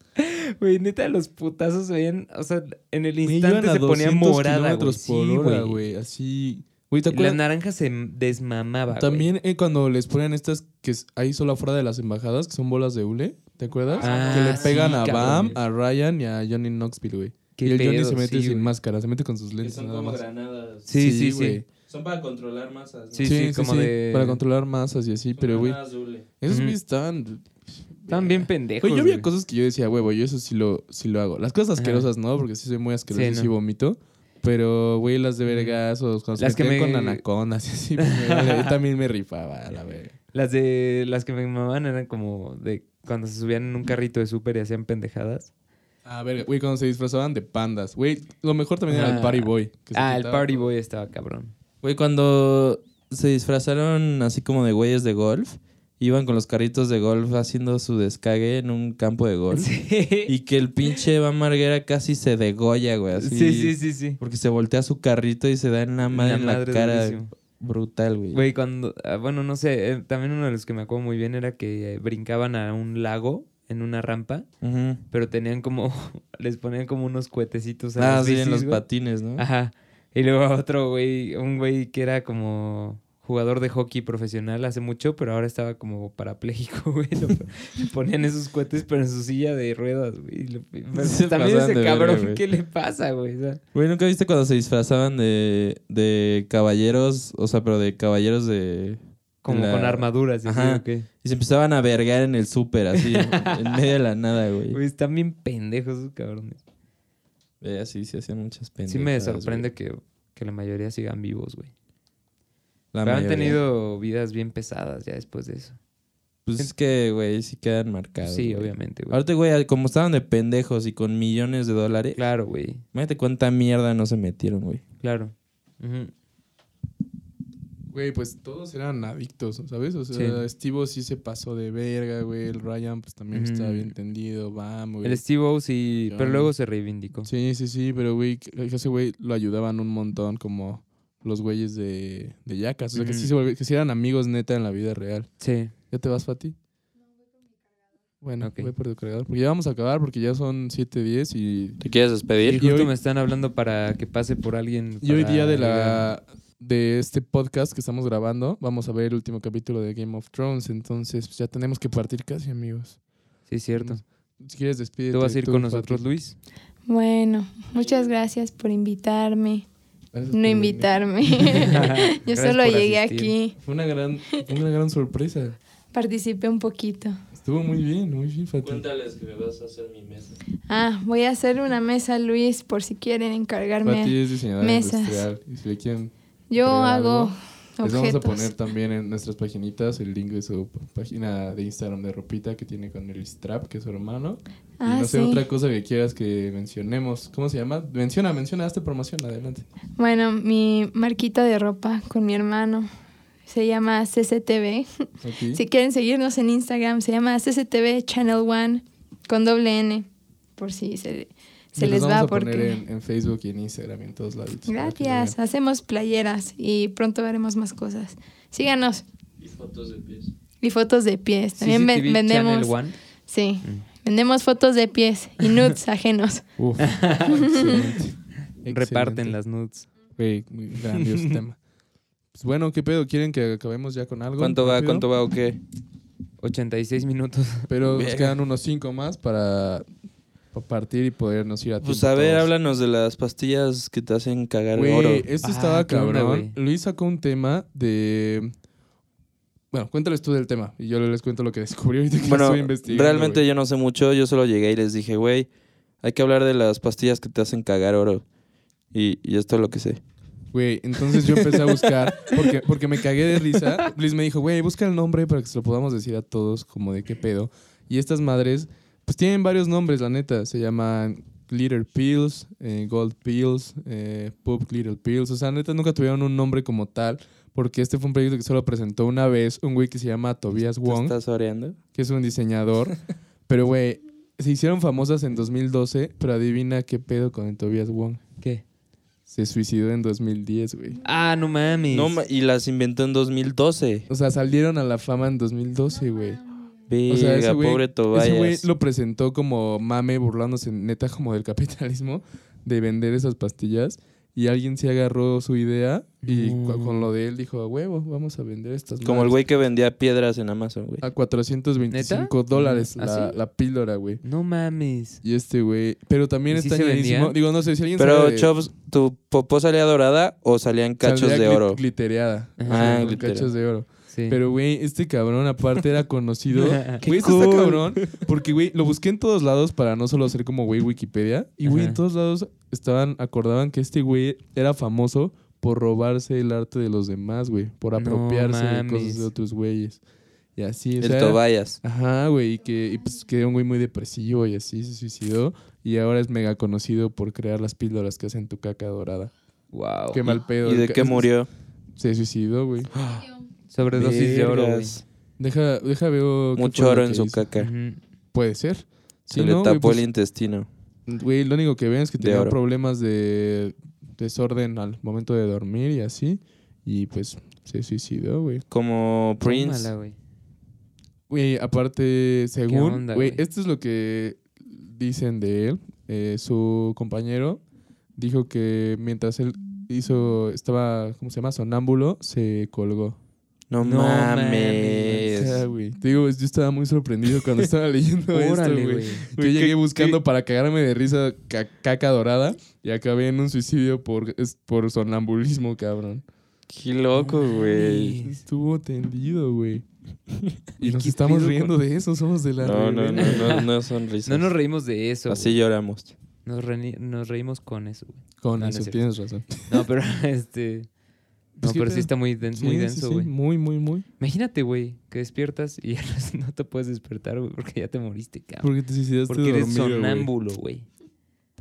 Güey, neta, los putazos se veían. O sea, en el
Güey,
instante
iban a
se ponía
200
morada. Güey.
kilómetros por
Sí,
hora,
güey.
güey. Así. Güey, ¿te
La
acuerdas?
naranja se m- desmamaba. güey.
También eh, cuando les ponen estas que s- hay solo afuera de las embajadas, que son bolas de hule, ¿te acuerdas?
Ah,
que le
sí,
pegan a
cabrón.
Bam, a Ryan y a Johnny Knoxville, güey.
Qué
y el Johnny
pedo,
se mete
sí,
sin
güey.
máscara, se mete con sus
que
lentes
son
nada
como
más.
granadas.
Sí, sí, sí.
güey.
Son para controlar masas. ¿no?
Sí, sí, como de-
Para controlar masas y así,
Son
pero güey,
granadas doble.
esos
Ujú.
güeyes estaban...
Estaban bien pendejos.
Güey, yo
güey.
había cosas que yo decía, huevo, yo eso sí lo, sí lo hago. Las cosas asquerosas no, porque sí soy muy asqueroso
Sí,
y
no.
sí vomito. Pero, güey, las de vergazos, cuando
Las
se
que
metían
me-
con anacondas y así, pues, me vale. yo también me rifaba, a la verga.
Las de las que me mamaban eran como de cuando se subían en un carrito de súper y hacían pendejadas.
Ah, verga, güey, cuando se disfrazaban de pandas. Güey, lo mejor también era el
Ah.
Party Boy. que se
Ah, el
quitaba.
Party Boy estaba cabrón.
Güey, cuando se disfrazaron así como de güeyes de golf, iban con los carritos de golf haciendo su descague en un campo de golf. Y que el pinche Eva Marguera casi se degolla, güey. Así,
Sí, sí, sí, sí.
Porque se voltea su carrito y se da en la madre, en la cara.
durísimo.
Brutal, güey.
Güey, cuando. ah, Bueno, no sé. eh, también uno de los que me acuerdo muy bien era que eh, brincaban a un lago en una rampa,
Ujú.
pero tenían como. Les ponían como unos cuetecitos a
Ah,
las
sí, en
bicis,
los
güey.
patines, ¿no?
Ajá. Y luego otro güey, un güey que era como jugador de hockey profesional hace mucho, pero ahora estaba como parapléjico, güey. Lo- le ponían esos cohetes, pero en su silla de ruedas, güey. Y lo- pero
Se
también
pasaban
ese
de verga,
cabrón,
güey.
¿qué le pasa, güey? O sea,
Güey, ¿nunca viste cuando se disfrazaban de, de caballeros? O sea, pero de caballeros de...
como
La-
con armaduras, y así,
Ajá.
¿o qué?
Y se empezaban a vergar en el súper, así, en medio de la nada, güey.
Güey, están bien pendejos esos cabrones.
Eh, sí, sí hacían muchas pendejadas.
Sí me
güey.
sorprende que, que la mayoría sigan vivos, güey.
La
Pero han
mayoría.
tenido vidas bien pesadas ya después de eso.
Pues es que, güey, sí quedan marcados.
sí,
güey.
obviamente, güey.
Ahorita, güey, como estaban de pendejos y con millones de dólares,
Claro, güey.
imagínate cuánta mierda no se metieron, güey.
Claro. Ujú.
Güey, pues todos eran adictos, ¿sabes? O sea,
Sí.
Steve sí se pasó de verga, güey. El Ryan, pues también
Ujú.
estaba bien tendido, bam, güey.
El Steve-O sí, pero
Johnny.
luego se reivindicó.
Sí, sí, sí, pero güey, que- que ese güey lo ayudaban un montón como los güeyes de, de Yacas. O sea, que
Ujú.
sí se volvi- que sí eran amigos neta en la vida real.
Sí.
¿Ya te vas, Fati? Bueno,
Ok.
voy por tu cargador. Porque ya vamos a acabar porque ya son 7.10 y,
¿Te quieres
Y
despedir?
justo
hoy-
me están hablando para que pase por alguien.
y hoy
para
día de la de este podcast que estamos grabando, vamos a ver el último capítulo de Game of Thrones. Entonces, pues, ya tenemos que partir casi, amigos.
Sí, cierto.
Si quieres despídete.
¿Tú vas a ir con nosotros,
Fati.
Luis?
Bueno, muchas gracias por invitarme.
Gracias por
No
venir.
invitarme. Yo
Gracias
solo
por
llegué
asistir.
aquí,
Fue una gran, fue una gran sorpresa.
participé un poquito.
Estuvo muy bien, muy bien, Fati.
Cuéntales que me vas a hacer mi mesa.
Ah, voy a hacer una mesa, Luis, por si quieren
Pati
encargarme.
es diseñadora
mesas.
industrial. Y si le quieren,
Yo
entregar
hago
algo, les vamos a poner
objetos.
también en nuestras paginitas el link de su p- página de Instagram de ropita que tiene con el Strap, que es su hermano. y
Ah,
no sé,
sí.
otra cosa que quieras que mencionemos. ¿Cómo se llama? Menciona, menciona, hazte promoción, adelante.
Bueno, mi marquita de ropa con mi hermano se llama CCTV.
Ok.
Si quieren seguirnos en Instagram, se llama CCTV Channel One con doble N, por si se, se
Y los
les
vamos
va
a poner
porque...
en, en Facebook y en Instagram y en todos lados. para que lo
Gracias,
vean.
hacemos playeras y pronto veremos más cosas. Síganos. Y fotos de pies. Y fotos de pies. También ven-
CCTV
vendemos.
Channel One. Mm.
Sí, vendemos fotos de pies y nudes ajenos.
Uf, excelente.
Reparten
Excelente.
las nudes.
Güey, muy grandioso tema. Pues bueno, ¿qué pedo? ¿Quieren que acabemos ya con algo?
¿Cuánto va?
rápido?
¿Cuánto va o qué?
86 minutos.
Pero nos
Verga.
quedan unos cinco más para, pa- partir y podernos ir a
Pues
tiempo
a ver,
todos.
háblanos de las pastillas que te hacen cagar
Güey,
oro.
esto
Ah,
estaba
¿qué onda,
cabrón.
güey?
Luis sacó un tema de... Bueno, cuéntales tú del tema y yo les cuento lo que descubrí ahorita que
Bueno,
estoy investigando.
realmente
güey.
yo no sé mucho. Yo solo llegué y les dije, güey, hay que hablar de las pastillas que te hacen cagar oro. Y, y esto es lo que sé.
Güey, entonces yo empecé a buscar, porque, porque me cagué de risa. Luis me dijo, güey, busca el nombre para que se lo podamos decir a todos, como de qué pedo. Y estas madres, pues tienen varios nombres, la neta. Se llaman Glitter Pills, eh, Gold Pills, eh, Pop Glitter Pills. O sea, neta, nunca tuvieron un nombre como tal, porque este fue un proyecto que solo presentó una vez un güey que se llama Tobias
¿Te
Wong
estás oreando?
que es un diseñador. Pero, güey, se hicieron famosas en 2012, pero adivina qué pedo con el Tobias Wong.
¿Qué?
Se suicidó en 2010, güey.
Ah, no mames.
No, ma- y las inventó en 2012.
O sea, salieron a la fama en 2012, güey.
Venga,
O sea, ese güey-
pobre
Ese güey
Tobias.
lo presentó como mame, burlándose neta como del capitalismo, de vender esas pastillas. Y alguien se agarró su idea y cu-
Mm.
con lo de él dijo, a huevo, vamos a vender estas.
Como el
madres".
güey que vendía piedras en Amazon, güey.
A 425 dólares
¿Ah,
la,
sí?
la píldora, güey.
No mames.
Y este güey. Pero también
¿Y sí
está
se
llenísimo.
vendían?
Digo, no sé si alguien
Pero,
sabe de-
Chops, ¿tu popó salía dorada o salían cachos
saldría
de
glit-
oro?
Glittereada.
Ajá.
Ajá,
Ah,
con
glitterada.
cachos de oro.
Sí.
Pero, güey, este cabrón aparte era conocido.
Qué
Güey, eso está
cool.
cabrón. Porque, güey, lo busqué en todos lados para no solo hacer como, güey, Wikipedia. Y, güey,
Ajá.
en todos lados estaban, acordaban que este güey era famoso por robarse el arte de los demás, güey. Por
No
apropiarse de cosas
mames.
de otros güeyes. Y así, o
El
sea, era-
Tobayas.
Ajá, güey, y que y pues, que era un güey muy depresivo y así se suicidó. Y ahora es mega conocido por crear las píldoras que hacen tu caca dorada.
Wow.
Qué mal pedo.
¿Y de
el ca-
qué murió?
Se suicidó, güey.
Sobredosis de oro, güey.
Vergas.
Deja, deja veo. qué fue
Mucho
lo
oro
que
en su
hizo.
caca.
Ujú.
Puede ser.
Se
Sí,
le
no, güey,
tapó
pues,
el intestino.
Güey, lo único que ven es que
De
tenía
oro.
problemas de desorden al momento de dormir y así. Y pues se suicidó, güey.
Como Prince.
Tómala, güey.
Güey, aparte, según.
onda,
Güey,
güey?
esto es lo que dicen de él. Eh, su compañero dijo que mientras él hizo. Estaba, ¿cómo se llama? Sonámbulo, se colgó.
No,
No
O
mames.
sea, güey. Te digo, yo estaba muy sorprendido cuando estaba leyendo esto,
Órale,
güey.
güey.
Yo llegué buscando para cagarme de risa ca- caca dorada y acabé en un suicidio por, es- por sonambulismo, cabrón.
Qué loco, güey.
Estuvo tendido, güey. Y nos
qué
estamos
pedo
riendo de eso, somos de la
No, no, no,
rebelde.
no, no son risas.
No nos reímos de eso.
Así
güey.
lloramos.
Nos, reni- nos reímos con eso, güey.
Con
No, no es
eso,
cierto.
tienes razón.
No, pero este. No,
Pues, ¿qué
pero sí
pedo?
está muy, den- muy
Sí, sí,
denso,
sí,
güey.
Muy, muy, muy.
Imagínate, güey, que despiertas y ya no te puedes despertar, güey, porque ya te moriste, cabrón.
Porque te suicidaste
Porque eres
dormido, güey.
sonámbulo, güey.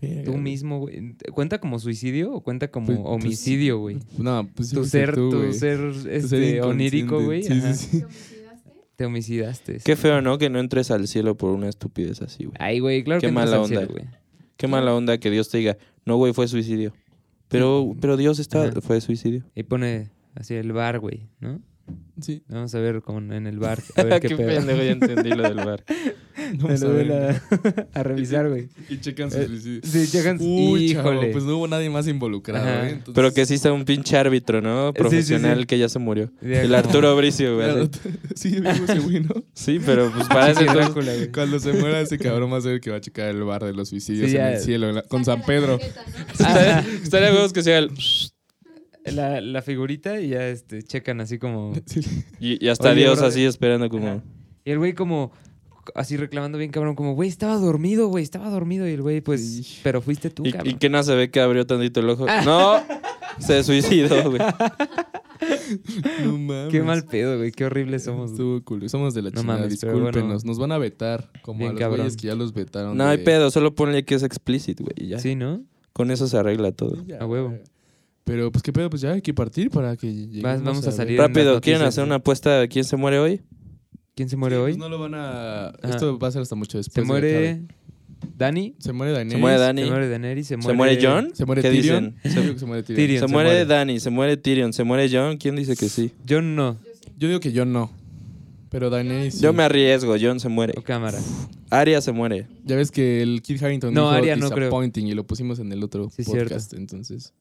Verga,
Tú
güey.
mismo, güey. ¿Cuenta como suicidio o cuenta como
Pues, pues,
homicidio, güey?
No, pues sí
tu
fuiste
ser,
tú,
tu
güey.
ser,
Tu
este,
ser
onírico,
inconsciente.
güey.
Sí,
ajá,
sí, sí.
Te homicidaste.
Qué feo, ¿no? Que no entres al cielo por una estupidez así, güey.
Ay, güey, claro
Qué
que no es
mala
al cielo,
onda.
güey.
Qué mala onda que Dios te diga, no, güey, fue suicidio. Pero, pero Dios está,
Ajá.
fue suicidio.
Y pone así el bar, güey, ¿no?
Sí.
Vamos a ver como en el bar. A ver qué, pedo.
ya entendí lo del bar.
Vamos
Me
a
lo ven
ver.
a, a revisar, güey.
Y checan sus
Eh,
suicidios.
Sí, llegan.
Uy, chavo,
Híjole.
pues no hubo nadie más involucrado,
Ajá.
¿eh? Entonces-
Pero que sí está un pinche árbitro, ¿no?
sí,
Profesional
sí.
que ya se murió.
Ya
el
como-
Arturo Bricio, güey.
Claro,
así.
sí, vivo ese güey, ¿no?
Sí, pero pues para ese
Sí,
entonces-
Drácula, güey.
Cuando se muera ese cabrón va a ser el que va a checar el bar de los suicidios
Sí,
en
ya.
el cielo, en la- con San Pedro.
Estaría- Estaría huevos que sea el...
La, la figurita y ya este, checan así como.
Sí.
Y, y hasta
Oye,
Dios
brother.
así esperando como...
Ajá. Y el güey como. Así reclamando bien cabrón, como, güey, estaba dormido, güey, estaba dormido. Y el güey, pues, pero fuiste tú,
Y, y
cabrón. Ah.
que no se ve que abrió tantito el ojo. No, se suicidó, güey.
No mames.
Qué mal pedo, güey, qué horribles somos. güey.
Estuvo cool. Somos de la
No
chingada,
mames, pero
discúlpenos.
bueno.
Nos van a vetar, como
Bien
a los
cabrón.
güeyes que ya los vetaron.
No
de-
hay pedo, solo ponle que es explícito, güey. y ya.
Sí, ¿no?
Con eso se arregla todo.
Ya,
Pues, A huevo.
güey. Pero, pues, ¿qué pedo? Pues ya hay que partir para que lleguemos
vamos a
ver.
salir. Y en
Rápido,
las
¿quieren
noticias,
hacer
sí.
una apuesta de quién se muere hoy?
¿Quién se
Sí,
muere
pues
hoy?
no pues, lo van a... Esto va a ser hasta mucho después.
se
de que acabe.
muere Dani,
Se muere Daniel.
Se muere Dani.
se muere Daenerys, se muere,
¿Se muere John?
Se muere
¿Qué
Tyrion.
dicen?
Yo digo que se muere Tyrion.
Tyrion.
Se
se
muere
muere.
Dani, se muere Tyrion, se muere John. ¿Quién dice que sí?
John no.
Yo digo que yo no. Pero Daniel sí.
Yo me arriesgo, John se muere.
O cámara.
Aria se muere.
Ya ves que el Kid Harrington
No,
dijo
Aria no creo.
disappointing y lo pusimos en el otro
Sí, cierto.
podcast. Entonces,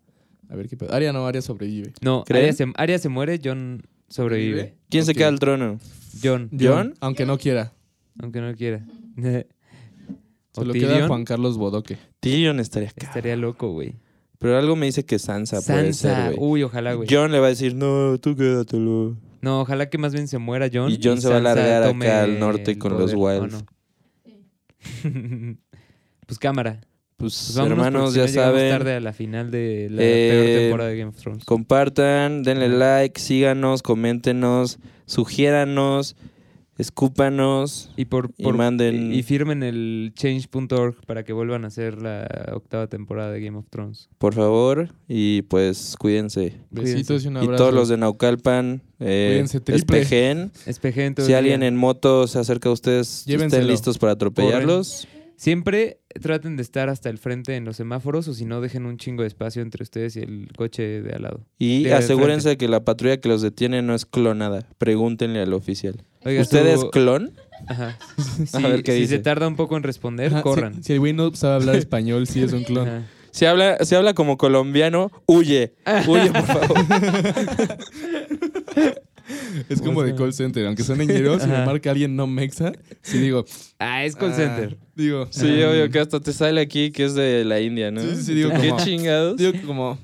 a ver qué pedo. Aria no, Aria sobrevive.
No,
¿Creen?
Arya se, Arya se muere, John sobrevive.
¿Quién se
Ok.
queda al trono?
John,
¿John?
Aunque no quiera.
aunque no quiera.
Se
o
lo queda
Tyrion,
Juan Carlos Bodoque.
Tyrion estaría acá.
estaría loco, güey.
Pero algo me dice que Sansa, puede
Sansa,
ser, güey.
uy, ojalá, güey.
John le va a decir, no, tú quédatelo.
No, ojalá que más bien se muera John.
Y John se va a
Sansa
largar acá
tome
al norte
el
con los
poder, ¿o
Wild.
no? pues cámara.
Pues,
Pues vámonos
hermanos,
porque
ya
si no llegamos
saben.
tarde a la final de la
Eh,
peor temporada de Game of Thrones.
Compartan, denle
Ajá.
like, síganos, coméntenos, sugiéranos, escúpanos.
Y por,
Y
por-
manden-
y firmen el change.org para que vuelvan a hacer la octava temporada de Game of Thrones.
por favor. Y pues cuídense.
Cuídense.
Besitos y un abrazo.
Y todos los de Naucalpan, eh,
Cuídense triple.
espejen.
Espejen todo
Si
el
alguien
día.
en moto se acerca a ustedes,
Llévenselo.
estén listos para atropellarlos.
Siempre traten de estar hasta el frente en los semáforos o si no, dejen un chingo de espacio entre ustedes y el coche de al lado.
Y
Digo, de
asegúrense que la patrulla que los detiene no es clonada. Pregúntenle al oficial.
Oiga,
¿Usted es
su-
clon?
Ajá. Si,
ver qué
si
dice.
se tarda un poco en responder,
Ajá,
corran.
Si, si el güey no sabe hablar español, sí es un clon.
Ajá.
Si habla, si habla como colombiano, huye. Huye, por favor.
Es como de call center. Aunque son ñeros, si me
Ajá.
marca alguien no mexa, sí digo...
Ah, es call
ah,
center.
Digo...
Sí, obvio que hasta te sale aquí que es de la India, ¿no?
Sí, sí, sí, digo
¿Qué
como-
chingados?
Digo como...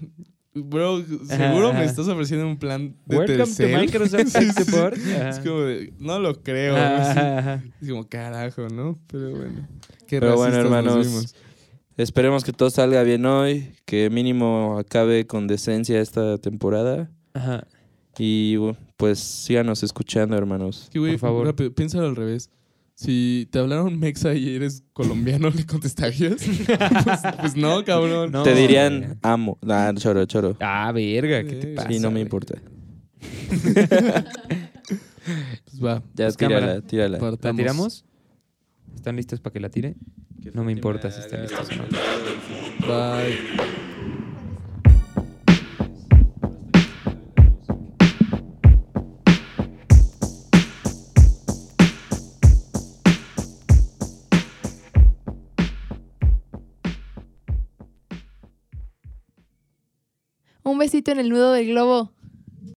Bro, seguro
Ajá.
me estás ofreciendo un plan de
Welcome to
Telcel?
Microsoft
Sí, sí.
Export.
Es
Ajá. Ah,
como de, no lo creo.
Ajá, ajá.
Es como, carajo, ¿no? Pero bueno. Qué
Pero bueno,
racistas nos
hermanos,
vimos.
Esperemos que todo salga bien hoy, que mínimo acabe con decencia esta temporada.
Ajá.
Y bu- pues síganos escuchando, hermanos.
Es que, güey,
por favor.
rápido, piénsalo al revés. Si te hablaron mexa y eres colombiano, ¿le contestarías? pues, pues no, cabrón.
No,
Te dirían
güey.
amo. Ah, choro, choro.
Ah, verga, ¿qué te
Sí,
pasa?
y no me
güey?
importa.
Pues va.
Ya,
Pues,
tírala,
cámara.
tírala.
¿La
partamos.
tiramos? ¿Están listos para que la tire? No me importa si están listos o no.
Bye.
Un besito en el nudo del globo.